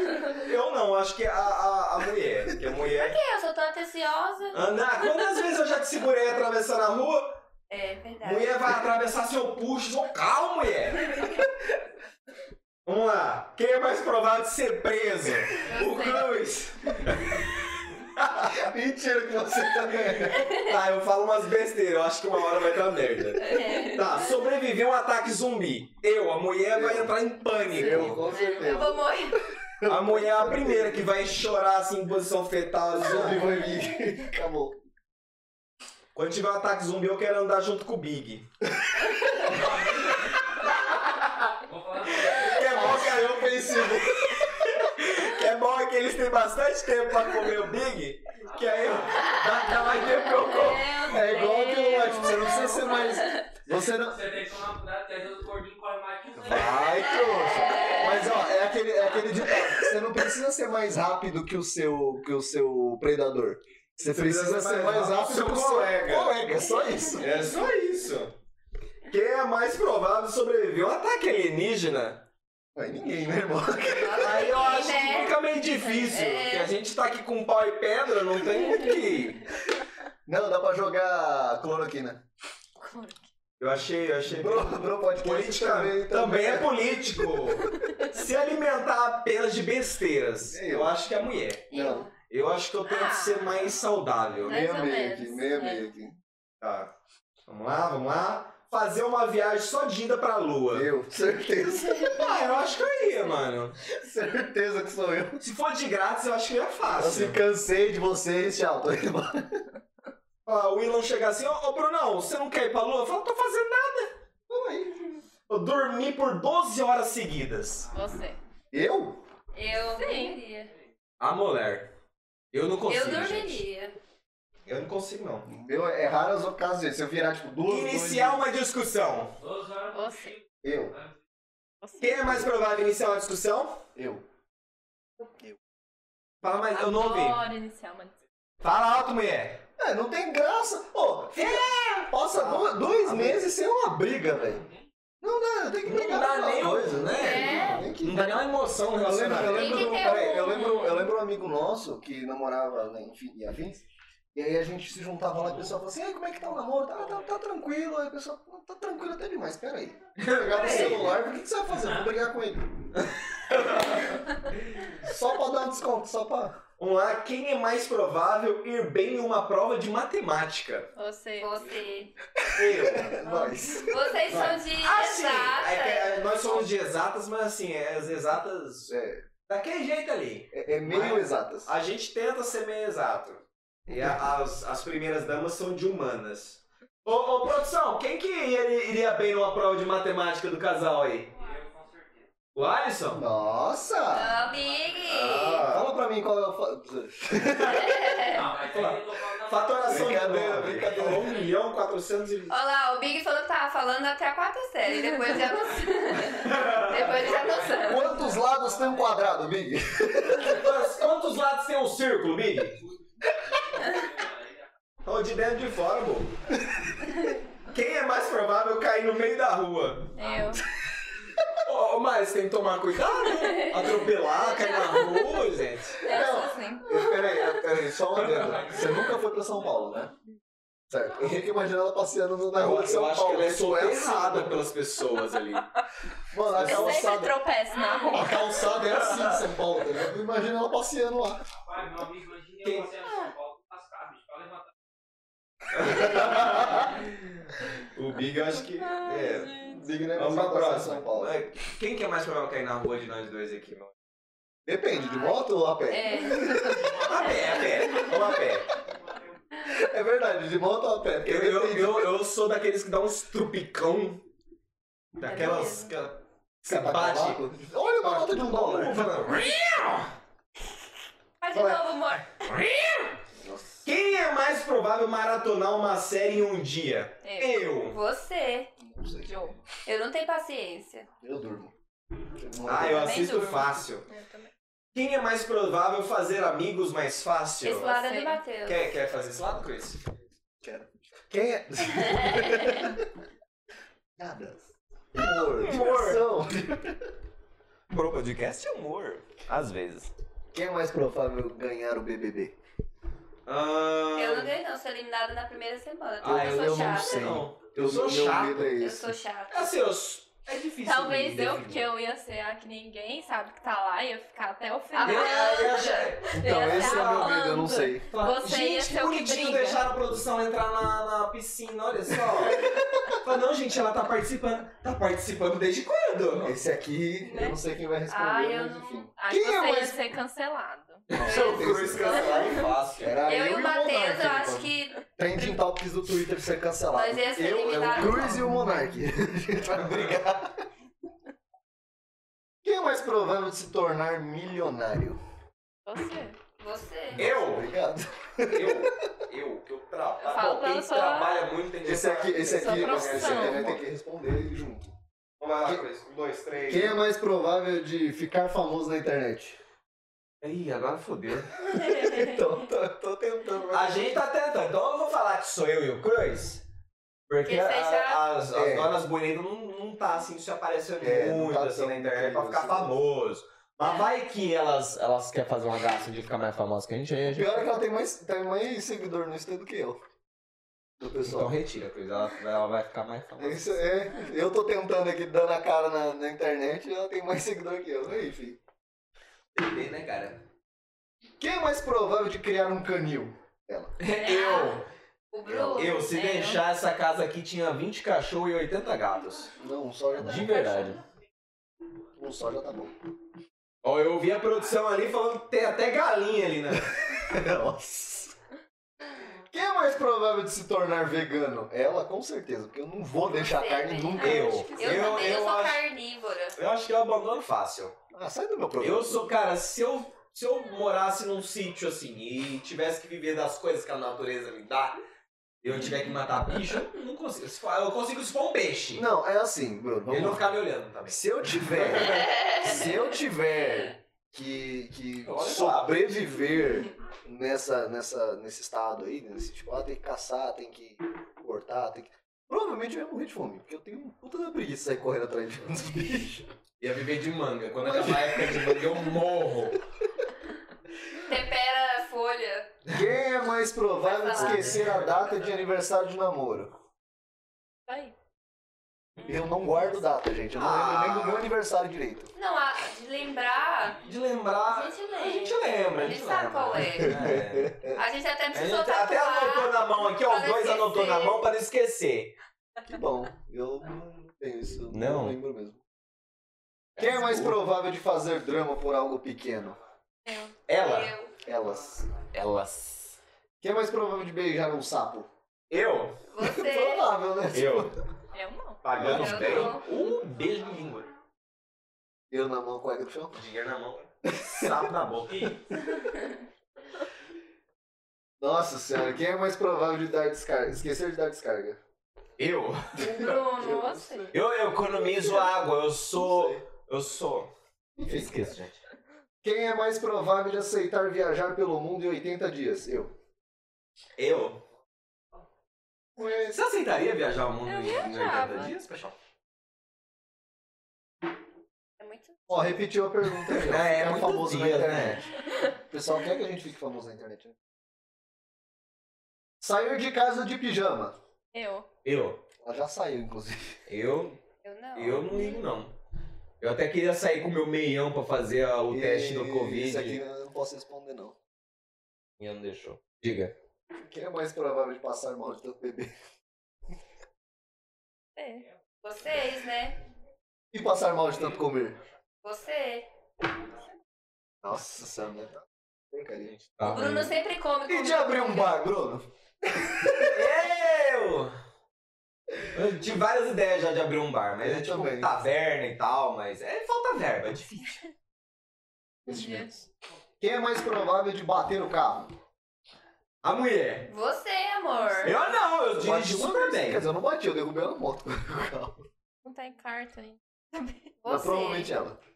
Eu não, acho que a, a, a mulher. Porque a mulher.
Eu sou tão atenciosa.
Ana, quantas vezes eu já te segurei atravessando a rua?
É verdade.
Mulher vai atravessar seu puxo. Vou- Calma, mulher! Vamos lá. Quem é mais provável de ser preso?
Eu
o
sei.
Cruz.
Mentira que você também.
Tá, eu falo umas besteiras. Eu acho que uma hora vai dar merda.
É.
Tá, sobreviver a um ataque zumbi. Eu, a mulher, vai entrar em pânico.
Eu, com
Eu
certeza.
vou morrer.
A mulher é a primeira que vai chorar assim em posição fetal.
Zumbi
assim, ó.
foi mim. Acabou.
Quando tiver um ataque zumbi, eu quero andar junto com o Big.
Vou falar sério.
Que é bom que aí eu pensei. Que é bom é que eles têm bastante tempo pra comer o Big, que aí eu- dá, dá mais tempo que eu como.
É igual que o tipo, você não precisa ser mais. Você não.
Você tem que tomar cuidado, que às vezes o gordinho corre mais que os
Vai, trouxa. Mas ó, é aquele, é aquele ditado. Você não precisa ser mais rápido que o seu, que o seu predador. Você, precisa, ser mais rápido
seu
que o seu
colega.
colega. É só isso.
É só isso. Quem é mais provável de sobreviver? Um ataque alienígena?
Mas ninguém, né, irmão?
Aí eu acho que
né?
fica meio difícil.
É.
Porque a gente tá aqui com pau e pedra, não tem muito o que. ir.
Não, dá pra jogar cloroquina.
Eu achei, eu achei.
Pro, pro podcast
Política
também.
também é político. Se alimentar apenas de besteiras,
Eu.
eu acho que é mulher.
Não.
Eu acho que eu tento
Ah.
ser mais saudável.
Mais
Meia
ou
meia
menos,
aqui, meia
é.
meia aqui.
Tá. Vamos lá, vamos lá. Fazer uma viagem só de ida pra lua.
Eu, certeza.
Ah, eu acho que eu ia, mano.
Certeza que sou eu.
Se for de grátis, eu acho que eu ia
Eu
fácil.
se Assim, cansei de vocês, tchau. Tô indo embora.
Ah, o Willan chega assim, ô ô, Brunão, você não quer ir pra lua? Eu falo, tô fazendo nada. Eu dormi por 12 horas seguidas.
Você.
Eu?
Eu
Sim.
dormiria.
A mulher. Eu não consigo.
eu
gente.
dormiria.
Eu não consigo, não.
Eu, é raras ocasiões. Se eu virar, tipo, duas.
Iniciar
dois-
uma discussão.
12 horas eu
Você.
consigo,
Eu.
né?
Quem é mais provável iniciar uma discussão?
Eu.
Fala mais, eu não ouvi.
Adoro iniciar uma discussão.
Fala alto, mulher.
É, não tem graça. Pô,
Passa
Ah,
du- dois
ah,
meses sem uma
briga,
briga,
velho.
velho.
Não dá, eu tenho que
Não
brigar
dá
por uma
nem o-
coisa, né?
É.
Tem que-
Não dá nem uma emoção
Eu lembro, eu
relacionada.
lembro,
Tem que
do-
ter
peraí,
um-
eu lembro, eu lembro um amigo nosso que namorava, né, enfim, e afins. E aí a gente se juntava lá e o pessoal falava assim, "Ei, como é que tá o namoro? Tá, tá, tá tranquilo. Aí o pessoal, "Pô, tá tranquilo até demais, peraí. Pegava o
Peraí.
celular, por que, que você vai fazer? Vou brigar com ele. só pra dar um desconto, só pra...
Vamos lá, quem é mais provável ir bem em uma prova de matemática?
Você.
Você.
Eu.
É nóis.
Vocês
Vai.
são de
Ah, sim.
exata.
É que, é, nós somos de exatas, mas assim, é, as exatas.
É,
Daquele jeito ali.
é, é meio
Mas-
exatas.
A gente tenta ser meio exato. E a- as, as primeiras damas são de humanas. Ô, ô produção, quem que iria, iria bem numa prova de matemática do casal aí?
Eu, com certeza.
O Alisson?
Nossa!
Ó, Big!
Ah.
Fala pra mim qual é o... fa-
Não, mas aí eu tô falando-
Fatoração de
Brincadeira,
nove.
brincadeira.
1 milhão 400 e...
Olha lá, o Big falou que tava falando até a quarta série. Depois já não Depois já não sabe.
Quantos lados tem um quadrado, Big?
Mas Quantos lados tem um círculo, Big?
É,
Ou de dentro de fora, bom. Quem é mais provável cair no meio da rua?
Eu.
Ô, ô, mas tem que tomar cuidado, né? Atropelar, cair na rua, gente.
Eu sou assim.
Peraí, peraí, só uma dentro. Você nunca foi pra São Paulo, né? Certo. Eu fico imaginando ela passeando na rua de São Paulo. né? Tipo, é assim, né?
pelas pessoas ali.
Mano, a
Eu sempre
calçada.
tropeço na rua.
A calçada é assim em São Paulo, tá ligado? Eu imagino ela passeando lá.
Pai, meu amigo, imagina
Quem-
eu passeando em São Paulo, lascar, bicho, pra levantar.
o Big, eu acho que. É.
Big, né?
Vamos pra
Mas ela passa em
próxima.
São Paulo.
Mas Quem que é mais provável cair na rua de nós dois aqui, mano?
Depende, de moto ou a pé?
É.
A pé, a pé. Vamos a pé.
É verdade, de moto ou a pé? porque
Eu, eu,
depende.
eu, eu sou daqueles que dá uns trupicão.
É
Daquelas. que ela- que Você
Capa
bate.
cavaco. Olha uma nota de um dólar.
Faz de novo, amor.
né?
Quem é mais provável maratonar uma série em um dia?
Eu.
Eu.
Você.
Não sei.
Joe.
Eu não tenho paciência.
Eu durmo.
Ah, eu
Também
assisto
durmo.
fácil.
Eu também.
Quem é mais provável fazer amigos mais
Esse
fácil?
lado é
Você.
do Matheus.
Quer, quer fazer esse lado, Chris?
Quem é? Nada. Amor.
Amor.
diversão.
Pro podcast é humor. Às vezes.
Quem é mais provável ganhar o BBB?
Eu não ganhei, não. Sou eliminada na primeira semana.
tá
Ah, eu,
eu,
eu
sou
não
chata.
sei. Eu
Meu-
sou
meu
chato.
medo é
Eu
esse.
sou chata.
Assim, eu. s- É difícil.
Talvez
me
eu,
definir.
porque eu ia ser a que ninguém sabe que tá lá, ia ficar até o final.
Ah,
Eu- eu já-
Então,
tá
Essa
esse é o meu medo, eu não
falando.
sei.
Fala,
Você ia
gente,
ser o que
bonitinho,
briga."
deixaram a produção entrar na, na piscina, olha só. Fala, não, gente, ela tá participando. Tá participando desde quando?
Esse aqui, eu não sei quem vai responder,
Ah, eu
mas enfim.
não.
Aí
Quem
você
é
ia
mais-
ser cancelado.
Cruz cancelado fácil.
Era
Eu e o Matheus,
Monark,
eu acho
então.
que
Trending Topics do Twitter ser cancelado.
Nós ia ser
eu, é
eliminado.
o Cruz e o Monark. A gente vai é brigar. Quem é mais provável de se tornar milionário?
Você.
você.
Eu?
Obrigado.
Eu? Eu? Que eu
Eu falo
trabalho.
pra
Quem
ela só-
trabalha muito tem que
Esse aqui, esse
Sua
aqui,
profissão.
esse aqui vai ter que responder junto.
Vamos lá, Cruz. Um, dois, três.
Quem é mais provável de ficar famoso na internet?
Ih, agora fodeu.
Então, tô, tô tentando. mas-
A gente tá tentando, então eu vou falar que sou eu e o Cruz. Porque
Porque você
a-
já-
as, as
É.
donas bonitas não, não tá assim se aparecendo
É, não
muito
tá
assim na
tão
internet pra
incrível,
ficar
assim.
famoso. Mas vai que elas, elas querem fazer uma graça de ficar mais famosa que a gente, aí a
O
gente...
pior é que ela tem mais, tem mais seguidor no Insta do que eu. Do
Então
pessoal.
retira, Cruz, ela, ela vai ficar mais famosa.
Isso é. Eu tô tentando aqui, dando a cara na, na internet e ela tem mais seguidor que eu. Aí, filho.
Bebê, né, cara?
Quem é mais provável de criar um canil?
Eu,
O Bruno.
eu, se
É, eu.
deixar essa casa aqui, tinha 20 cachorros e 80 gatos.
Não, só já tá
De verdade.
Um só já tá bom.
Ó, eu ouvi a produção ali falando que tem até galinha ali, né?
Nossa. Quem é mais provável de se tornar vegano? Ela, com certeza, porque eu não vou deixar
Você,
carne
né?
nunca.
Eu.
Eu,
Eu-
também eu
eu
sou
acho-
carnívora.
Eu acho que eu abandono fácil.
Ah, sai do meu programa.
Eu sou, cara, se eu se eu morasse num sítio assim e tivesse que viver das coisas que a natureza me dá, eu tiver que matar bicho, eu não consigo. Se for- Eu consigo se for um peixe.
Não, é assim, Bruno.
Ele
Vamos
não
lá.
ficar me olhando também.
Se eu tiver. Se eu tiver que, que
Olha lá.
sobreviver nessa, nessa, nesse estado aí, nesse tipo, ah, tem que caçar, tem que cortar, tem que. Provavelmente eu ia morrer de fome, porque eu tenho um puta da preguiça de sair correndo atrás de uns bichos.
Ia viver de manga. Quando acabar a época de manga, eu morro.
Tempera a folha.
Quem é mais provável de esquecer a data de aniversário de namoro?
Vai.
Eu não guardo data, gente. Eu não
Ah.
lembro nem do meu aniversário direito.
Não, a, de lembrar,
De
a
lembrar.
gente
A gente
lembra.
lembra,
A
a
gente
gente
sabe qual
lembra.
é.
É.
A gente até
A gente
precisou
até anotou
tatuar.
na mão aqui, ó. Os
pra não
dois anotou na
esquecer.
mão pra não esquecer.
Que bom. Eu não tenho isso. eu
Não?
não lembro mesmo. Quem é mais provável de fazer drama por algo pequeno?
Ela?
Eu.
Elas.
Elas.
Quem é mais provável de beijar um sapo?
Eu?
Você.
Provável, né?
Eu.
Eu não.
Pagando
Eu
bem.
não.
Um beijo na língua.
Eu na mão, cueca no chão.
Dinheiro na mão. Sapo na boca.
Nossa senhora, quem é mais provável de dar descarga? Esquecer de dar descarga.
Eu?
Bruno, você.
Eu eu economizo água. Eu sou.
Não sei.
Eu sou.
Enfim.
Esqueço, gente.
Quem é mais provável de aceitar viajar pelo mundo em 80 dias? Eu.
Eu?
Ué,
Você aceitaria viajar o mundo
Eu
em em
viajava.
80 dias, Peixão?
É muito.
Ó, repetiu a pergunta. aí,
É,
ó.
né? é
Ficar
muito
famoso né? na
dia,
internet. O pessoal quer que a gente fique famoso na internet, né? Sair de casa de pijama.
Eu.
Eu?
Ela já saiu, inclusive.
Eu?
Eu não.
Eu não ligo, não. Eu até queria sair com o meu meião pra fazer a- o teste do
E
Covid.
Isso aqui eu não posso responder, não.
Minha não deixou. Diga.
Quem é mais provável de passar mal de tanto beber?
Você.
Vocês, né?
E passar mal de tanto comer?
Você.
Nossa senhora. tá Porcaria.
Tá.
O Bruno sempre come.
E
comida
de abrir um
pronta.
bar, Bruno?
Eu! Eu tive várias ideias já de abrir um bar, mas
Eu
é tipo
também.
taverna e tal, mas é falta verba, é difícil.
Investimentos. Quem é mais provável de bater o carro?
A mulher.
Você, amor.
Eu não, eu
Bati
dirijo
uma
super
vez. Quer
bem.
dizer, eu não bati, eu derrubei ela na moto com o carro.
Não tá em carta ainda.
Mas
Você.
provavelmente ela. Ah,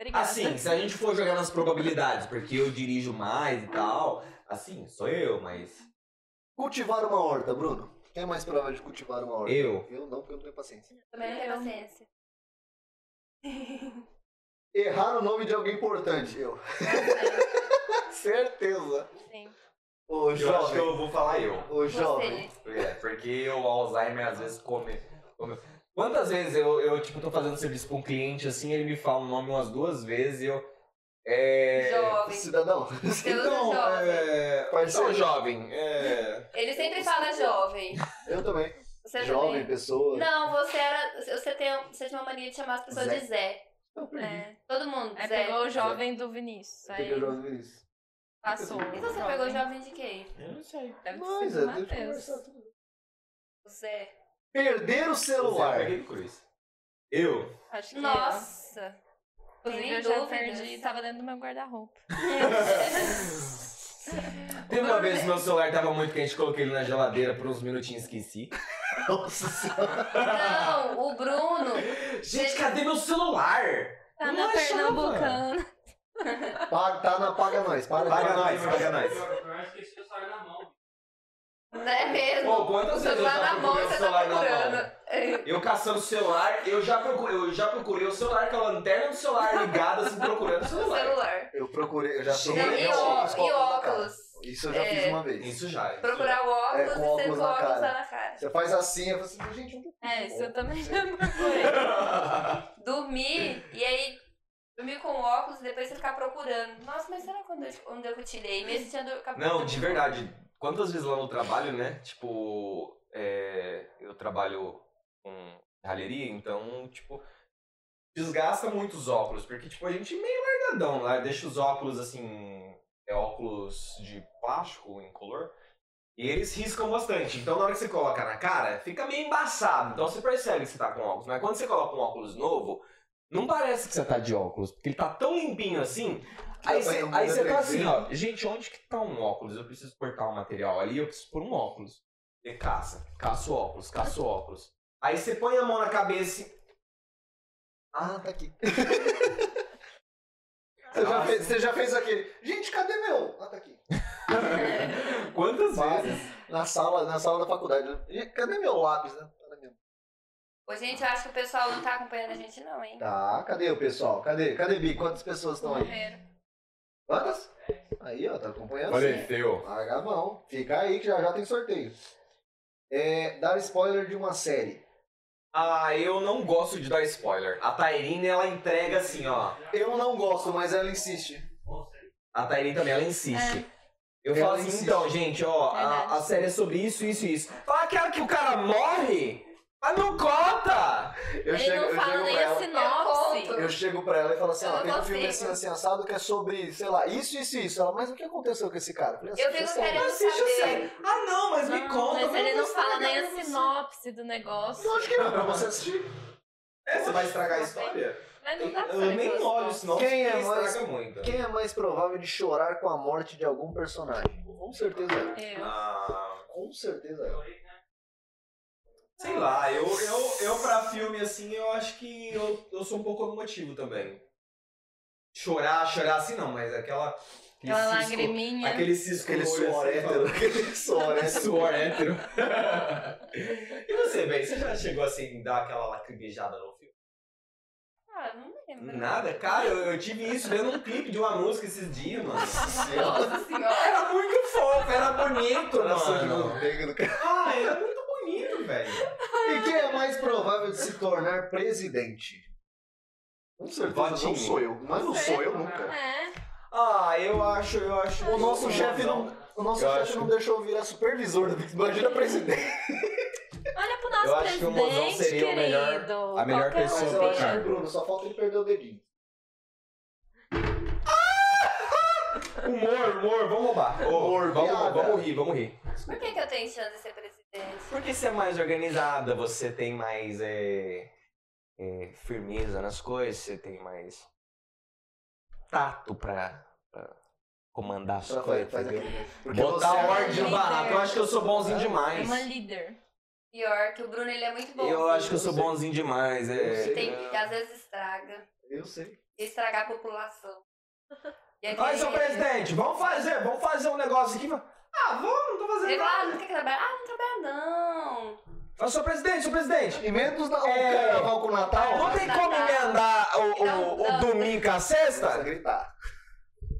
Obrigada.
Assim, se a gente for jogar nas probabilidades, porque eu dirijo mais e tal, assim, sou eu, mas
Cultivar uma horta, Bruno. Quem é mais provável de cultivar uma horta?
eu.
Eu não, porque eu não tenho paciência.
Também não tem
Eu.
paciência.
Errar o nome de alguém importante. Eu. Certeza.
Sim.
Eu
Ô,
acho que
jovem.
eu vou falar eu.
Ô, jovem.
Você.
É, porque o Alzheimer às vezes come. come- Quantas vezes eu, eu, tipo, tô fazendo serviço pra um cliente assim, ele me fala o nome umas duas vezes e eu. É. então,
Jovem.
Cidadão.
Eu
Então,
sou jovem.
é.
Parceiro.
Sou jovem. É.
Ele sempre fala jovem.
Eu também.
Você
jovem,
também?
pessoa.
Não, você era. Você tem, você tinha uma mania de chamar as pessoas
Zé.
de Zé.
É.
Todo mundo,
Aí
Zé.
pegou o jovem do Vinícius.
Eu
Aí
peguei o jovem Vinícius.
passou.
E
E você pegou o jovem de quem?
Eu não sei.
Deve ter
Mas,
sido
é, deixa eu
o Matheus.
conversar tudo.
O Zé.
Perder o
Eu
celular.
peguei do Cruz. Eu.
Acho que
Nossa.
eu. Inclusive,
Sem
eu já
dúvidas.
perdi tá. e tava dentro do meu guarda-roupa.
Teve uma vez que meu celular tava muito quente, coloquei ele na geladeira por uns minutinhos esqueci.
Nossa senhora.
Não, o Bruno.
Gente, cadê meu celular? Eu
Tá na
não achava.
Pernambucana.
Paga- Tá na paga nós. Para de
Paga
pagar
nós, paga nós.
Eu esqueci o celular na mão.
Não é mesmo?
Pô, quantas vezes eu
celular
já
na mão,
procurei o
você
celular
tá
na mão?
procurando. É.
Eu caçando o celular, eu já, procurei, eu já procurei o celular com a lanterna do celular ligada, assim, procurando o celular.
Celular.
Eu procurei, eu já
Gente.
Não,
procurei.
E,
Gente.
óculos É,
ó,
com
e
óculos na cara.
óculos.
Isso eu já
É.
fiz uma vez.
Isso já. isso já.
Procurar o óculos
É, com
e
óculos
sendo
na
óculos
cara.
lá na cara.
Você faz assim, eu falo assim, gente, não
É, isso eu também já procurei.
dormir e aí dormir com óculos e depois você ficar procurando. Nossa, mas será quando eu, onde eu tirei? Mesmo tinha dor-
Não, de verdade, quantas vezes lá no trabalho, né? Tipo, é, eu trabalho com ralheria, então, tipo, desgasta muito os óculos, porque, tipo, a gente é meio largadão lá, deixa os óculos assim, é óculos de plástico incolor, e eles riscam bastante. Então, na hora que você né? coloca na cara, fica meio embaçado. Então, você percebe que você tá com óculos, mas quando você coloca um óculos novo. Não parece que você tá de óculos, porque ele tá tão limpinho assim. Aí você aí você tá assim, ó. Gente, onde que tá um óculos? Eu preciso cortar um material ali, eu preciso pôr um óculos. E caça, caça o óculos, caça o óculos. Aí você põe a mão na cabeça e.
Ah, tá aqui. Você já, fez, você já fez aquele. Gente, cadê meu? Ah, tá aqui.
Quantas
Várias. Na sala, na sala da faculdade. né? Gente, cadê meu lápis, né? Cadê meu?
Ô, gente, eu acho que o pessoal não tá acompanhando a gente, não, hein?
Tá, cadê o pessoal? Cadê? Cadê Bi? Quantas pessoas estão
É.
aí?
Morreram.
Quantas? Aí, ó, tá acompanhando.
Apareceu.
Larga a mão. Fica aí que já já tem sorteio. É, dar spoiler de uma série.
Ah, eu não gosto de dar spoiler. A Tairine, ela entrega assim, ó.
Eu não gosto, mas ela insiste.
A Tairine também, ela insiste.
É.
Eu
Ela
falo assim,
insiste.
então, gente, ó, a, a série é sobre isso, isso e isso. Fala que hora que o cara morre? Mas não conta!
Eu
Ele não fala nem assim. a
ela.
sinopse.
Eu chego pra ela e falo assim,
Eu
ó,
não
tem um filme
consigo.
assim, assim, assado que é sobre, sei lá, isso, isso e isso. Ela, mas o que aconteceu com esse cara? falei, assim,
Eu
"Assiste
fico
a série."
querendo
Assiste a série.
saber.
Ah, não, mas me
Não,
conta.
Mas ele
eu
não
vou
fala
estragar
nem a
pra você.
sinopse do negócio.
Lógico que não, pra você assistir.
É, você vai estragar a história?
Mas não dá pra
Eu
saber
nem
pela
olho,
sinopse.
senão
Quem é mais-
estraga muito.
Quem é mais provável de chorar com a morte de algum personagem? Com certeza ela.
Eu.
Ah,
Com certeza ela.
sei lá, eu, eu, eu pra filme, assim, eu acho que eu, eu sou um pouco emotivo também. Chorar, chorar assim não, mas aquela... aquele
Aquela
cisco-
lagriminha.
Aquele cisco
Aquele
no olho,
suor
assim,
hétero. Aquele suor
É
hétero.
suor hétero. e você, bem, você já chegou assim, dar aquela lacrimejada no filme?
Ah, não lembro.
Nada, cara, eu, eu tive isso vendo um clipe de uma música esses dias, mano.
Nossa senhora.
Era muito fofo, era bonito,
Coração de
mano.
manteiga do cara.
Ah, era muito bonito, velho.
E quem é mais provável de se tornar presidente? Com certeza não
Votinho.
sou eu. Mas não sou eu nunca.
É.
Ah, eu acho, eu acho. um
O nosso chefe não, o nosso
Eu
chefe
acho.
não deixou eu virar supervisor. do- Imagina presidente.
Olha pro nosso
Eu acho que o Mozão
presidente,
seria o melhor-
querido.
a melhor
Qualquer
pessoa
Mas
um
eu
pra
acho que o
cargo.
Bruno só falta ele perder o dedinho.
Humor, humor, vamos roubar. Ô,
Humor, piada.
vamos, vamos rir, vamos rir.
Por que, que eu tenho chance de ser presidente?
Porque você é mais organizada, você tem mais é, é, firmeza nas coisas, você tem mais tato pra, pra comandar as
Pra-
coisas.
faz
entendeu?
aquele- Porque
Botar
você- é
ordem no
líder.
barato, eu acho que eu sou bonzinho
É
demais.
uma líder.
Pior que o Bruno, ele é muito bom.
Eu acho que eu sou
Eu sei.
bonzinho demais.
Eu sei.
É.
Tem, às vezes estraga.
Eu sei.
E estragar a população. E é aí
Olha,
tem-
seu presidente, vamos fazer, vamos fazer um negócio aqui. Ah, vamos, não tô fazendo
Ele fala, ah,
nada.
não quer trabalhar? Ah, não trabalha não.
Fala, seu presidente, seu presidente.
Emendos na...
É.
o carnaval com o Natal. né?
Não tem como emendar o, o- o domingo com a
Começa a
sexta?
gritar.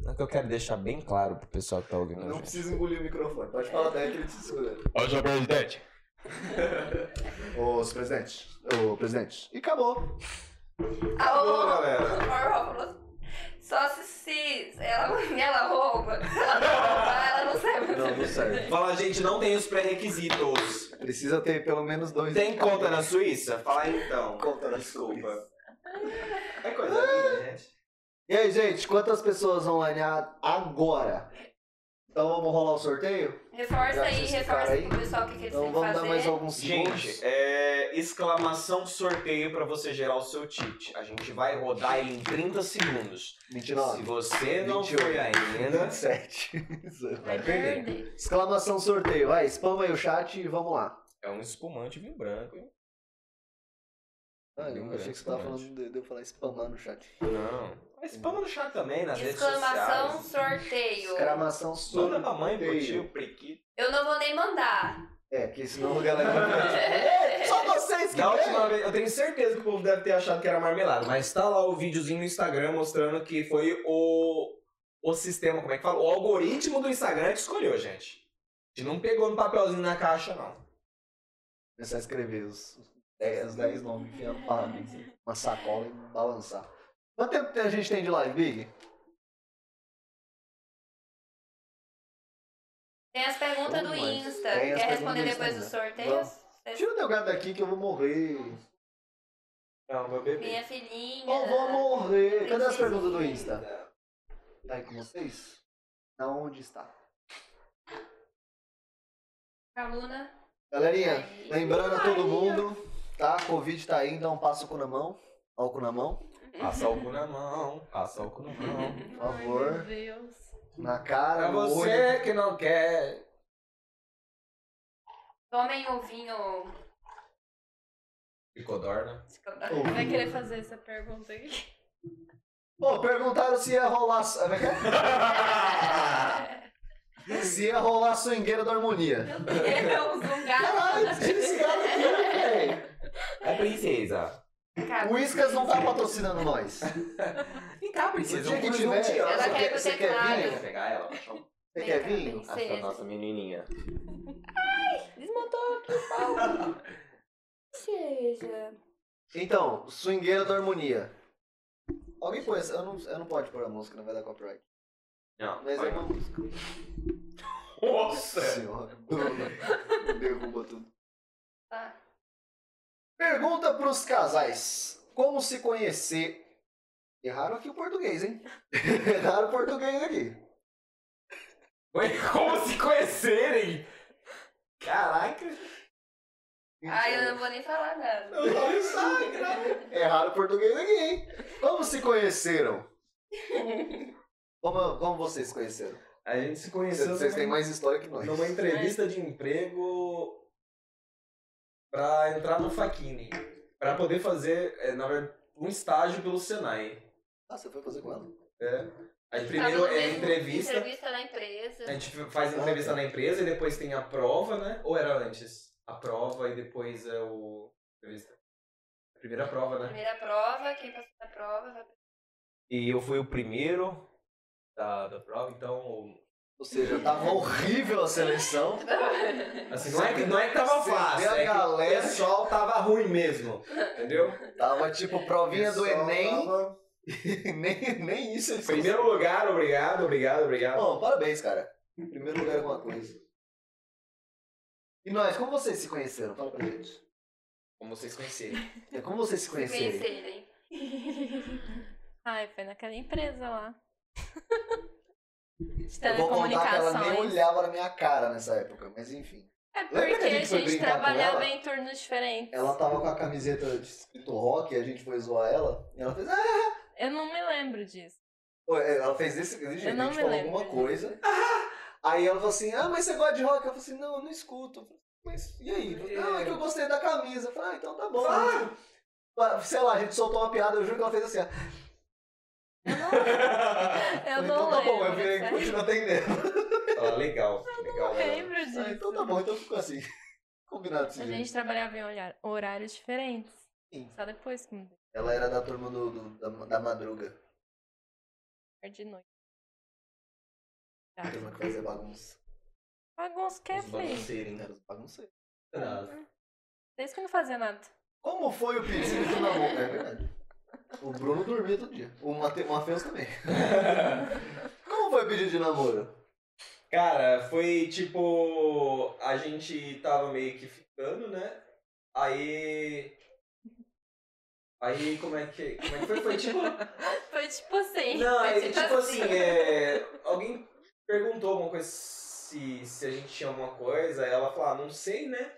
É que eu quero deixar bem claro pro pessoal que tá ouvindo.
Não precisa engolir o microfone. Pode falar até que ele se segura.
Ô, seu presidente.
Os presidentes. Ô, presidente. E acabou.
Ah,
Ô,
ô,
galera.
assim, Só se, se ela, ela rouba. Se ela não roubar, ela não serve.
Não, não serve.
Fala, gente, não tem os pré-requisitos.
Precisa ter pelo menos dois.
Tem conta né? na Suíça? Fala aí, então.
Conta na
Desculpa. É coisa da vida, gente.
E aí, gente, quantas pessoas vão alinhar agora? Então vamos rolar o sorteio?
Reforça
Já
aí,
assiste o
reforça
cara aí.
pro pessoal o que, que eles
Então
têm que
vamos
fazer.
dar mais alguns segundos.
Gente, é, exclamação sorteio pra você gerar o seu tilt. A gente vai rodar ele em 30 segundos. Se
29.
você não né?
28.
foi ainda,
27.
vai perder.
Exclamação sorteio. Vai, spama aí o chat e vamos lá.
É um espumante vinho branco, hein?
Ah, eu
Vinho
achei
branco,
que você tava
espumante.
falando Hum. de, de eu falar spamar no chat.
Não. Mas spama no chat também, nas
Exclamação
redes sociais.
sorteio.
Exclamação
Manda
sorteio.
pra mãe, pro tio, priquito.
Eu não vou nem mandar.
É, porque senão a galera vai ficar tipo, "É, Só vocês que
Da
querem."
última vez, eu tenho certeza que o povo deve ter achado que era marmelada, mas tá lá o videozinho no Instagram mostrando que foi o, o sistema, como é que fala? O algoritmo do Instagram que escolheu, gente. A gente não pegou no papelzinho na caixa, não.
Começar a escrever os 10, nomes, enfiar no parabéns, uma sacola e balançar. Quanto tempo a gente tem de live, Big?
Tem as perguntas
Como
do
mais?
Insta.
Tem as
Quer
perguntas
responder
do
depois
Insta,
dos
né?
sorteios? Vocês-
Tira o teu gato daqui que eu vou morrer.
Não, É meu bebê.
Minha filhinha.
Eu vou morrer. Cadê as perguntas do Insta? Tá aí com vocês? Na onde está?
Caluna.
Galerinha, lembrando a todo mundo, tá? Covid tá aí, então passa o cu na mão. Ó o cu na mão.
Passa o cu na mão, passa o cu na mão.
Por favor.
Meu Deus.
Na cara,
Pra
no olho.
você que não quer.
Tomem um vinho
Picodor, né?
de cana.
Ô,
Vai querer fazer essa pergunta aí?
Pô, perguntaram se ia rolar. é se ia rolar swingueira da harmonia.
Meu Deus, um
Caralho,
gato.
tira esse cara aqui, velho.
É princesa.
O Iscas não tá patrocinando nós.
Vem cá,
princesa,
eu
eu
vou
vou junto de
ela.
Ela
Você
quer
quer-
ir pro
você quer
teclado.
vinho?
pegar ela, paixão.
Você
Vem
quer
cá,
vinho? é
Essa
princesa.
nossa menininha.
Desmontou aqui o pau. Seja.
Então, swingueira da harmonia. Alguém conhece? Eu não, eu não pode pôr a música, não vai dar copyright.
Não,
Mas é
vai.
uma música.
Nossa! é.
Senhora. Derruba tudo.
Tá.
Pergunta pros casais. Como se conhecer? Erraram aqui o português, hein? Erraram o português aqui.
Ué, como se conhecerem? Caraca!
Ai, eu não vou nem falar nada.
Erraram o português aqui, hein? Como se conheceram? Como, como vocês se conheceram?
A gente se conheceu
Vocês têm
numa,
mais história que nós.
numa entrevista de emprego pra entrar no Faquini. Pra poder fazer, é, na verdade, um estágio pelo Senai.
Ah, você foi fazer com ela?
É. Aí primeiro
Tava
é
fazendo
entrevista.
Entrevista na empresa.
É
A gente
Uhum.
faz entrevista na empresa e depois tem a prova, né? Ou era antes? A prova e depois é o. Entrevista. Primeira prova, né?
Primeira prova, quem passou na prova vai
E eu fui o primeiro da, da prova, então.
Ou seja, tava horrível a seleção.
Assim, não é que, não é que tava
Você vê
fácil,
a
é que o
galera-
pessoal tava ruim mesmo, entendeu?
Tava tipo provinha do
Pessoal
Enem.
tava-
nem, nem isso eles
Primeiro lugar, obrigado, obrigado, obrigado.
Bom, parabéns, cara. Em primeiro lugar, alguma coisa. E nós, como vocês se conheceram? Fala pra gente.
Como vocês conhecerem.
É como vocês se conheceram?
conhecerem.
Ai, foi naquela empresa lá. De
Eu vou contar que ela nem
telecomunicações.
olhava na minha cara nessa época, mas enfim.
É
Lembra que a
porque a
gente foi
gente
brincar com
trabalhava
ela?
em turnos diferentes.
Ela tava com a camiseta de escrito rock, a gente foi zoar ela, e ela fez. "Ah!"
Eu não me lembro disso.
Pô, é, Ela fez desse desse jeito,
não
a gente
me
falou
lembro.
alguma coisa. Aí ela falou assim: Ah, mas você gosta de rock? Eu falei assim: Não, eu não escuto. Eu falei, Mas e aí? Eu falei, Não, é que eu gostei da camisa. Eu falei: Ah, então tá bom. Sei lá, a gente soltou uma piada, eu juro que ela fez assim. ó.
Eu
Falei,
não
então tá
lembro.
bom, eu virei e
É, sério.
continuo atendendo.
Ah, legal, legal.
Eu lembro disso.
Ah, então tá bom, então ficou assim. Combinado
A
esse jeito.
gente trabalhava em olhar- horários diferentes.
Sim.
Só depois que mudei
Ela era da turma do, do- da, da madruga.
de noite. Tá.
A turma que fazia bagunça.
Bagunça que é feio.
Sim, era os bagunceiros.
Desde que eu não fazia nada.
Como foi o pedido de namoro? É verdade. O Bruno dormia todo dia. O Mate- o Matheus também. Como foi o pedido de namoro?
Cara, foi tipo. A gente tava meio que ficando, né? Aí. Aí, como é que, como é que foi? Foi tipo.
Foi tipo assim.
Não,
foi
é tipo assim, é, alguém perguntou alguma coisa se, se a gente tinha alguma coisa, aí ela falou, ah, não sei, né?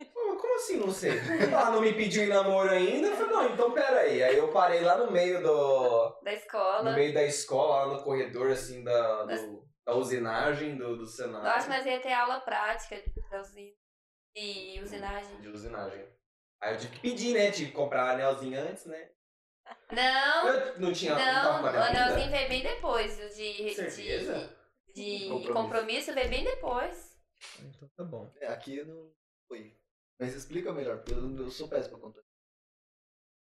Eu falei, "Mas Como assim não sei? Ela não me pediu em namoro ainda, eu falei, não, então peraí. Aí eu parei lá no meio do.
Da escola.
No meio da escola, lá no corredor, assim, da, do- da usinagem do, do
Eu acho que
Senado.
nós ia ter aula prática da usina. De usinagem.
De usinagem. Aí eu tive que pedir, né? Tive que comprar anelzinho antes, né?
Não,
Eu não tinha. um né?
não,
tava
o
com anel ainda.
anelzinho veio bem depois. O de,
Certeza?
de, de
Compromisso.
compromisso. veio bem depois.
Então tá bom.
É, aqui não foi. Mas explica melhor, porque eu, não- eu sou péssimo pra contar.
assim,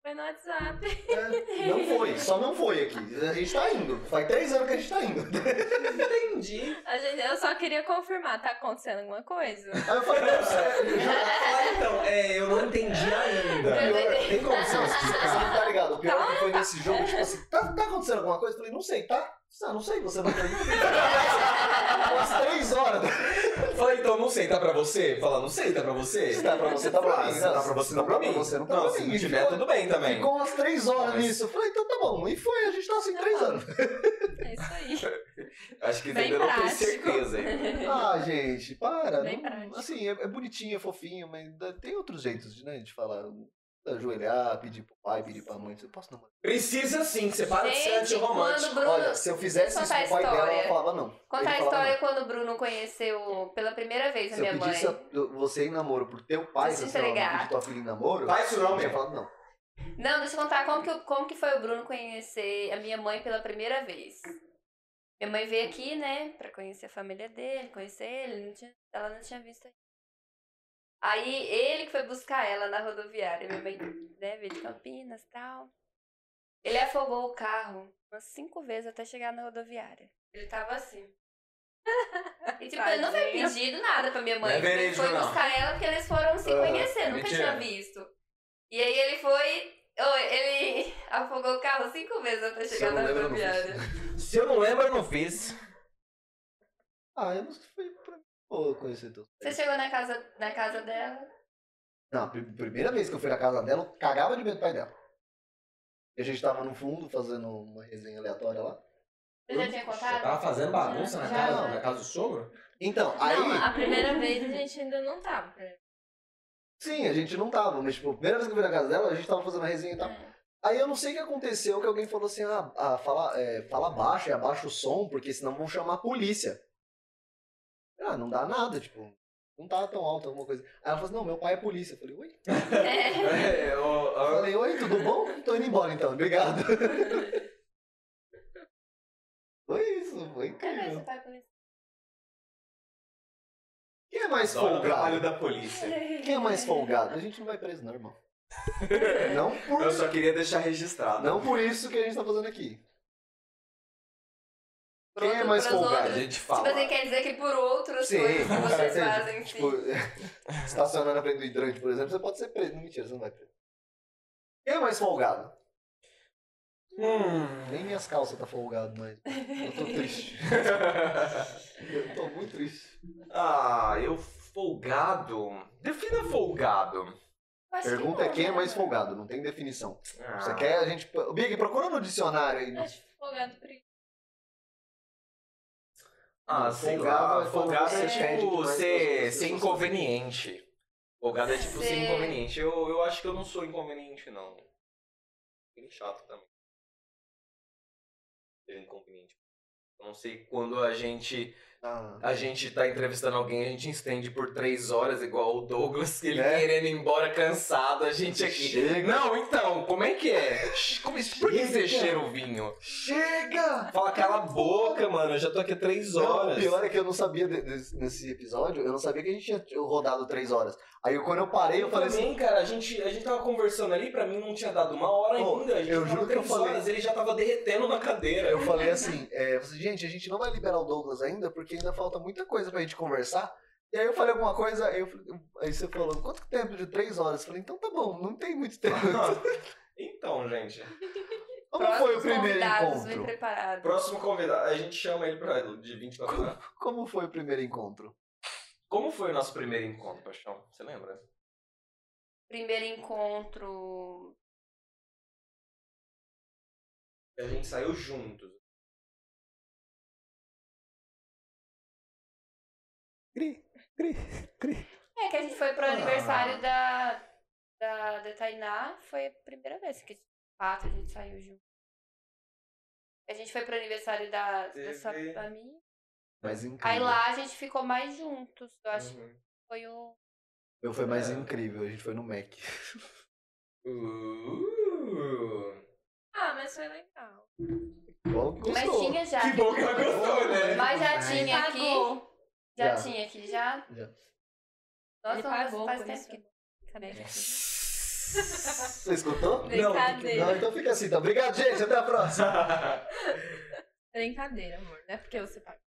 Foi no WhatsApp.
É, não foi, só não foi aqui. A gente tá indo. Faz três anos que a gente tá indo.
Entendi.
A gente, eu só queria confirmar, tá acontecendo alguma coisa?
Aí eu falei, não, sério.
Ah, então, é, eu não entendi ainda. Tem como você me
Você
explicar?
não tá ligado? O pior que foi nesse jogo, tipo assim, tá, tá acontecendo alguma coisa? Eu falei, não sei, tá? Ah, não sei, você vai ter umas três horas.
Fala, então, não sei, tá pra você? Fala, não sei, tá pra você?
Se dá pra você, tá pra mim.
Se dá pra você, tá pra mim.
Pra você, não tá pra
se
mim.
não tiver, tudo Tá bem também.
Ficou umas três horas
Mas-
nisso. Eu falei, então tá bom. E foi, a gente tá assim três anos.
É isso aí.
Acho que
Bem
ainda não tem
prático.
certeza ainda.
Ah, gente, para. não-
Bem prático.
assim, é, é bonitinho, é fofinho, mas dá- tem outros jeitos de, né, de falar. Ajoelhar, pedir pro pai, pedir pra mãe. Eu posso namorar?
Precisa sim, você para de ser
Gente, quando o
antirromântico.
Bruno.
Olha, se eu fizesse
deixa eu
isso com o
contar a
pai dela, ela
história.
falava não.
Conta
Ele
a
falava,
história quando o Bruno conheceu pela primeira vez a
Se eu
minha mãe.
pedisse a- eu- você em namoro pro teu pai,
Se
se você
entregar.
pedir tua filha em namoro,
Faz isso não,
eu
meu.
falava não.
Não, deixa eu contar como que, eu- como que foi o Bruno conhecer a minha mãe pela primeira vez. Minha mãe veio aqui, né, pra conhecer a família dele, conhecer ele, não tinha- ela não tinha visto ainda. Aí ele que foi buscar ela na rodoviária, minha mãe, né, veio de Campinas e tal. Ele afogou o carro umas cinco vezes até chegar na rodoviária. Ele tava assim. E tipo, ele não foi
Tadinho.
pedido nada pra minha
Não
mãe.
é
Ele
verídico,
foi
não.
buscar ela porque eles foram se
Ah,
conhecer, nunca
mentira.
tinha visto. E aí ele foi. oh, ele afogou o carro cinco vezes até
Se
chegar
eu não
na
lembro, eu não
rodoviária.
Se eu não lembro, eu não fiz.
Ah, eu não sei, foi pra mim. Pô, conhecer teu
Você chegou na casa, na casa dela?
Não, a pri- primeira vez que eu fui na casa dela, eu cagava de medo do pai dela. E a gente tava no fundo fazendo uma resenha aleatória lá.
Você já tinha contado?
Tava fazendo bagunça na
Já,
casa, né?
já.
na casa do sogro?
Então, aí.
Não, a primeira vez.
a gente ainda não tava.
Sim, a gente não tava, mas, tipo, a primeira vez que eu fui na casa dela, a gente tava fazendo a resenha e tal. Aí eu não sei o que aconteceu, que alguém falou assim, ah, ah, fala, é, fala baixo e abaixa o som, porque senão vão chamar a polícia. Ah, não dá nada, tipo, não tá tão alto alguma coisa. Aí ela falou assim, não, meu pai é polícia. Eu falei, oi?
É.
É,
Eu falei, oi, tudo bom? Tô indo embora então, obrigado. foi isso, foi
Cadê seu
incrível.
pai tá com isso?
Quem é mais
Só o trabalho
folgado?
da polícia.
Quem é mais folgado? A gente não vai preso não, irmão. Não por,
Eu só queria deixar registrado.
não por isso que a gente tá fazendo aqui.
Por
Quem é
outro-
mais
pras
folgado?
outras-
gente
Tipo assim, quer dizer que por outras coisas que
com
vocês
certeza.
fazem, sim.
Tipo, estacionando na frente do hidrante, por exemplo, você pode ser preso. Não, mentira, você não vai preso. Quem é mais folgado?
Hum.
Nem minhas calças tá folgado, mas eu tô triste. eu tô muito triste.
ah, eu folgado. Defina folgado.
Eu acho que
Pergunta é
não,
quem é
né,
mais
mano?
folgado, não tem definição.
Ah,
Você quer a gente. Big, procura no dicionário aí. né?
Acho folgado preguiça.
Ah,
Não,
sei
folgado
lá.
é quando
Folgado é
você pede
tipo
demais pras
ser,
outras
ser
pessoas.
inconveniente. Folgado é tipo ser
Ser-
inconveniente. Eu, eu acho que eu não sou inconveniente, não. Bem chato também. Ser inconveniente. Eu não sei quando a gente,
Ah,
a gente tá entrevistando alguém, a gente estende por três horas, igual o Douglas, que ele
Né?
querendo ir embora cansado, a gente aqui.
Chega.
Não, então, como é que é? Como, por que você
Chega.
cheira o vinho?
Chega!
Fala, cala a boca, mano, eu já tô aqui três
Não, o
horas.
pior é que eu não sabia de- desse- nesse episódio, eu não sabia que a gente tinha rodado três horas. Aí quando eu parei, eu falei assim.
também, cara, a gente, a gente tava conversando ali, pra mim não tinha dado uma hora
Pô,
ainda. A gente
eu
tava
juro que
três
eu falei.
horas, ele já tava derretendo na cadeira.
Eu falei assim, é, eu falei assim, gente, a gente não vai liberar o Douglas ainda, porque ainda falta muita coisa pra gente conversar. E aí eu falei alguma coisa, aí, eu falei- aí você falou, quanto tempo? De três horas? Eu falei, então tá bom, não tem muito tempo.
então, gente,
Como foi o
Próximos
primeiro
convidados, Vem
encontro?
preparado.
próximo convidado, a gente chama ele pra de 20 pra
Como,
cá.
como foi o primeiro encontro?
Como foi o nosso primeiro encontro, Paixão? Você lembra?
Primeiro encontro.
A gente saiu juntos.
É que a gente foi pro
Ah.
aniversário da, da, da Tainá. Foi a primeira vez que de fato a gente saiu junto. A gente foi pro aniversário da, da sua
Teve-
da minha.
Mais
Aí
incrível.
lá a gente ficou mais juntos. Eu acho que foi um o.
Eu fui mais incrível, a gente foi no Mac.
Uh,
Ah, mas foi legal.
Bom que
Mas
gostou.
tinha já.
que bom que ela gostou, né?
Mas já tinha aqui.
Pagou.
Já,
Já.
tinha aqui, já.
Já.
Nossa,
Ele
faz
pagou
faz
por
tempo
isso.
que. Cadê?
Você escutou?
Brincadeira.
Não, então fica assim, então. Obrigado, gente. Até a próxima.
Brincadeira, amor. Não é porque você pagou.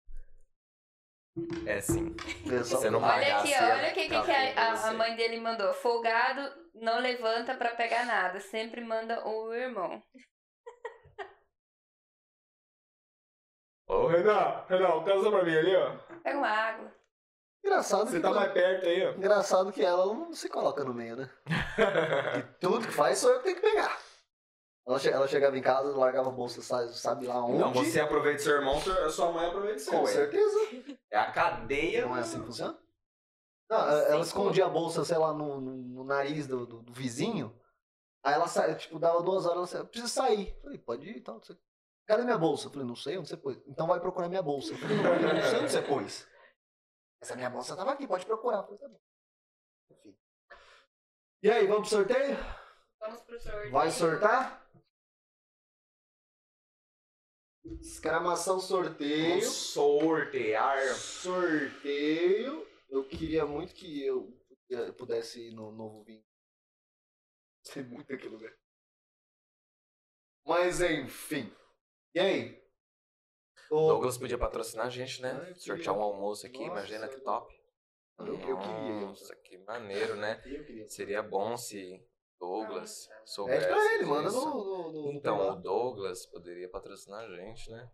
é sim.
Pessoal,
Você não vai.
Olha aqui,
Bagaceira.
olha o que, que,
Tá
que a-
vendo
a,
você.
a mãe dele mandou. Folgado não levanta pra pegar nada, sempre manda o irmão.
Ô, Renan, Renan, cansa pra mim ali, ó.
Pega uma água.
Engraçado
tá
que quando-
perto aí, ó.
Engraçado que ela não se coloca no meio, né? E tudo que faz sou eu que tenho que pegar. Ela, che- ela chegava em casa, largava a bolsa, sabe, sabe lá onde?
Não, você aproveita seu irmão, sua sua mãe aproveita seu.
Com
ué.
certeza.
É a cadeia.
Não é assim que funciona? Não, ela escondia a bolsa, sei lá, no, no- no nariz do, do- do vizinho. Aí ela saiu, tipo, dava duas horas, ela saiu, precisa sair. Falei, pode ir e tal, não sei. Cadê minha bolsa? Eu Falei, não sei onde você pôs. Então vai procurar minha bolsa. Eu Falei, não, eu não sei onde você pôs. Essa minha bolsa tava aqui, pode procurar. Eu Falei, tá bom. Enfim. E aí, vamos pro sorteio?
Vamos pro sorteio.
Vai sortar? Escramação sorteio.
Sortear.
Sorteio. Eu queria muito que eu eh, pudesse ir no novo vinho. Tem muito aquele lugar. Mas enfim. E aí? Ô,
Douglas podia patrocinar a gente, né?
Ah, eu queria.
Sortear um almoço aqui,
Nossa,
imagina que
eu-
top.
Eu, eu queria.
Nossa, que maneiro, né?
Eu queria.
Seria bom se Douglas soubesse.
Pede pra ele, manda
disso.
no. no, no-
Então, o
no-
Douglas poderia patrocinar a gente, né?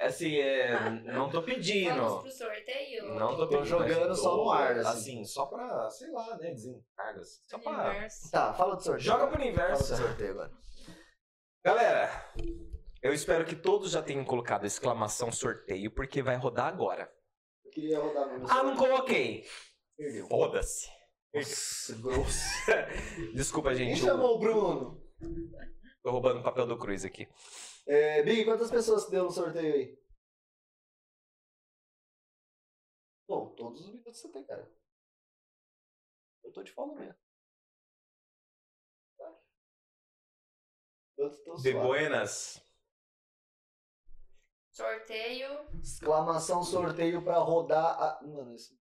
Assim, é, não tô
Vamos
pedindo.
pro sorteio?
Não tô
Tô
pedindo. mas
jogando só no ar,
Douglas,
assim.
Assim, só pra, sei lá, né? Desencarga. assim, Só pra.
Universo.
Tá, fala do sorteio.
Joga pro
Fala do
universo.
sorteio agora.
Galera, eu espero que todos já tenham colocado exclamação sorteio, porque vai rodar agora.
Eu queria rodar no.
Ah, não coloquei!
Perdeu.
Foda-se.
Nossa, Deus.
Desculpa,
Quem
gente. Eu
chamou o Bruno?
tô roubando o papel do Cruz aqui.
É, Big, quantas pessoas deu no sorteio aí? Bom, todos os minutos você tem, cara. Eu tô de folga mesmo. Tá. Todos estão
De
suaves.
Buenas.
Sorteio.
Exclamação sorteio pra rodar a. Mano, esse.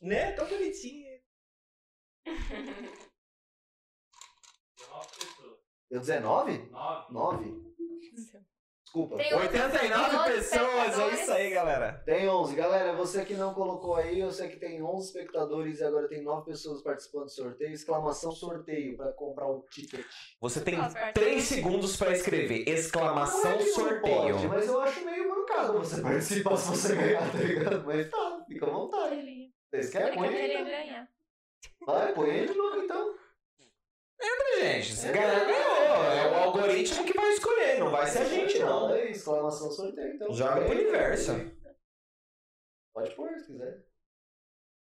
Né? Tão bonitinho.
Nove pessoas.
Deu 19?
Nove.
9? Desculpa.
Tem outro-
89
tem
pessoas, é
espectadores.
isso aí, galera.
Tem 11. Galera, você que não colocou aí, eu sei que tem 11 espectadores e agora tem 9 pessoas participando do sorteio. Exclamação sorteio pra comprar um ticket.
Você tá tem
Nossa, Arthur.
3 segundos pra escrever exclamação
que não pode,
sorteio.
mas eu acho meio mancado você participar se você ganhar, tá ligado? Mas tá, fica à vontade. Vocês
um
querem?
um
Põe ele.
queria ganhar.
Vai, põe ele de novo então.
É,
Gente, se ganhar, ganhou. É o algoritmo que vai escolher, não vai ser a gente, não. né?
Aí, né? exclamação sorteio então.
Joga pro universo.
Pode pôr se quiser.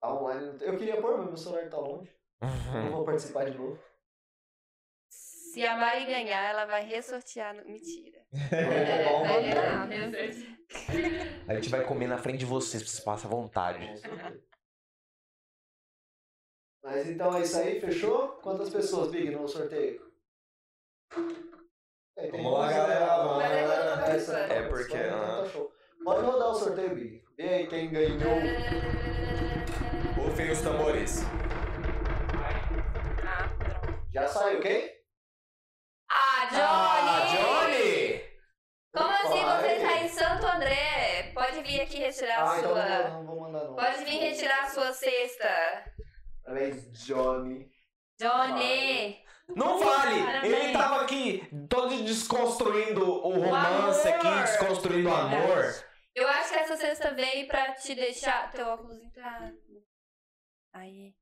Tá online. não tem- Eu queria pôr, mas meu celular tá longe. Não vou participar de novo.
Se a Mari ganhar, ela vai ressortear. No... Mentira.
tá
É,
Não vai
é,
ganhar nada.
A gente vai comer na frente de vocês pra vocês passarem à vontade.
Mas então é isso aí, fechou? Quantas pessoas, Big, no sorteio? É, tem
Vamos lá,
onze,
galera,
né?
vamos
lá, galera.
Tá, essa-
É
essa-
porque,
essa-
ah.
tá show. Pode rodar o sorteio, Big. Vê aí quem ganhou.
Rufem os tambores.
Ah, droga.
Já saiu quem?
Ah, Johnny!
Ah, Johnny!
Como assim
Vai.
você está em Santo André? Pode vir aqui retirar a
Ah, então
sua.
não, não vou mandar não.
Pode vir retirar a sua cesta.
Parabéns, Johnny.
Johnny!
Não vale!
Parabéns.
Ele tava aqui todo desconstruindo o romance
amor.
aqui, desconstruindo o amor.
Eu acho que essa cesta veio pra te deixar. Teu óculos entrar. Aí.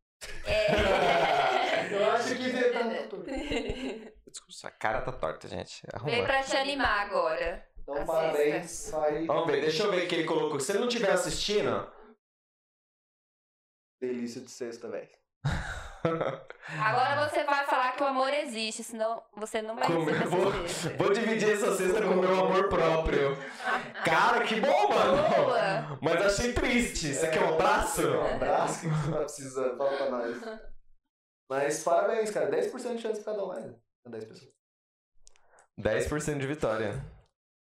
É.
Eu acho que você tá no futuro.
Desculpa, a cara tá torta, gente.
veio
Arruma.
pra te animar agora.
Então,
Assista.
parabéns. Vai.
Vamos ver, deixa eu ver o que ele colocou. Se ele não estiver assistindo.
Delícia de sexta, velho.
Agora você vai falar que o amor existe, senão você não vai
Como
receber
eu vou-
essa cesta.
Vou dividir essa cesta com o meu amor próprio. Cara, que bom, mano!
Boa!
Mas achei triste. Isso aqui é um abraço?
Um abraço que você tá precisando. Fala pra nós. Mas parabéns, cara. 10% de chance pra cada um, né? 10 pessoas.
10% de vitória.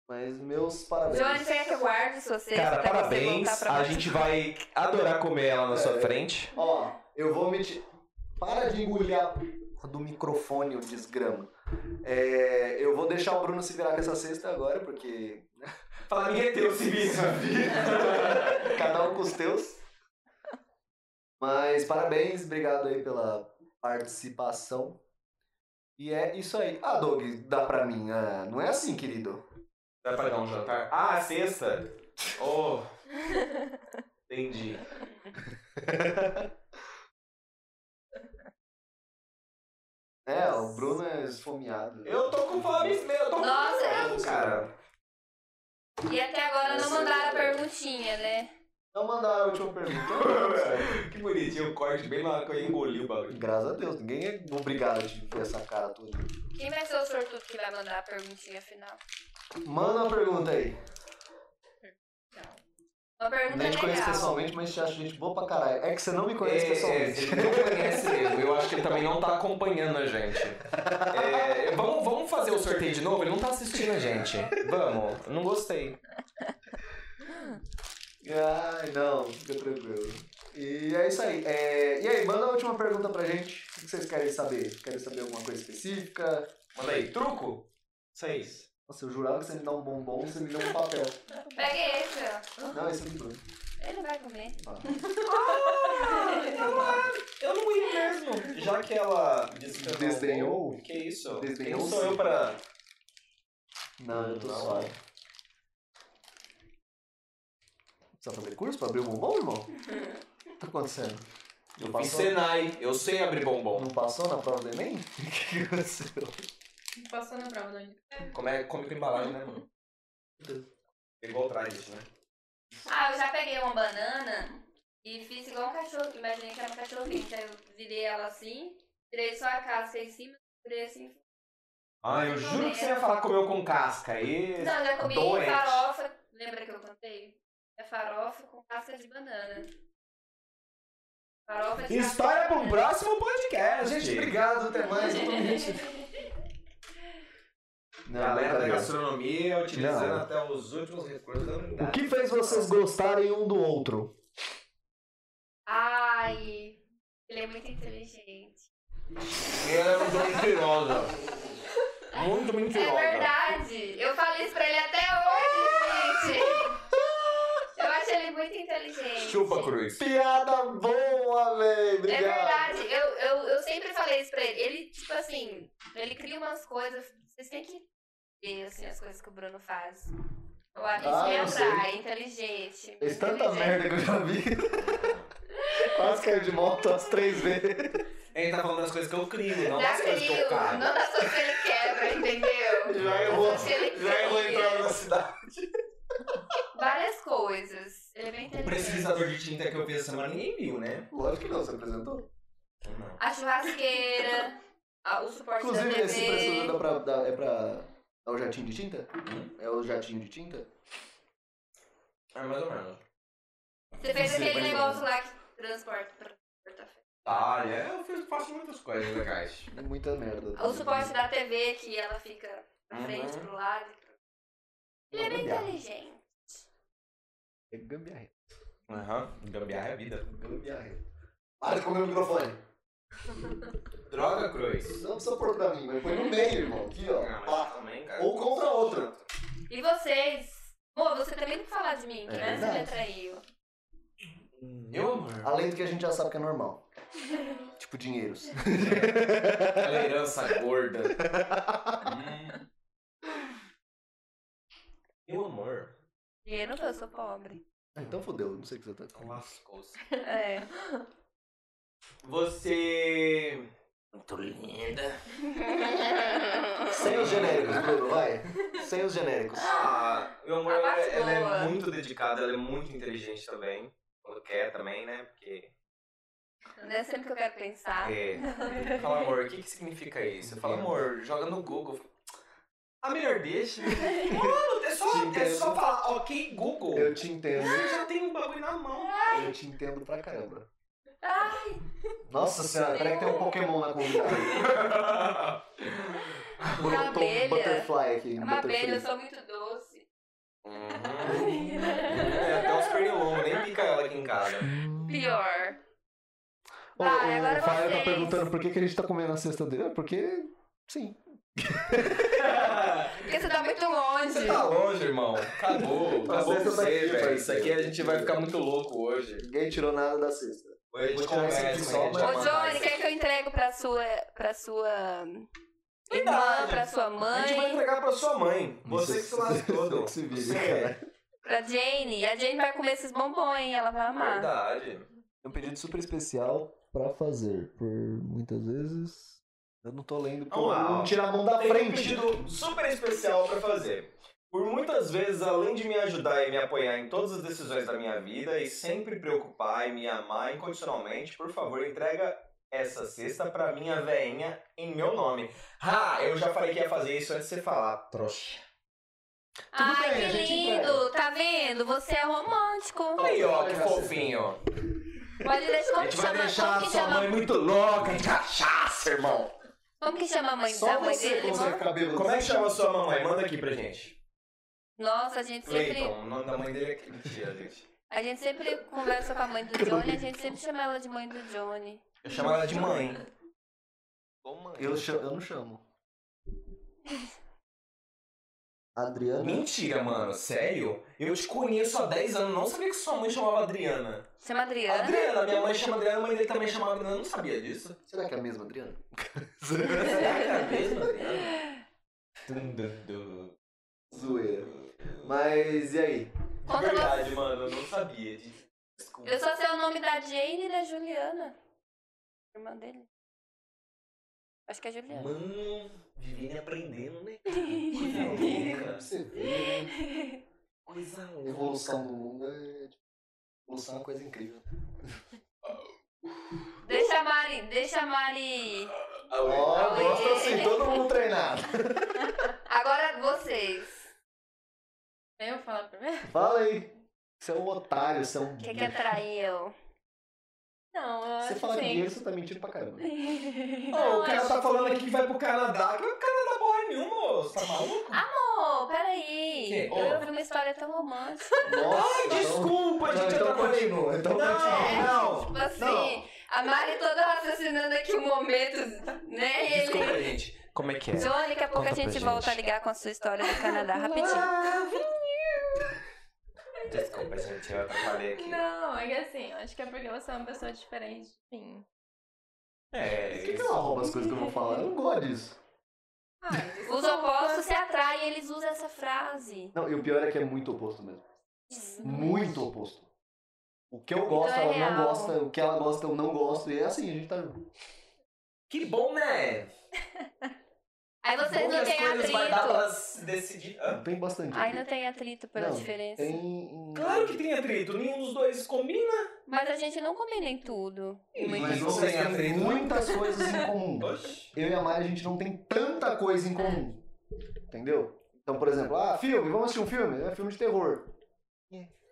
Mas meus parabéns.
Johnny, você quer que eu guarde sua cesta
Cara,
pra
parabéns.
você voltar pra
A gente vai adorar comer ela na sua frente.
Ó, eu vou me. ti- Para de engolir a porra do microfone, o desgrama. É, eu vou deixar o Bruno se virar com essa cesta agora, porque
Fala, ninguém é teu, serviço.
cada um com os teus. Mas parabéns, obrigado aí pela participação. E é isso aí. Ah, Doug, dá pra mim. Ah, não é assim, querido.
Dá pra dar um jantar? Ah, sexta? Oh. Entendi.
É, o Bruno é esfomeado.
Eu tô com fome mesmo, eu tô com
Nossa,
fome, cara.
E até agora não mandaram a perguntinha, né?
Não mandaram a última pergunta.
que bonitinho, o corte bem na hora que eu engoli o bagulho.
Graças a Deus, ninguém é obrigado a ver essa cara toda.
Quem vai ser o sortudo que vai mandar a perguntinha final?
Manda uma pergunta aí.
Uma pergunta é
Nem te conheço
legal.
pessoalmente, mas te acho gente boa pra caralho. É que você não me conhece
É,
pessoalmente.
ele não conhece mesmo. Eu acho que ele também não tá acompanhando a gente. É, vamos, vamos fazer o sorteio de novo? Ele não tá assistindo a gente. Vamos. Não gostei.
Ai, não, fica tranquilo. E é isso aí. É, E aí, manda a última pergunta pra gente. O que vocês querem saber? Querem saber alguma coisa específica?
Manda aí. Truco? Seis.
Nossa, eu jurava que você me dá um bombom, você me deu um papel.
Pega esse, ó.
Não, esse é aqui foi.
Ele vai comer.
Eu não ia mesmo. Já que ela desdenhou.
Desdenhou?
Que isso?
Desdenhou,
Quem sou
sim.
eu pra.
Não, eu tô
Não.
suave. Precisa fazer curso pra abrir o bombom, irmão? O que tá acontecendo?
Eu fiz
passou?
Senai. Eu sei abrir bombom.
Não passou na prova do Enem? O que aconteceu?
Passou na prova, Dani.
Como é come com embalagem, né, mano? Ele igual traz, né?
Ah, eu já peguei uma banana e fiz igual um cachorro. Imaginei que era um cachorrinho. Então eu virei ela assim, tirei só a casca em cima, virei assim.
Ah, eu juro que você ia falar que comeu com casca. E...
Não, eu já comi
doente.
farofa. Lembra que eu contei? É farofa com casca de banana. Farofa de
História
casca de
pro
banana.
próximo podcast.
Gente, obrigado, até mais. Não,
Galera da
brincadeira.
gastronomia utilizando
Não.
até os últimos recursos da
O
humanidade.
que fez vocês gostarem um do outro?
Ai, ele é muito inteligente.
Ela é muito mentirosa. Muito
É verdade. Eu falei isso pra ele até hoje, gente. Eu acho ele muito inteligente.
Cruz.
Piada boa, velho.
É verdade, eu, eu, eu sempre falei isso pra ele. Ele, tipo assim, ele cria umas coisas. Vocês têm que ver assim, as coisas que o Bruno faz. Eu
Ah,
acho isso me
eu
atrai, é inteligente.
Fez tanta
inteligente.
merda que eu já vi. Quase caiu de moto as três vezes.
Ele tá falando das coisas que eu crio, não
Já
das coisas que eu
crio,
cago.
não das coisas que ele quebra, entendeu?
Já
Das
errou-
coisas que ele
já errou
cria.
entrando na cidade.
Várias coisas. Ele é bem
O
inteligente.
pesquisador de tinta que eu fiz essa semana ninguém viu, né?
Lógico que não, você apresentou.
Não.
A churrasqueira, a- o suporte da
Inclusive,
TV.
esse preço dá pra, dá- é pra. É o jatinho de tinta? É o jatinho de tinta?
É mais ou menos.
Você fez
Sim,
aquele
mais ou
negócio lá que transporta pra porta
Ah, é, eu fiz- faço muitas coisas legais.
É muita merda.
O suporte da TV que ela fica pra
Uhum.
frente, pro lado. e pro- Ele é bem
Gambiarra.
inteligente.
É gambiarra.
Aham, gambiarra é vida.
Gambiarra. Para de comer o microfone.
Droga, Cruz.
Não precisa pôr pra mim, mas põe no meio, irmão. Aqui, ó.
Ah,
Pá.
mas também, cara.
Ou contra a outra.
E vocês? Pô, você também tem que falar de mim, que
É
mais você
verdade.
me atraiu.
Eu, amor.
Além do que a gente já sabe que é normal. tipo dinheiros.
Aquela herança gorda. Hum. Meu amor.
Dinheiro não, eu sou pobre.
Ah, Então fodeu, não sei o que você tá com.
Lascou-se.
É.
Você.
Muito linda.
Sem os genéricos, Bruno, vai. Sem os genéricos.
Ah, meu amor, ela,
Abafou.
ela é muito dedicada, ela é muito inteligente também. Ela quer também, né? Porque.
Não é sempre que eu quero pensar.
É. Fala, amor, o que, que significa isso? Fala, amor, joga no Google. Ah, melhor deixa. Mano, é só, é só falar, ok, Google.
Eu te entendo.
Você já tem um bagulho na mão.
Eu te entendo pra caramba. Nossa senhora, peraí que tem um Pokémon na convidada.
Uma
Brotou um
abelha.
butterfly aqui.
É
um
uma abelha, eu
butterfly.
sou muito doce.
Uhum. É, até os pernilongos, nem pica ela aqui em casa.
Pior.
Ô,
Vai, assim. Ah, agora
o Fábio tá
vocês.
perguntando por que, que a gente tá comendo a cesta dele. É Porque, sim.
Porque você tá muito longe.
Você tá longe, irmão. Acabou.
Tá
Acabou
certo, tá
você,
aqui,
velho.
pai.
Isso aqui a gente vai ficar muito louco hoje.
Ninguém tirou nada da cesta.
Hoje a gente
Vou tirar esse aqui
conversa,
só,
só
pra
Ô, Johnny, quer que eu entrego pra sua. pra sua. irmã,
Idade.
pra sua
A gente vai
mãe,
entregar pra sua mãe. Você que se lascou.
Você
Dudu.
que se vire,
Você
cara.
é.
pra Jane. E a Jane vai comer esses bombons, hein? Ela
Ah.
vai amar.
Verdade.
É um pedido super especial pra fazer. Por muitas vezes. Eu não tô lendo.
Vamos lá, ó.
não tira a mão da
Tem um
frente.
pedido super especial pra fazer. Por muitas vezes, além de me ajudar e me apoiar em todas as decisões da minha vida e sempre preocupar e me amar incondicionalmente, por favor, entrega essa cesta pra minha veinha em meu nome. Ah, eu já falei que ia fazer isso antes de você falar, trouxa.
Ai,
bem, a
que
gente
lindo! Tá vendo? Você é romântico.
Aí, ó, que fofinho.
Pode deixar.
A
Como
gente
que
vai
chama,
deixar
como
a
que
sua
chama,
mãe muito louca de cachaça, irmão.
como que chama a mãe
Só
da mãe
você
então, dele,
consegue
irmão?
ficar bêbado.
Como é que chama a sua mamãe? Manda aqui pra gente.
Nossa, a gente sempre.
Cleiton, o nome da mãe dele é que mentira, gente.
A gente sempre conversa com a mãe do Johnny, a gente sempre chama ela de mãe do Johnny.
Eu chamo ela de mãe.
Eu, cha- eu não chamo. Adriana?
Mentira, mano. Sério? Eu te conheço há 10 anos, não sabia que sua mãe chamava Adriana.
Chama a é Adriana.
Adriana, minha mãe chama Adriana, a mãe dele também chamava Adriana, eu não sabia disso.
Será que é a mesma Adriana?
Será que é a mesma Adriana? Dum, dum, dum.
Zoeira. Mas e aí?
Conta
Verdade, mano, eu não sabia disso. Desculpa.
Eu só sei o nome da Jane e da Juliana. Irmã dele. Acho que é Juliana.
Mano, vivendo e aprendendo, né?
Pra Você vê, né?
Coisa
A evolução do mundo é. Evolução é uma coisa incrível.
Deixa a Mari, deixa a Mari.
Ó,
Aue.
gosta assim, todo mundo treinado.
Agora vocês.
Eu falar primeiro?
Fala aí. Você é um otário, você é um.
Quer que atrair eu?
Não, eu
Você
acho
fala
assim.
dinheiro, você tá mentindo pra caramba.
Ô, o cara tá falando aqui que vai pro Canadá. Que o Canadá porra nenhuma, ô, você tá maluco?
Pô, peraí.
Que?
Eu ouvi uma história tão romântica.
Nossa,
Desculpa,
Não,
gente, eu
então
tô
continua, então continua.
Não, não.
Tipo assim,
Não.
a Mari toda raciocinando aqui o momento, né? E ele.
Desculpa, gente. Como é que é?
Johnny, daqui a pouco
Conta
a
pra
gente
gente.
volta a ligar com a sua história do Canadá rapidinho.
Desculpa, gente, eu atrapalhei aqui.
Não, é que assim, eu acho que é porque você é uma pessoa diferente de mim.
É,
Por que, que ela rouba as coisas que eu vou falar? Eu não gosto disso.
Os opostos se atraem, eles usam essa frase.
Não, e o pior é que é muito oposto mesmo. Muito oposto. O que eu gosto,
Então é
ela não
real.
gosta. O que ela gosta, eu não gosto. E é assim, a gente tá junto.
que bom, né?
Aí vocês
Bom que
não
as
têm
coisas vai dar
atrito.
pra se decidir. Hã?
Tem bastante.
Aí não tem atrito pela
Não,
diferença.
Tem.
Claro que tem atrito, nenhum dos dois combina.
Mas a gente não combina em tudo. Em
Mas
muitas
Mas
não
coisas.
vocês
tem
têm
atrito.
muitas coisas em comum.
Oxi.
Eu e a Mari, a gente não tem tanta coisa em comum. Entendeu? Então, por exemplo, ah, filme, vamos assistir um filme? É filme de terror.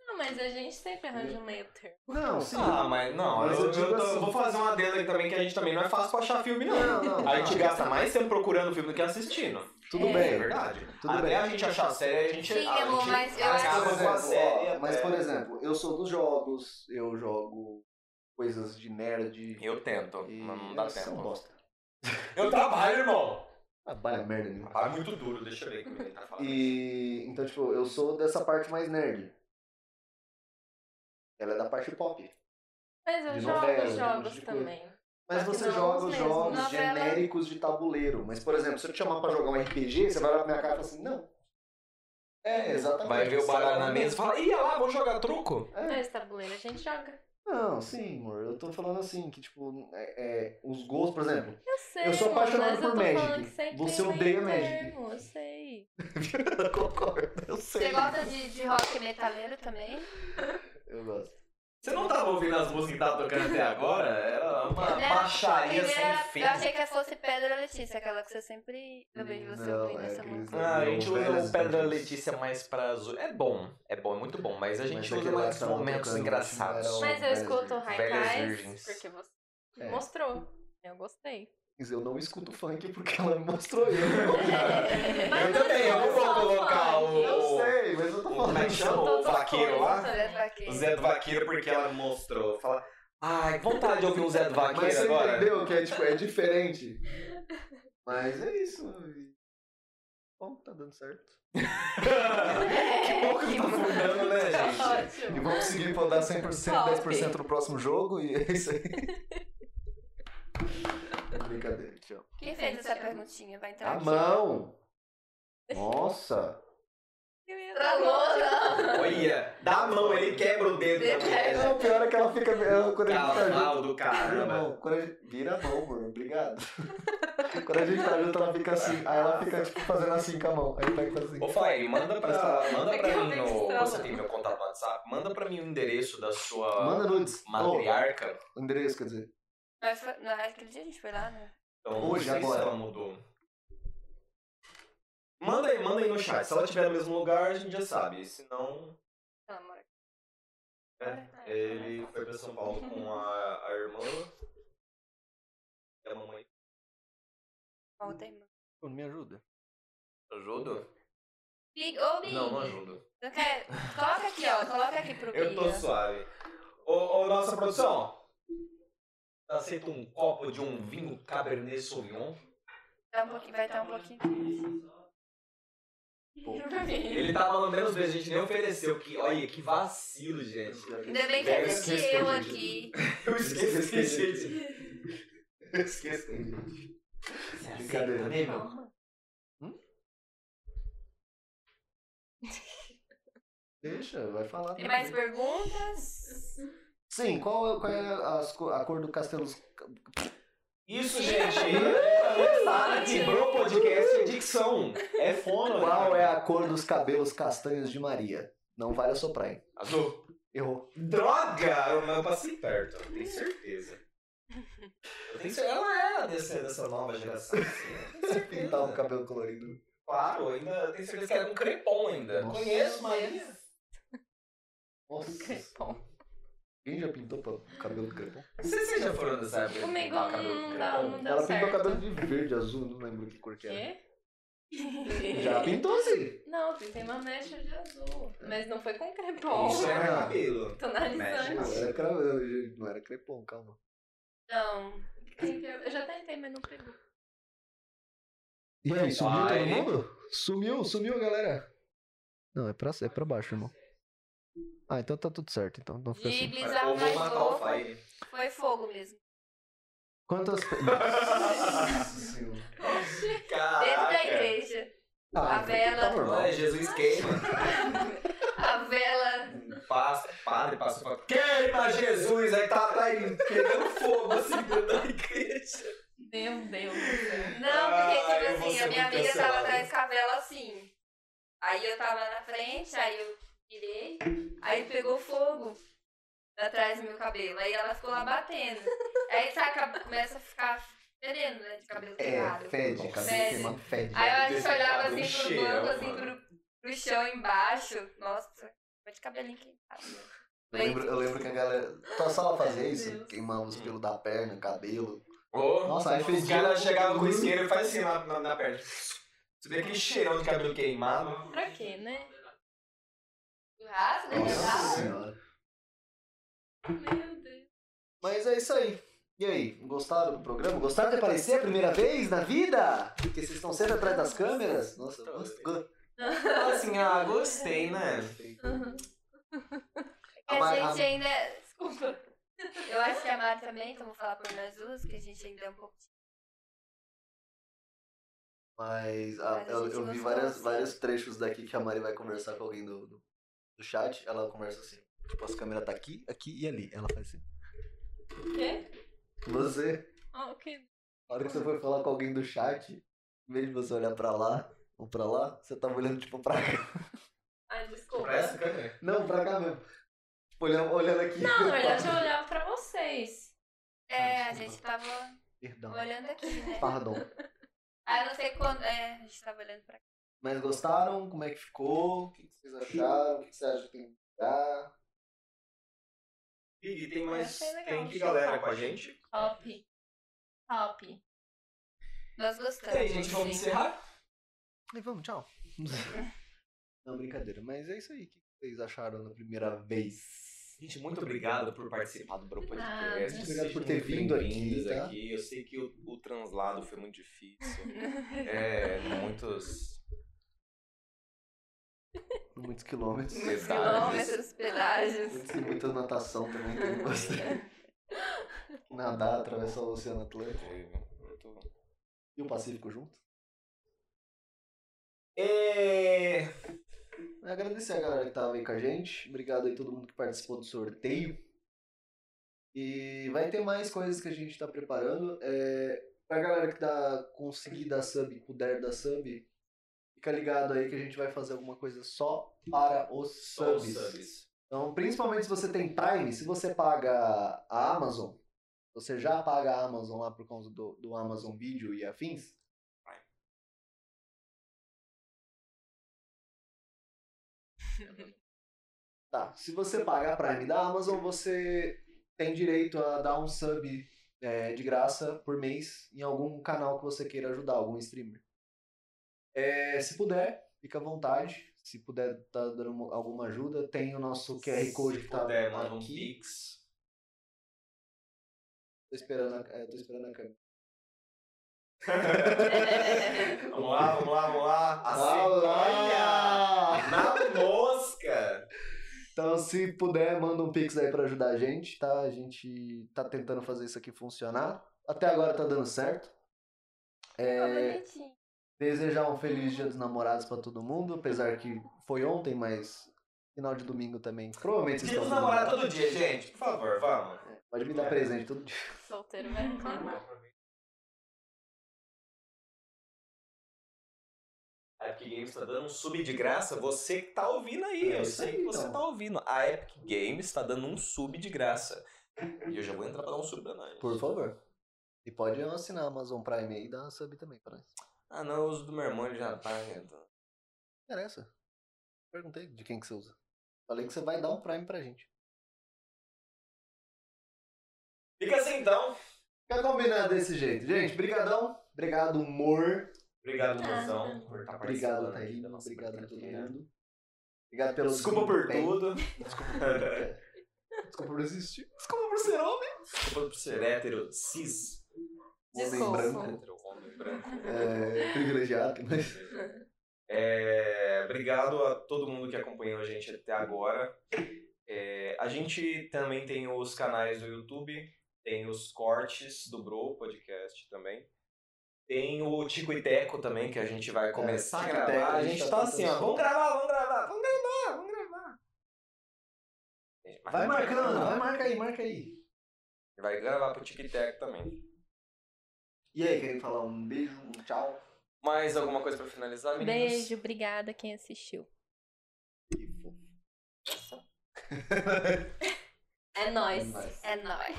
Não, mas a gente sempre arranja um meio termo.
Não, sim.
Ah, mas não,
Mas eu
eu,
digo
eu tô-
assim.
vou fazer uma adendo aqui também, que a gente também não é fácil pra achar filme, não.
Não, não,
a gente
não.
gasta mais tempo procurando filme do que assistindo.
Tudo
É.
É
bem.
verdade.
Tudo
até
bem. é
a gente achar a série, a gente,
Sim,
a
amor,
gente
mas eu acho-
acaba
Por
com a
exemplo,
série.
ó, mas,
até-
por exemplo, eu sou dos jogos, eu jogo coisas de nerd.
Eu tento,
e-
mas não dá
Nossa, é um
tempo.
bosta.
Eu trabalho, irmão.
Trabalha merda nenhuma.
Trabalho é muito duro, deixa eu ver o que o menino tá falando.
E então, tipo, eu sou dessa parte mais nerd. Ela é da parte pop.
Mas eu
De
jogo
novela, de um monte
jogos
de coisa.
também.
Mas
Acho que
você
é
não,
joga os
mesmo.
jogos
Novela-
genéricos de tabuleiro. Mas, por exemplo, se eu te chamar pra jogar um RPG, você vai olhar pra minha cara e falar assim, não. É, exatamente.
Vai ver o baralho na mesa e fala, ia lá, vou jogar truco.
É.
Mas tabuleiro a gente joga.
Não, sim, amor. Eu tô falando assim, que tipo, é, é, os gostos, por exemplo.
Eu sei,
Eu sou
amor,
apaixonado
mas
por
eu tô falando
Magic.
que sempre
Você
tem
odeia
meio
Magic.
termo, Eu sei.
Eu concordo, eu
Você
sei.
gosta de, de rock metaleiro também?
Eu gosto.
Você não tava ouvindo as músicas que tava tocando até agora? Era uma
Né?
baixaria sem
Primeira-
fim.
eu achei que fosse Pedra Letícia, aquela que você sempre. Eu vejo você
Não,
ouvindo
é
essa
aqueles-
música.
Ah, a gente
Não,
usa
velhas
o Pedra
bandas.
Letícia mais pra zo... É bom, é bom, é muito bom, mas a gente
Mas
usa
aquele lá que
mais
tava
momentos
tocando no
engraçados.
último era
Mas eu
Velhas
escuto
virgens.
virgens.
Raikais porque você
É.
mostrou. Eu gostei.
Mas eu não escuto funk porque ela me mostrou eu. Eu
Eu também, eu não vou colocar o.
sei, mas eu tô
Como é que
falando.
chama o vaqueiro lá?
Zé do
O
Vaqueiro.
Zé do Vaqueiro, porque ela mostrou. Fala, ai, que vontade de ouvir um Zé do
Mas
Vaqueiro
você
agora.
entendeu que é, tipo, é diferente. Mas é isso. e- Bom, tá dando certo.
que
É,
bom que
tipo,
não tá fundando, né, gente?
E vamos seguir pra dar
Tá
100%,
Top.
10% no próximo jogo e é isso aí. Brincadeira, tchau.
Quem fez essa perguntinha? Vai entrar
A
aqui.
mão! Nossa!
Eu ia
Tá Travou, não.
Olha, dá a mão, ele quebra o dedo. da mulher.
Não, o pior é que ela fica. ela- Quando a gente tá junto.
Cavalo do
Vira a
caramba.
mão. Quando a gente... Vira a mão, amor. Obrigado. Quando a gente tá junto, ela fica assim. Aí ela fica, tipo, fazendo assim com a mão. Aí pega e faz assim.
Ô, Fai, manda pra, manda pra mim no.
Registrado.
Você tem meu contato no WhatsApp? Manda pra mim o endereço da sua
Manda nudes.
matriarca.
Ô, endereço, quer dizer.
Mas foi- não, é aquele dia a gente foi lá, né?
Então,
Hoje,
não sei
agora.
Se ela mudou. Manda aí, manda aí no chat. Se ela estiver no mesmo lugar, a gente já sabe. Se não,
Ela mora aqui.
né? Ele foi pra São Paulo com a, a irmã e a mamãe.
Ontem, mano.
Me ajuda.
Ajuda?
Big, ô, Big.
Não, não ajuda.
Não
É,
quer- Coloca aqui, ó. Coloca aqui pro
Eu
Big.
tô
ó.
suave. Ô, ô, nossa produção, aceita um copo de um vinho Cabernet Sauvignon?
Dá um pouquinho, vai dar um pouquinho.
Ele tá falando menos vezes, a gente nem ofereceu. Que, olha, que vacilo, gente.
Ainda bem que
Eu
existe
esqueci,
eu
gente.
aqui.
Eu esqueci,
é
gente.
Esqueça, gente. assim. Brincadeira. né, Deixa, vai falar.
Tem mais perguntas?
Sim, qual, é- qual é as co- a cor do castelo?
Isso, gente. Para de bro podcast é dicção. É fono.
Qual é a cor dos cabelos castanhos de Maria? Não vale assoprar, hein?
Azul.
Errou.
Droga! Eu, eu passei perto, eu tenho certeza. Eu tenho certeza. Ela é dessa, dessa nova geração. assim, eu tenho certeza.
Pintar um cabelo colorido.
Claro, ainda eu tenho certeza que era um crepom ainda.
Nossa.
Conheço, Maria.
Nossa.
Crepom.
Quem já pintou pra- cabelo de crepom?
Vocês vocês já foram nessa época? de
Comigo
pintar o cabelo
não
com
dá,
crepom?
não dá.
Ela pintou
certo.
cabelo de verde, azul, não lembro que cor que era.
Quê?
Já pintou sim.
Não, pintei uma mecha de azul. Mas não foi com crepom.
Isso é era
Olha.
cabelo.
Tonalizante.
Não era, cra- não era crepom, calma.
Não.
Então, Eu já tentei, mas não pegou.
E aí, sumiu
Vai.
todo mundo? Sumiu, sumiu, galera. Não, é pra, é pra baixo, irmão. Ah, então tá tudo certo. Então não fica assim.
Gibles
Eu vou matar o
arrasou.
Fai.
Foi fogo mesmo.
Quantas. pe- Nossa Senhora.
Dentro da
Caraca.
igreja.
Ah,
A vela.
Tá normal.
Ai, Jesus queima.
A vela.
Passa, padre passa e fala, queima Jesus! Aí tá, tá aí, pegando fogo assim dentro da igreja.
Meu Deus do céu.
Não, porque,
Ah,
tipo
eu vou
assim,
ser
a minha
muito
amiga tava
cancelado.
atrás com a vela assim. Aí eu tava na frente, aí eu virei, aí pegou fogo atrás do meu cabelo. Aí ela ficou lá batendo. Aí sabe, cab- começa a ficar fedendo, né? De cabelo queimado.
É, fede, cabelo
Fede.
queima, fede.
Aí a gente
Desse
olhava
cabelo
assim pro
cheirão,
banco, assim
mano.
pro, pro chão embaixo. Nossa, foi de cabelinho queimado.
Eu lembro, eu lembro que a galera. Tua sala fazia isso?
Deus.
Queimava os pelos da perna, cabelo.
Ô,
Nossa, aí
os
fez
caras chegavam com o isqueiro e faz assim na, na, na perna. Você vê aquele cheirão de cabelo queimado.
Pra quê, né?
Churrasco,
É
né?
Nossa
Churrasco.
senhora.
Meu Deus.
Mas é isso aí. E aí, gostaram do programa? Gostaram de aparecer a primeira vez na vida? Porque vocês estão sempre atrás das câmeras? Nossa, eu gosto. go-
Fala assim, ah, gostei, né?
A,
A Mari-
gente ainda. é,
Desculpa.
Eu acho que a Mari também, então vou falar por nós duas, que a gente ainda é um pouco.
Mas a-
Mas a
eu,
gente
eu vi
gostou,
várias,
sim.
vários trechos daqui que a Mari vai conversar com alguém do, do, do chat. Ela conversa assim. Tipo, as câmeras tá aqui, aqui e ali. Ela faz assim.
Quê?
Você,
Ah, ok.
na hora que você for falar com alguém do chat, em vez de você olhar pra lá ou pra lá, você tava olhando tipo pra cá.
Ai, desculpa.
Pra essa câmera.
Não, pra cá mesmo. Tipo, olhando, olhando aqui.
Não, na verdade eu olhava pra vocês.
É,
Ah,
a
desculpa.
gente tava
Perdão.
olhando aqui, né?
Pardon.
Ah, eu não sei quando. É, a gente tava olhando pra cá.
Mas gostaram? Como é que ficou? O que que vocês acharam? O que que você acha que tem que mudar?
E tem mais.
Achei legal,
Tem que
achei
galera
legal.
com a gente?
Top. Top.
Nós
E aí,
gostamos.
gente,
sim.
vamos encerrar?
E vamos, tchau. Não, brincadeira. Mas é isso aí. O que que vocês acharam na primeira vez?
Gente, muito obrigado por participar do Bro
Nada.
Podcast.
Muito
obrigado
Sejam
por ter
muito
vindo aqui,
bem-vindos
tá?
aqui. Eu sei que o, o translado foi muito difícil. é, muitos
Muitos quilômetros.
detalhes.
Quilômetros, pedágios.
Muitos- Muita natação também. que eu gostei. Nadar, atravessar o Oceano Atlântico.
Foi é, muito-
E o Pacífico junto.
É,
É agradecer a galera que tava aí com a gente. Obrigado aí todo mundo que participou do sorteio. E vai ter mais coisas que a gente tá preparando. É, pra galera que tá, conseguir dar sub, puder dar sub, fica ligado aí que a gente vai fazer alguma coisa só para os
Só os
subs.
subs.
Então, principalmente se você tem Prime, se você paga a Amazon, você já paga a Amazon lá por causa do, do Amazon Video e afins? Tá, se você paga a Prime da Amazon, você tem direito a dar um sub é, de graça por mês em algum canal que você queira ajudar, algum streamer. É, se puder, fica à vontade. Se puder tá dando alguma ajuda, tem o nosso QR Code
Se
que tá
puder, manda um
aqui.
pix.
Tô esperando a, é, tô esperando a câmera. Tá
Vamos lá, vamos lá, vamos lá. A cegonha
Olá!
na mosca.
Então, se puder, manda um pix aí pra ajudar a gente, tá? A gente tá tentando fazer isso aqui funcionar. Até agora tá dando certo.
Tá
É,
bonitinho.
desejar um feliz Dia dos Namorados pra todo mundo, apesar que foi ontem, mas final de domingo também. Provavelmente vocês
Dia dos
estão
namorados todo dia, gente. Por favor, vamos.
Pode me dar presente todo dia.
Solteiro vai reclamar.
A Epic Games tá dando um sub de graça. Você que tá ouvindo aí,
É
eu
isso
sei
aí,
que você
então.
tá ouvindo. A Epic Games tá dando um sub de graça. E eu já vou entrar pra dar um sub pra nós.
Por favor. E pode assinar a Amazon Prime aí e dar uma sub também pra nós.
Ah, não, eu uso do meu irmão, ele já tá. então.
Não interessa. Perguntei de quem que você usa. Falei que você vai dar um Prime pra gente.
Fica assim então.
Fica combinado desse jeito. Gente, brigadão. Obrigado, humor.
Obrigado, Mozão, por estar
Obrigado,
participando aqui
Thaís.
da nossa
Obrigado a todo
brincadeira.
mundo. Obrigado pelo
Desculpa por
desempenho.
tudo.
Desculpa por existir. Desculpa por ser homem.
Desculpa por ser hétero, cis.
Desculpa.
Hétero, homem branco.
É, privilegiado, mas.
É, obrigado a todo mundo que acompanhou a gente até agora. É, a gente também tem os canais do YouTube, tem os cortes do Bro Podcast também. Tem o Tico e Teco também, que a gente vai começar
É, Tico e
a gravar.
Teco,
a gente tá assim, ó, vamos gravar, vamos gravar, vamos gravar, vamos gravar.
Vai marcando, vai marca aí, marca aí.
Vai gravar pro Tico e Teco também.
E aí, querem falar um beijo, um tchau?
Mais alguma coisa pra finalizar, meninas?
Beijo, obrigada quem assistiu.
É nóis.
Nóis.
É nóis.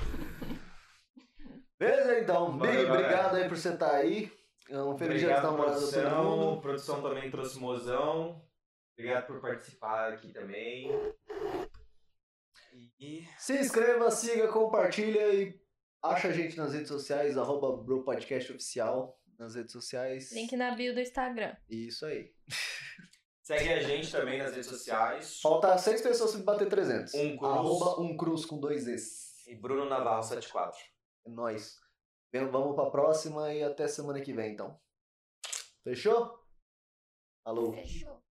Beleza, então.
Valeu,
Big,
galera.
obrigado aí por você estar aí. Um feliz dia dos
Obrigado,
namorados a todo
produção.
mundo.
Produção também trouxe mozão. Obrigado por participar aqui também. E
Se inscreva, siga, compartilha e acha a gente nas redes sociais, arroba Bro Podcast Oficial nas redes sociais.
Link na bio do Instagram.
Isso aí.
segue a gente também nas redes sociais.
Falta seis pessoas pra bater 300.
Um cruz.
Arroba um cruz com dois Zs.
E Bruno Navarro 74.
É nóis. Vem- Vamos pra próxima e até semana que vem, então. Fechou? Alô.
Fechou.